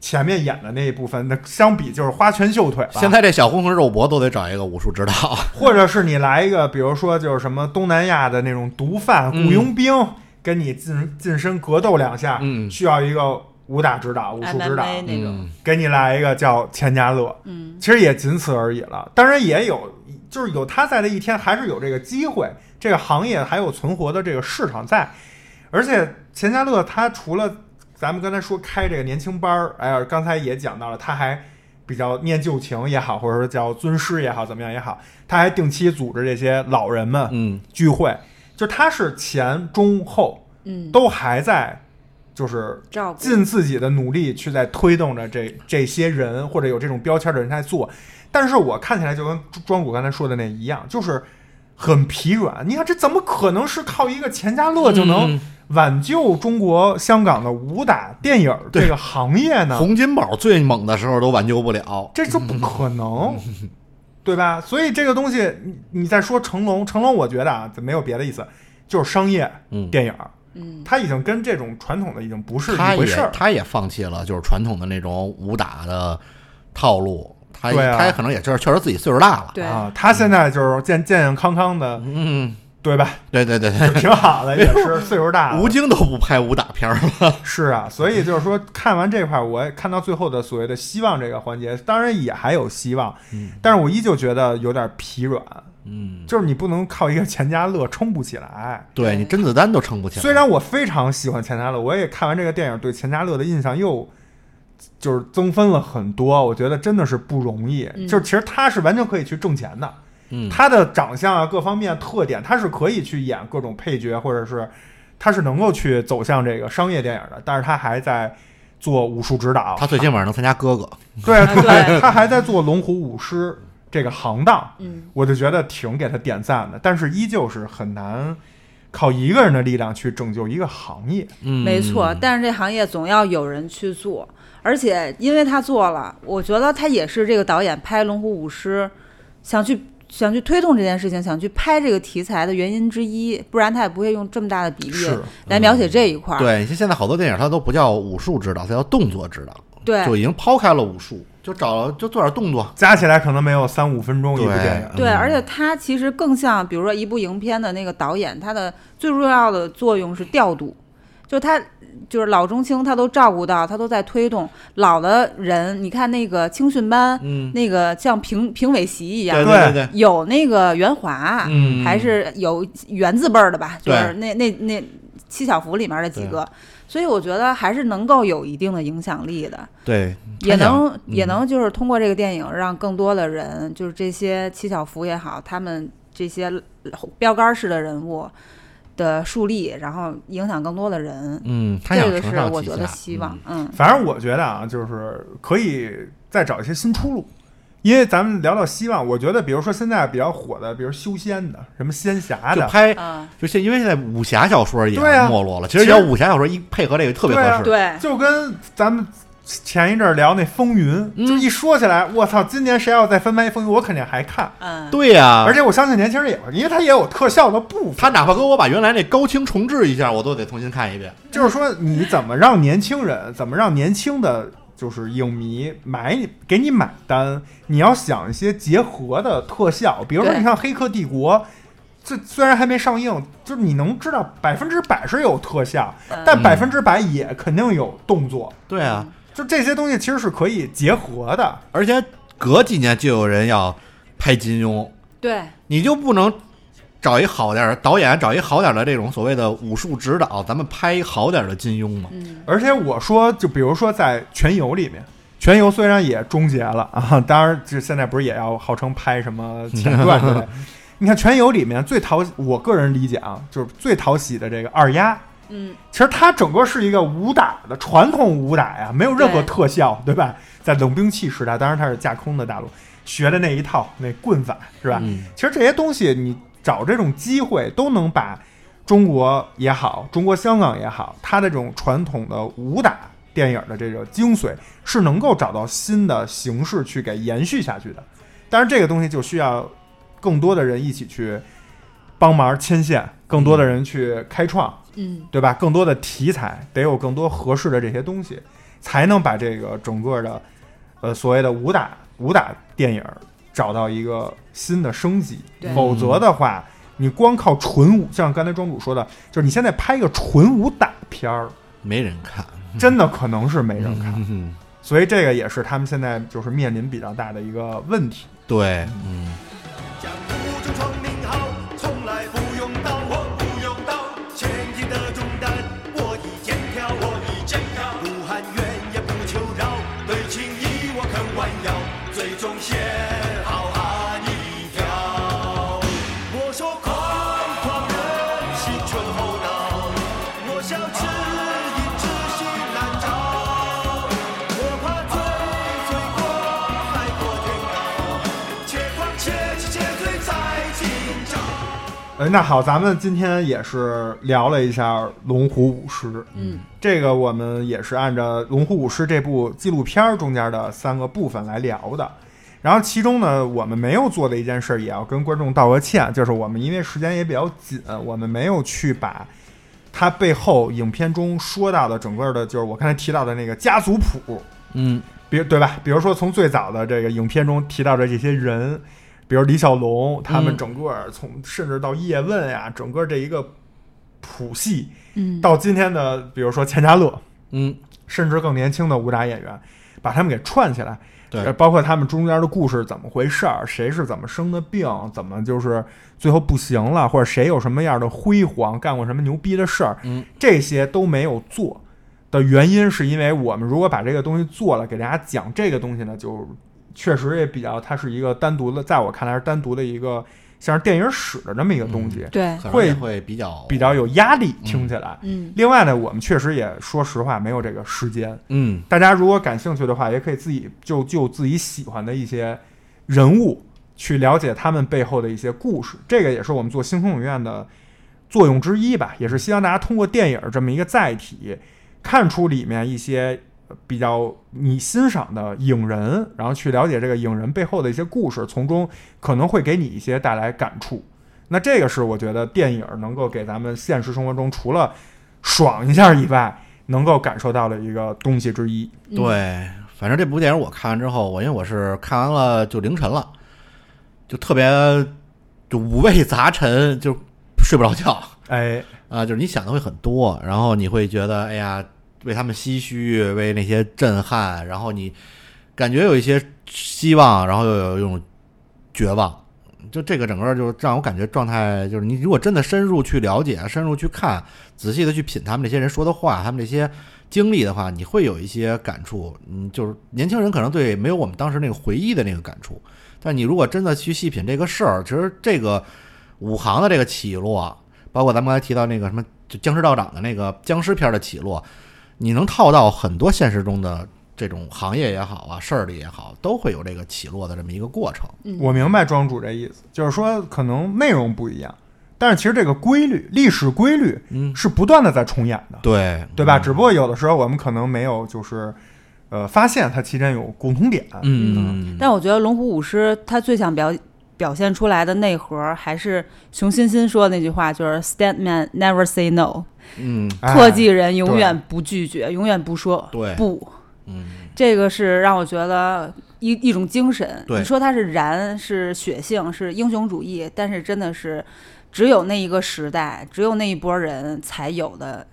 B: 前面演的那一部分，那相比就是花拳绣腿吧。
D: 现在这小混混肉搏都得找一个武 术指导，
B: 或者是你来一个，比如说就是什么东南亚的那种毒贩、雇佣兵，跟你近近身格斗两下，
D: 嗯
B: 需要一个武打指导、武术指导，
C: MMA 那种，
B: 给你来一个叫钱嘉乐，
J: 嗯，
B: 其实也仅此而已了。当然也有，就是有他在的一天，还是有这个机会，这个行业还有存活的这个市场在。而且钱嘉乐他除了咱们刚才说开这个年轻班儿，哎呀，刚才也讲到了，他还比较念旧情也好，或者说叫尊师也好，怎么样也好，他还定期组织这些老人们
D: 嗯，
B: 聚会，就他是前中后
J: 嗯，
B: 都还在，就是
J: 照顾
B: 尽自己的努力去在推动着这这些人或者有这种标签的人在做，但是我看起来就跟庄主刚才说的那一样，就是很疲软。你看这怎么可能是靠一个钱嘉乐就能
D: 嗯
B: 挽救中国香港的武打电影这个行业呢？
D: 洪金宝最猛的时候都挽救不了，
B: 这就不可能，对吧？
D: 嗯
B: 所以这个东西，你你再说成龙，成龙我觉得啊，没有别的意思，就是商业
D: 嗯
B: 电影，
J: 嗯
B: 他已经跟这种传统的已经不是
D: 他
B: 一回事
D: 也
B: 儿。
D: 他也放弃了就是传统的那种武打的套路，他
B: 对啊
D: 他可能也就是确实自己岁数大了，
J: 对
B: 啊，他现在就是健健健康康的，
D: 嗯，
B: 对吧？
D: 对对对对，
B: 就挺好的，也是岁数大
D: 吴
B: 了，
D: 京都不拍武打片儿 了，
B: 是啊。所以就是说，看完这块儿，我也看到最后的所谓的希望这个环节，当然也还有希望，但是我依旧觉得有点疲软，
D: 嗯，
B: 就是你不能靠一个钱嘉乐撑不起来。
D: 对你甄子丹都撑不起来，
B: 虽然我非常喜欢钱嘉乐，我也看完这个电影，对钱嘉乐的印象又就是增分了很多。我觉得真的是不容易，就是其实他是完全可以去挣钱的，
D: 嗯
B: 他的长相啊各方面特点，他是可以去演各种配角，或者是他是能够去走向这个商业电影的，但是他还在。做武术指导，
D: 他最起码能参加哥哥，
B: 对，他还
C: 啊对
B: 他还在做龙虎舞狮这个行当，
J: 嗯，
B: 我就觉得挺给他点赞的，但是依旧是很难靠一个人的力量去拯救一个行业。
D: 嗯，
C: 没错，但是这行业总要有人去做，而且因为他做了，我觉得他也是这个导演拍《龙虎舞狮》，想去想去推动这件事情，想去拍这个题材的原因之一，不然他也不会用这么大的比例
B: 是
C: 来描写这一块儿。
D: 对，你像现在好多电影，它都不叫武术指导，它叫动作指导，
C: 对
D: 就已经抛开了武术，就找就做点动作，
B: 加起来可能没有三五分钟一部
D: 对
B: 电影。
C: 对，
D: 嗯
C: 而且他其实更像，比如说一部影片的那个导演，他的最重要的作用是调度，就他就是老中青他都照顾到，他都在推动老的人。你看那个青训班，
D: 嗯，
C: 那个像评评委席一样，
D: 对对，
C: 有那个袁华，
D: 嗯
C: 还是有袁字辈儿的吧，就
D: 对
C: 是那那那七小福里面的几个，所以我觉得还是能够有一定的影响力的。
D: 对，
C: 也
D: 他想
C: 能也
D: 嗯
C: 能就是通过这个电影，让更多的人，就是这些七小福也好，他们这些标杆式的人物的树立，然后影响更多的人，
D: 嗯，他
C: 这
D: 想
C: 个
D: 承
C: 是
D: 上
C: 我
D: 启
C: 觉
D: 下
C: 得希望。。嗯，
B: 反正我觉得啊，就是可以再找一些新出路。因为咱们聊到希望，我觉得比如说现在比较火的，比如修仙的，什么仙侠
D: 嗯就
B: 的，
D: 拍，
C: 啊
D: 就现因为现在武侠小说也
B: 对啊
D: 没落了，
B: 其
D: 其
B: 实
D: 实要武侠小说一配合这个特别
B: 对啊
D: 合适，
C: 对，
B: 就跟咱们前一阵儿聊那风云，
C: 嗯
B: 就一说起来，我操，今年谁要再翻拍风云，我肯定还看。
C: 嗯，
D: 对呀，
B: 而且我相信年轻人也会，因为它也有特效的部分。
D: 啊他哪怕给我把原来那高清重置一下，我都得重新看一遍。
B: 就是说，你怎么让年轻人，怎么让年轻的，就是影迷买你给你买单？你要想一些结合的特效，比如说
C: 对
B: 你像《黑客帝国》，这虽然还没上映，就是你能知道百分之百是有特效，但百分之百也肯定有动作，
D: 对啊，
B: 就这些东西其实是可以结合的。
D: 而且隔几年就有人要拍金庸，
C: 对，
D: 你就不能找一好点儿导演，找一好点儿的这种所谓的武术指导，咱们拍一好点儿的金庸嘛？
C: 嗯，
B: 而且我说，就比如说在《全游》里面，《全游》虽然也终结了啊，当然这现在不是也要号称拍什么前传之类的。你看《全游》里面最讨，我个人理解啊，就是最讨喜的这个二丫，
C: 嗯，
B: 其实她整个是一个武打的传统武打呀，没有任何
C: 对
B: 特效，对吧？在冷兵器时代，当然它是架空的大陆学的那一套那棍法是吧？
D: 嗯
B: 其实这些东西你找这种机会都能把中国也好，中国香港也好，它的这种传统的武打电影的这个精髓是能够找到新的形式去给延续下去的。但是这个东西就需要更多的人一起去帮忙牵线，更多的人去开创，
I: 嗯，
B: 对吧？更多的题材，得有更多合适的这些东西，才能把这个整个的，呃，所谓的武打武打电影儿找到一个新的升级。
I: 对
B: 否则的话，你光靠纯武，像刚才庄主说的，就是你现在拍一个纯武打片儿，
D: 没人看，
B: 真的可能是没人看。
D: 嗯，
B: 所以这个也是他们现在就是面临比较大的一个问题。
D: 对，嗯，
A: 江湖中闯名号，从来不用刀，我不用刀，千斤的重担我一肩挑，我一肩挑，不喊冤也不求饶，对情义我肯弯腰，最终写好汉一条。我说狂狂人心存厚道，我笑痴意痴心难找，我怕罪罪过海阔天高。且狂且痴且醉在今朝。
B: 呃，那好，咱们今天也是聊了一下龙虎舞狮，
I: 嗯，
B: 这个我们也是按照《龙虎舞狮》这部纪录片儿中间的三个部分来聊的。然后其中呢，我们没有做的一件事，也要跟观众道个歉，就是我们因为时间也比较紧，我们没有去把它背后影片中说到的整个的，就是我刚才提到的那个家族谱，
D: 嗯，
B: 比如对吧？比如说从最早的这个影片中提到的这些人，比如李小龙，他们
D: 嗯
B: 整个儿从、甚至到叶问呀、整个这一个谱系，
I: 嗯
B: 到今天的比如说钱嘉乐，
D: 嗯，
B: 甚至更年轻的武打演员，把他们给串起来，
D: 对
B: 呃包括他们中间的故事怎么回事儿，谁是怎么生的病，怎么就是最后不行了，或者谁有什么样的辉煌，干过什么牛逼的事儿，
D: 嗯，
B: 这些都没有做的原因，是因为我们如果把这个东西做了，给大家讲这个东西呢，就确实也比较，它是一个单独的，在我看来是单独的一个像是电影史的这么一个东西，
I: 对，
D: 可能
B: 会
D: 也会比较
B: 比较有压力，听起来。
I: 嗯
B: 另外呢，我们确实也说实话没有这个时间，
D: 嗯，
B: 大家如果感兴趣的话，也可以自己就就自己喜欢的一些人物去了解他们背后的一些故事。这个也是我们做星空影院的作用之一吧，也是希望大家通过电影这么一个载体，看出里面一些呃比较你欣赏的影人，然后去了解这个影人背后的一些故事，从中可能会给你一些带来感触。那这个是我觉得电影能够给咱们现实生活中除了爽一下以外，能够感受到的一个东西之一。
D: 对，反正这部电影我看完之后，我因为我是看完了就凌晨了，就特别就五味杂陈，就睡不着觉
B: 哎，
D: 啊，就是你想的会很多，然后你会觉得哎呀，为他们唏嘘，为那些震撼，然后你感觉有一些希望，然后又有一种绝望。就这个整个就是让我感觉状态就是你如果真的深入去了解、深入去看、仔细的去品他们这些人说的话、他们这些经历的话，你会有一些感触。嗯，就是年轻人可能对没有我们当时那个回忆的那个感触，但你如果真的去细品这个事儿，其实这个武行的这个起落，包括咱们刚才提到那个什么就僵尸道长的那个僵尸片儿的起落，你能套到很多现实中的这种行业也好啊、事儿里也好，都会有这个起落的这么一个过程。
H: 嗯
B: 我明白庄主这意思，就是说可能内容不一样，但是其实这个规律、历史规律
D: 嗯，
B: 是不断的在重演的，
D: 对，嗯
B: 对吧？只不过有的时候我们可能没有就是呃发现它其间有共同点。
D: 嗯，
H: 但我觉得《龙虎舞狮》他最想表表现出来的内核，还是熊欣欣说的那句话，就是 “Stand man never say no”，、
D: 嗯
B: 哎
H: 特技人永远不拒绝，永远不说
D: 对
H: 不。
D: 嗯，
H: 这个是让我觉得一一种精神。
D: 对
H: 你说它是燃，是血性，是英雄主义，但是真的是只有那一个时代，只有那一波人才有的，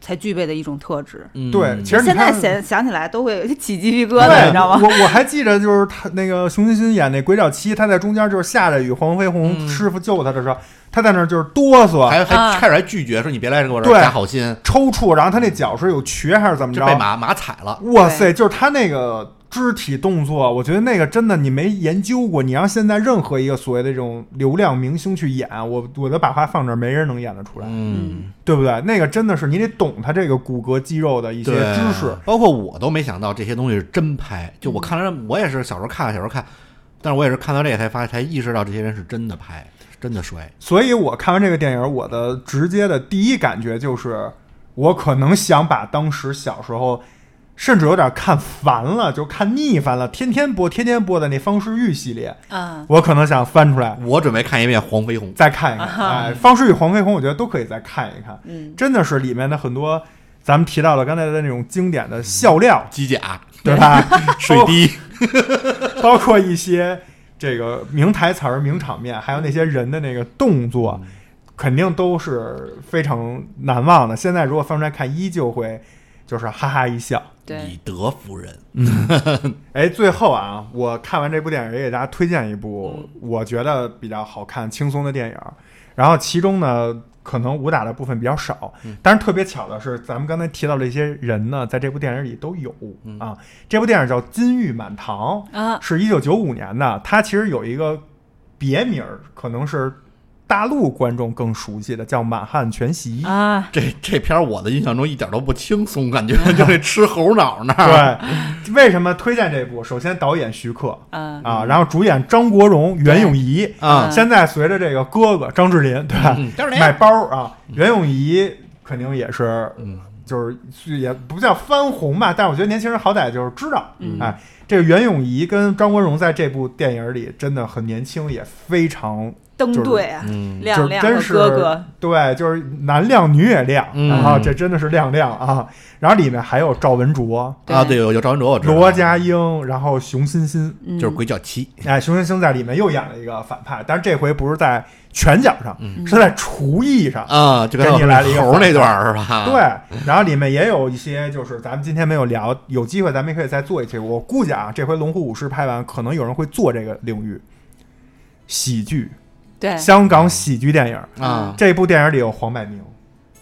H: 才具备的一种特质。
D: 嗯
B: 对，其实你
H: 现在
B: 看，
H: 想想起来都会起鸡皮疙瘩，
B: 对，
H: 你知道吗？
B: 我我还记着，就是他那个熊欣欣演那鬼脚七，他在中间就是下着雨，黄飞鸿
D: 嗯
B: 师傅救他的时候，他在那儿就是哆嗦、
D: 还还
H: 啊
D: 开始还拒绝说你别来这给我这
B: 对
D: 儿加好心，
B: 抽搐，然后他那脚是有瘸还是怎么
D: 这
B: 着？
D: 被马马踩了。
B: 哇塞，就是他那个肢体动作，我觉得那个真的你没研究过，你让现在任何一个所谓的这种流量明星去演，我我都把话放这儿，没人能演得出来，
D: 嗯，
B: 对不对？那个真的是你得懂他这个骨骼肌肉的一些
D: 对，
B: 知识，，嗯
D: 包括我都没想到这些东西是真拍。就我看了，我也是小时候看，小时候看，但是我也是看到这个才发才意识到这些人是真的拍，是真的摔。
B: 所以我看完这个电影，我的直接的第一感觉就是，我可能想把当时小时候甚至有点看烦了，就看腻烦了，天天播天天播的那方世玉系列，
H: 啊，
B: 我可能想翻出来
D: 我准备看一遍黄飞鸿。
B: 再看一看。哎，方世玉、黄飞鸿，我觉得都可以再看一看。
H: 嗯，
B: 真的是里面的很多，咱们提到了刚才的那种经典的笑料，
D: 机甲、
B: 对吧？
D: 嗯水滴，
B: 包括一些这个名台词儿、名场面，还有那些人的那个动作，肯定都是非常难忘的。现在如果翻出来看，依旧会就是哈哈一笑。
H: 对，
D: 以德服人。
B: 哎，最后啊，我看完这部电影，也给大家推荐一
H: 嗯
B: 部我觉得比较好看、轻松的电影。然后其中呢，可能武打的部分比较少，
H: 嗯
B: 但是特别巧的是，咱们刚才提到的一些人呢，在这部电影里都有啊。这部电影叫《金玉满堂》，
H: 嗯啊，
B: 是一九九五年的，它其实有一个别名儿，可能是大陆观众更熟悉的，叫《满汉全席》。
H: 啊，
D: 这这片儿我的印象中一点都不轻松，感觉
B: 嗯
D: 就那吃猴脑那儿。
B: 对，为什么推荐这部？首先，导演徐克
H: 啊
B: 啊，然后主演张国荣、袁咏仪
D: 嗯啊嗯
B: 现在随着这个哥哥张智霖，对吧？
D: 张智霖
B: 买包啊，
D: 嗯
B: 袁咏仪肯定也是，就是也不叫翻红吧，但是我觉得年轻人好歹就是知道，
D: 嗯
B: 哎，这个袁咏仪跟张国荣在这部电影里真的很年轻，也非常
H: 登
B: 就是
H: 对啊，
D: 嗯，
B: 就
H: 亮
B: 是
H: 亮
B: 真
H: 和
B: 是
H: 哥哥，
B: 对，就是男亮女也亮，
D: 嗯
B: 然后这真的是亮亮啊，然后里面还有赵文卓、
D: 啊，对，有有赵文卓，我知道
B: 罗家英，然后熊欣欣，
H: 嗯
D: 就是鬼脚七，
B: 哎，熊欣欣在里面又演了一个反派，但是这回不是在拳脚上，
H: 嗯
B: 是在厨艺上。
D: 啊，就
B: 给
D: 跟
B: 嗯你来了一个
D: 猴那段儿是吧？，
B: 对，然后里面也有一些，就是咱们今天没有聊，有机会咱们也可以再做一期。我估计啊，这回《龙虎舞狮》拍完，可能有人会做这个领域，喜剧，
H: 对
B: 香港喜剧电影。
D: 啊
B: 这部电影里有黄百鸣，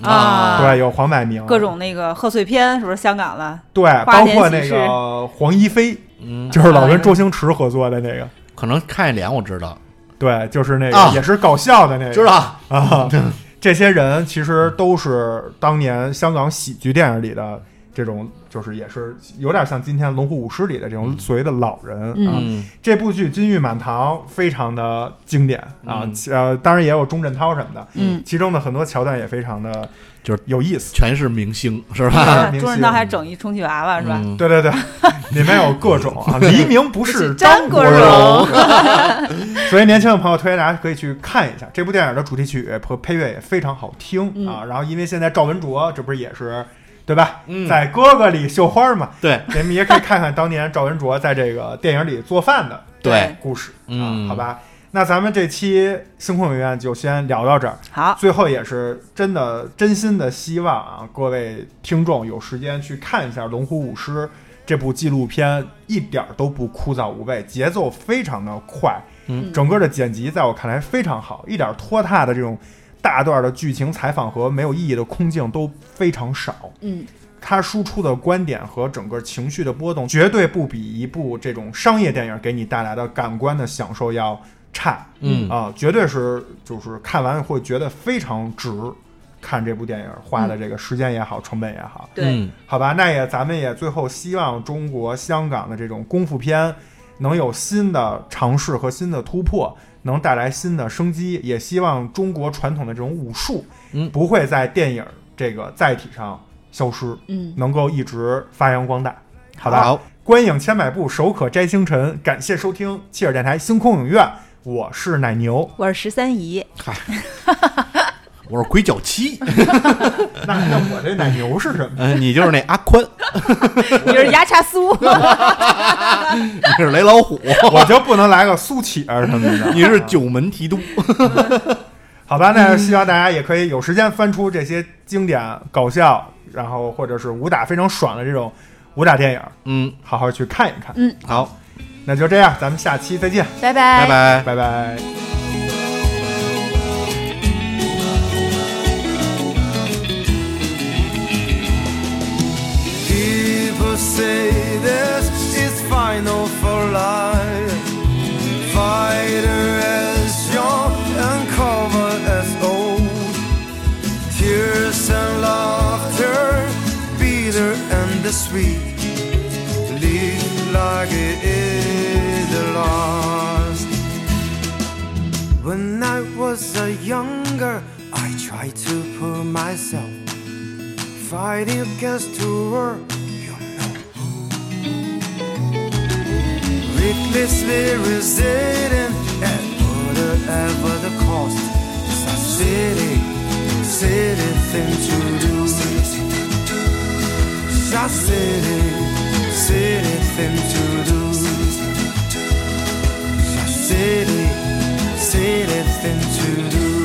H: 啊，
B: 对，有黄百鸣，
H: 各种那个贺岁片，是不是香港的？
B: 对，
H: 花
B: 包
H: 田
B: 括
H: 喜
B: 那
H: 事
B: 个黄一飞，
D: 嗯，
B: 就是老跟
H: 嗯
B: 周星驰合作的那个，
D: 可能看一脸我知道，
B: 对，就是那
D: 啊
B: 个也是搞笑的那个，
D: 知道，
B: 啊，这些人其实都是当年香港喜剧电影里的这种，就是也是有点像今天《龙虎舞狮》里的这种所谓的老人、啊。
D: 嗯
B: 这部剧《金玉满堂》非常的经典啊，
D: 嗯
B: 其呃，当然也有钟镇涛什么的，
H: 嗯，
B: 其中的很多桥段也非常的
D: 就是
B: 有意思。
D: 全是明星是吧？
B: 啊
H: 钟镇涛还整一充气娃娃是吧？
D: 嗯
B: 对 对对，里面有各种啊，黎明不是张国
H: 张
B: 荣， 所以年轻的朋友推荐大家可以去看一下这部电影的主题曲和配乐也非常好听、啊。然后因为现在赵文卓这不是也是对吧，
D: 嗯
B: 在哥哥里绣花嘛，
D: 对
B: 咱们也可以看看当年赵文卓在这个电影里做饭的
D: 对，
B: 故事
D: 嗯
B: 啊，好吧。那咱们这期星空影院就先聊到这儿，
H: 好，
B: 最后也是真的真心的希望啊，各位听众有时间去看一下《龙虎舞狮》这部纪录片，一点儿都不枯燥无味，节奏非常的快，
D: 嗯
B: 整个的剪辑在我看来非常好，一点儿拖沓的这种大段的剧情采访和没有意义的空镜都非常少。
H: 嗯，
B: 他输出的观点和整个情绪的波动，绝对不比一部这种商业电影给你带来的感官的享受要差。
D: 嗯
B: 啊，绝对是就是看完会觉得非常值，看这部电影花的这个时间也好，成本也好，
H: 对，
D: 嗯
B: 好吧？那也咱们也最后希望中国香港的这种功夫片能有新的尝试和新的突破，能带来新的生机。也希望中国传统的这种武术，
D: 嗯
B: 不会在电影这个载体上消失，
H: 嗯，
B: 能够一直发扬光大，好吧？
D: 好，
B: 观影千百步，手可摘星辰。感谢收听切尔电台星空影院，我是奶牛。
H: 我是十三姨，
D: 我是鬼脚七，
B: 那那我这奶牛是什么？
D: 嗯，你就是那阿宽，
H: 你是牙叉苏，
D: 你是雷老虎，
B: 我就不能来个苏乞儿什么的？
D: 你是九门提督，
B: 好吧？那希望大家也可以有时间翻出这些经典搞笑，然后或者是武打非常爽的这种武打电影，
D: 嗯，
B: 好好去看一看。
D: 好，
B: 那就这样，咱们下期再见，
H: 拜
D: 拜拜。
B: 拜拜。
A: People say this is final for life. Fighter as young and cover as old. Tears and laughter, bitter and the sweet. Live like it is the last. When I was a younger, I tried to pull myself fight against the world, you know. hopelessly residing at whatever the cost. It's a city, city thing to do. It's a city, city thing to do. It's a city, city thing to do.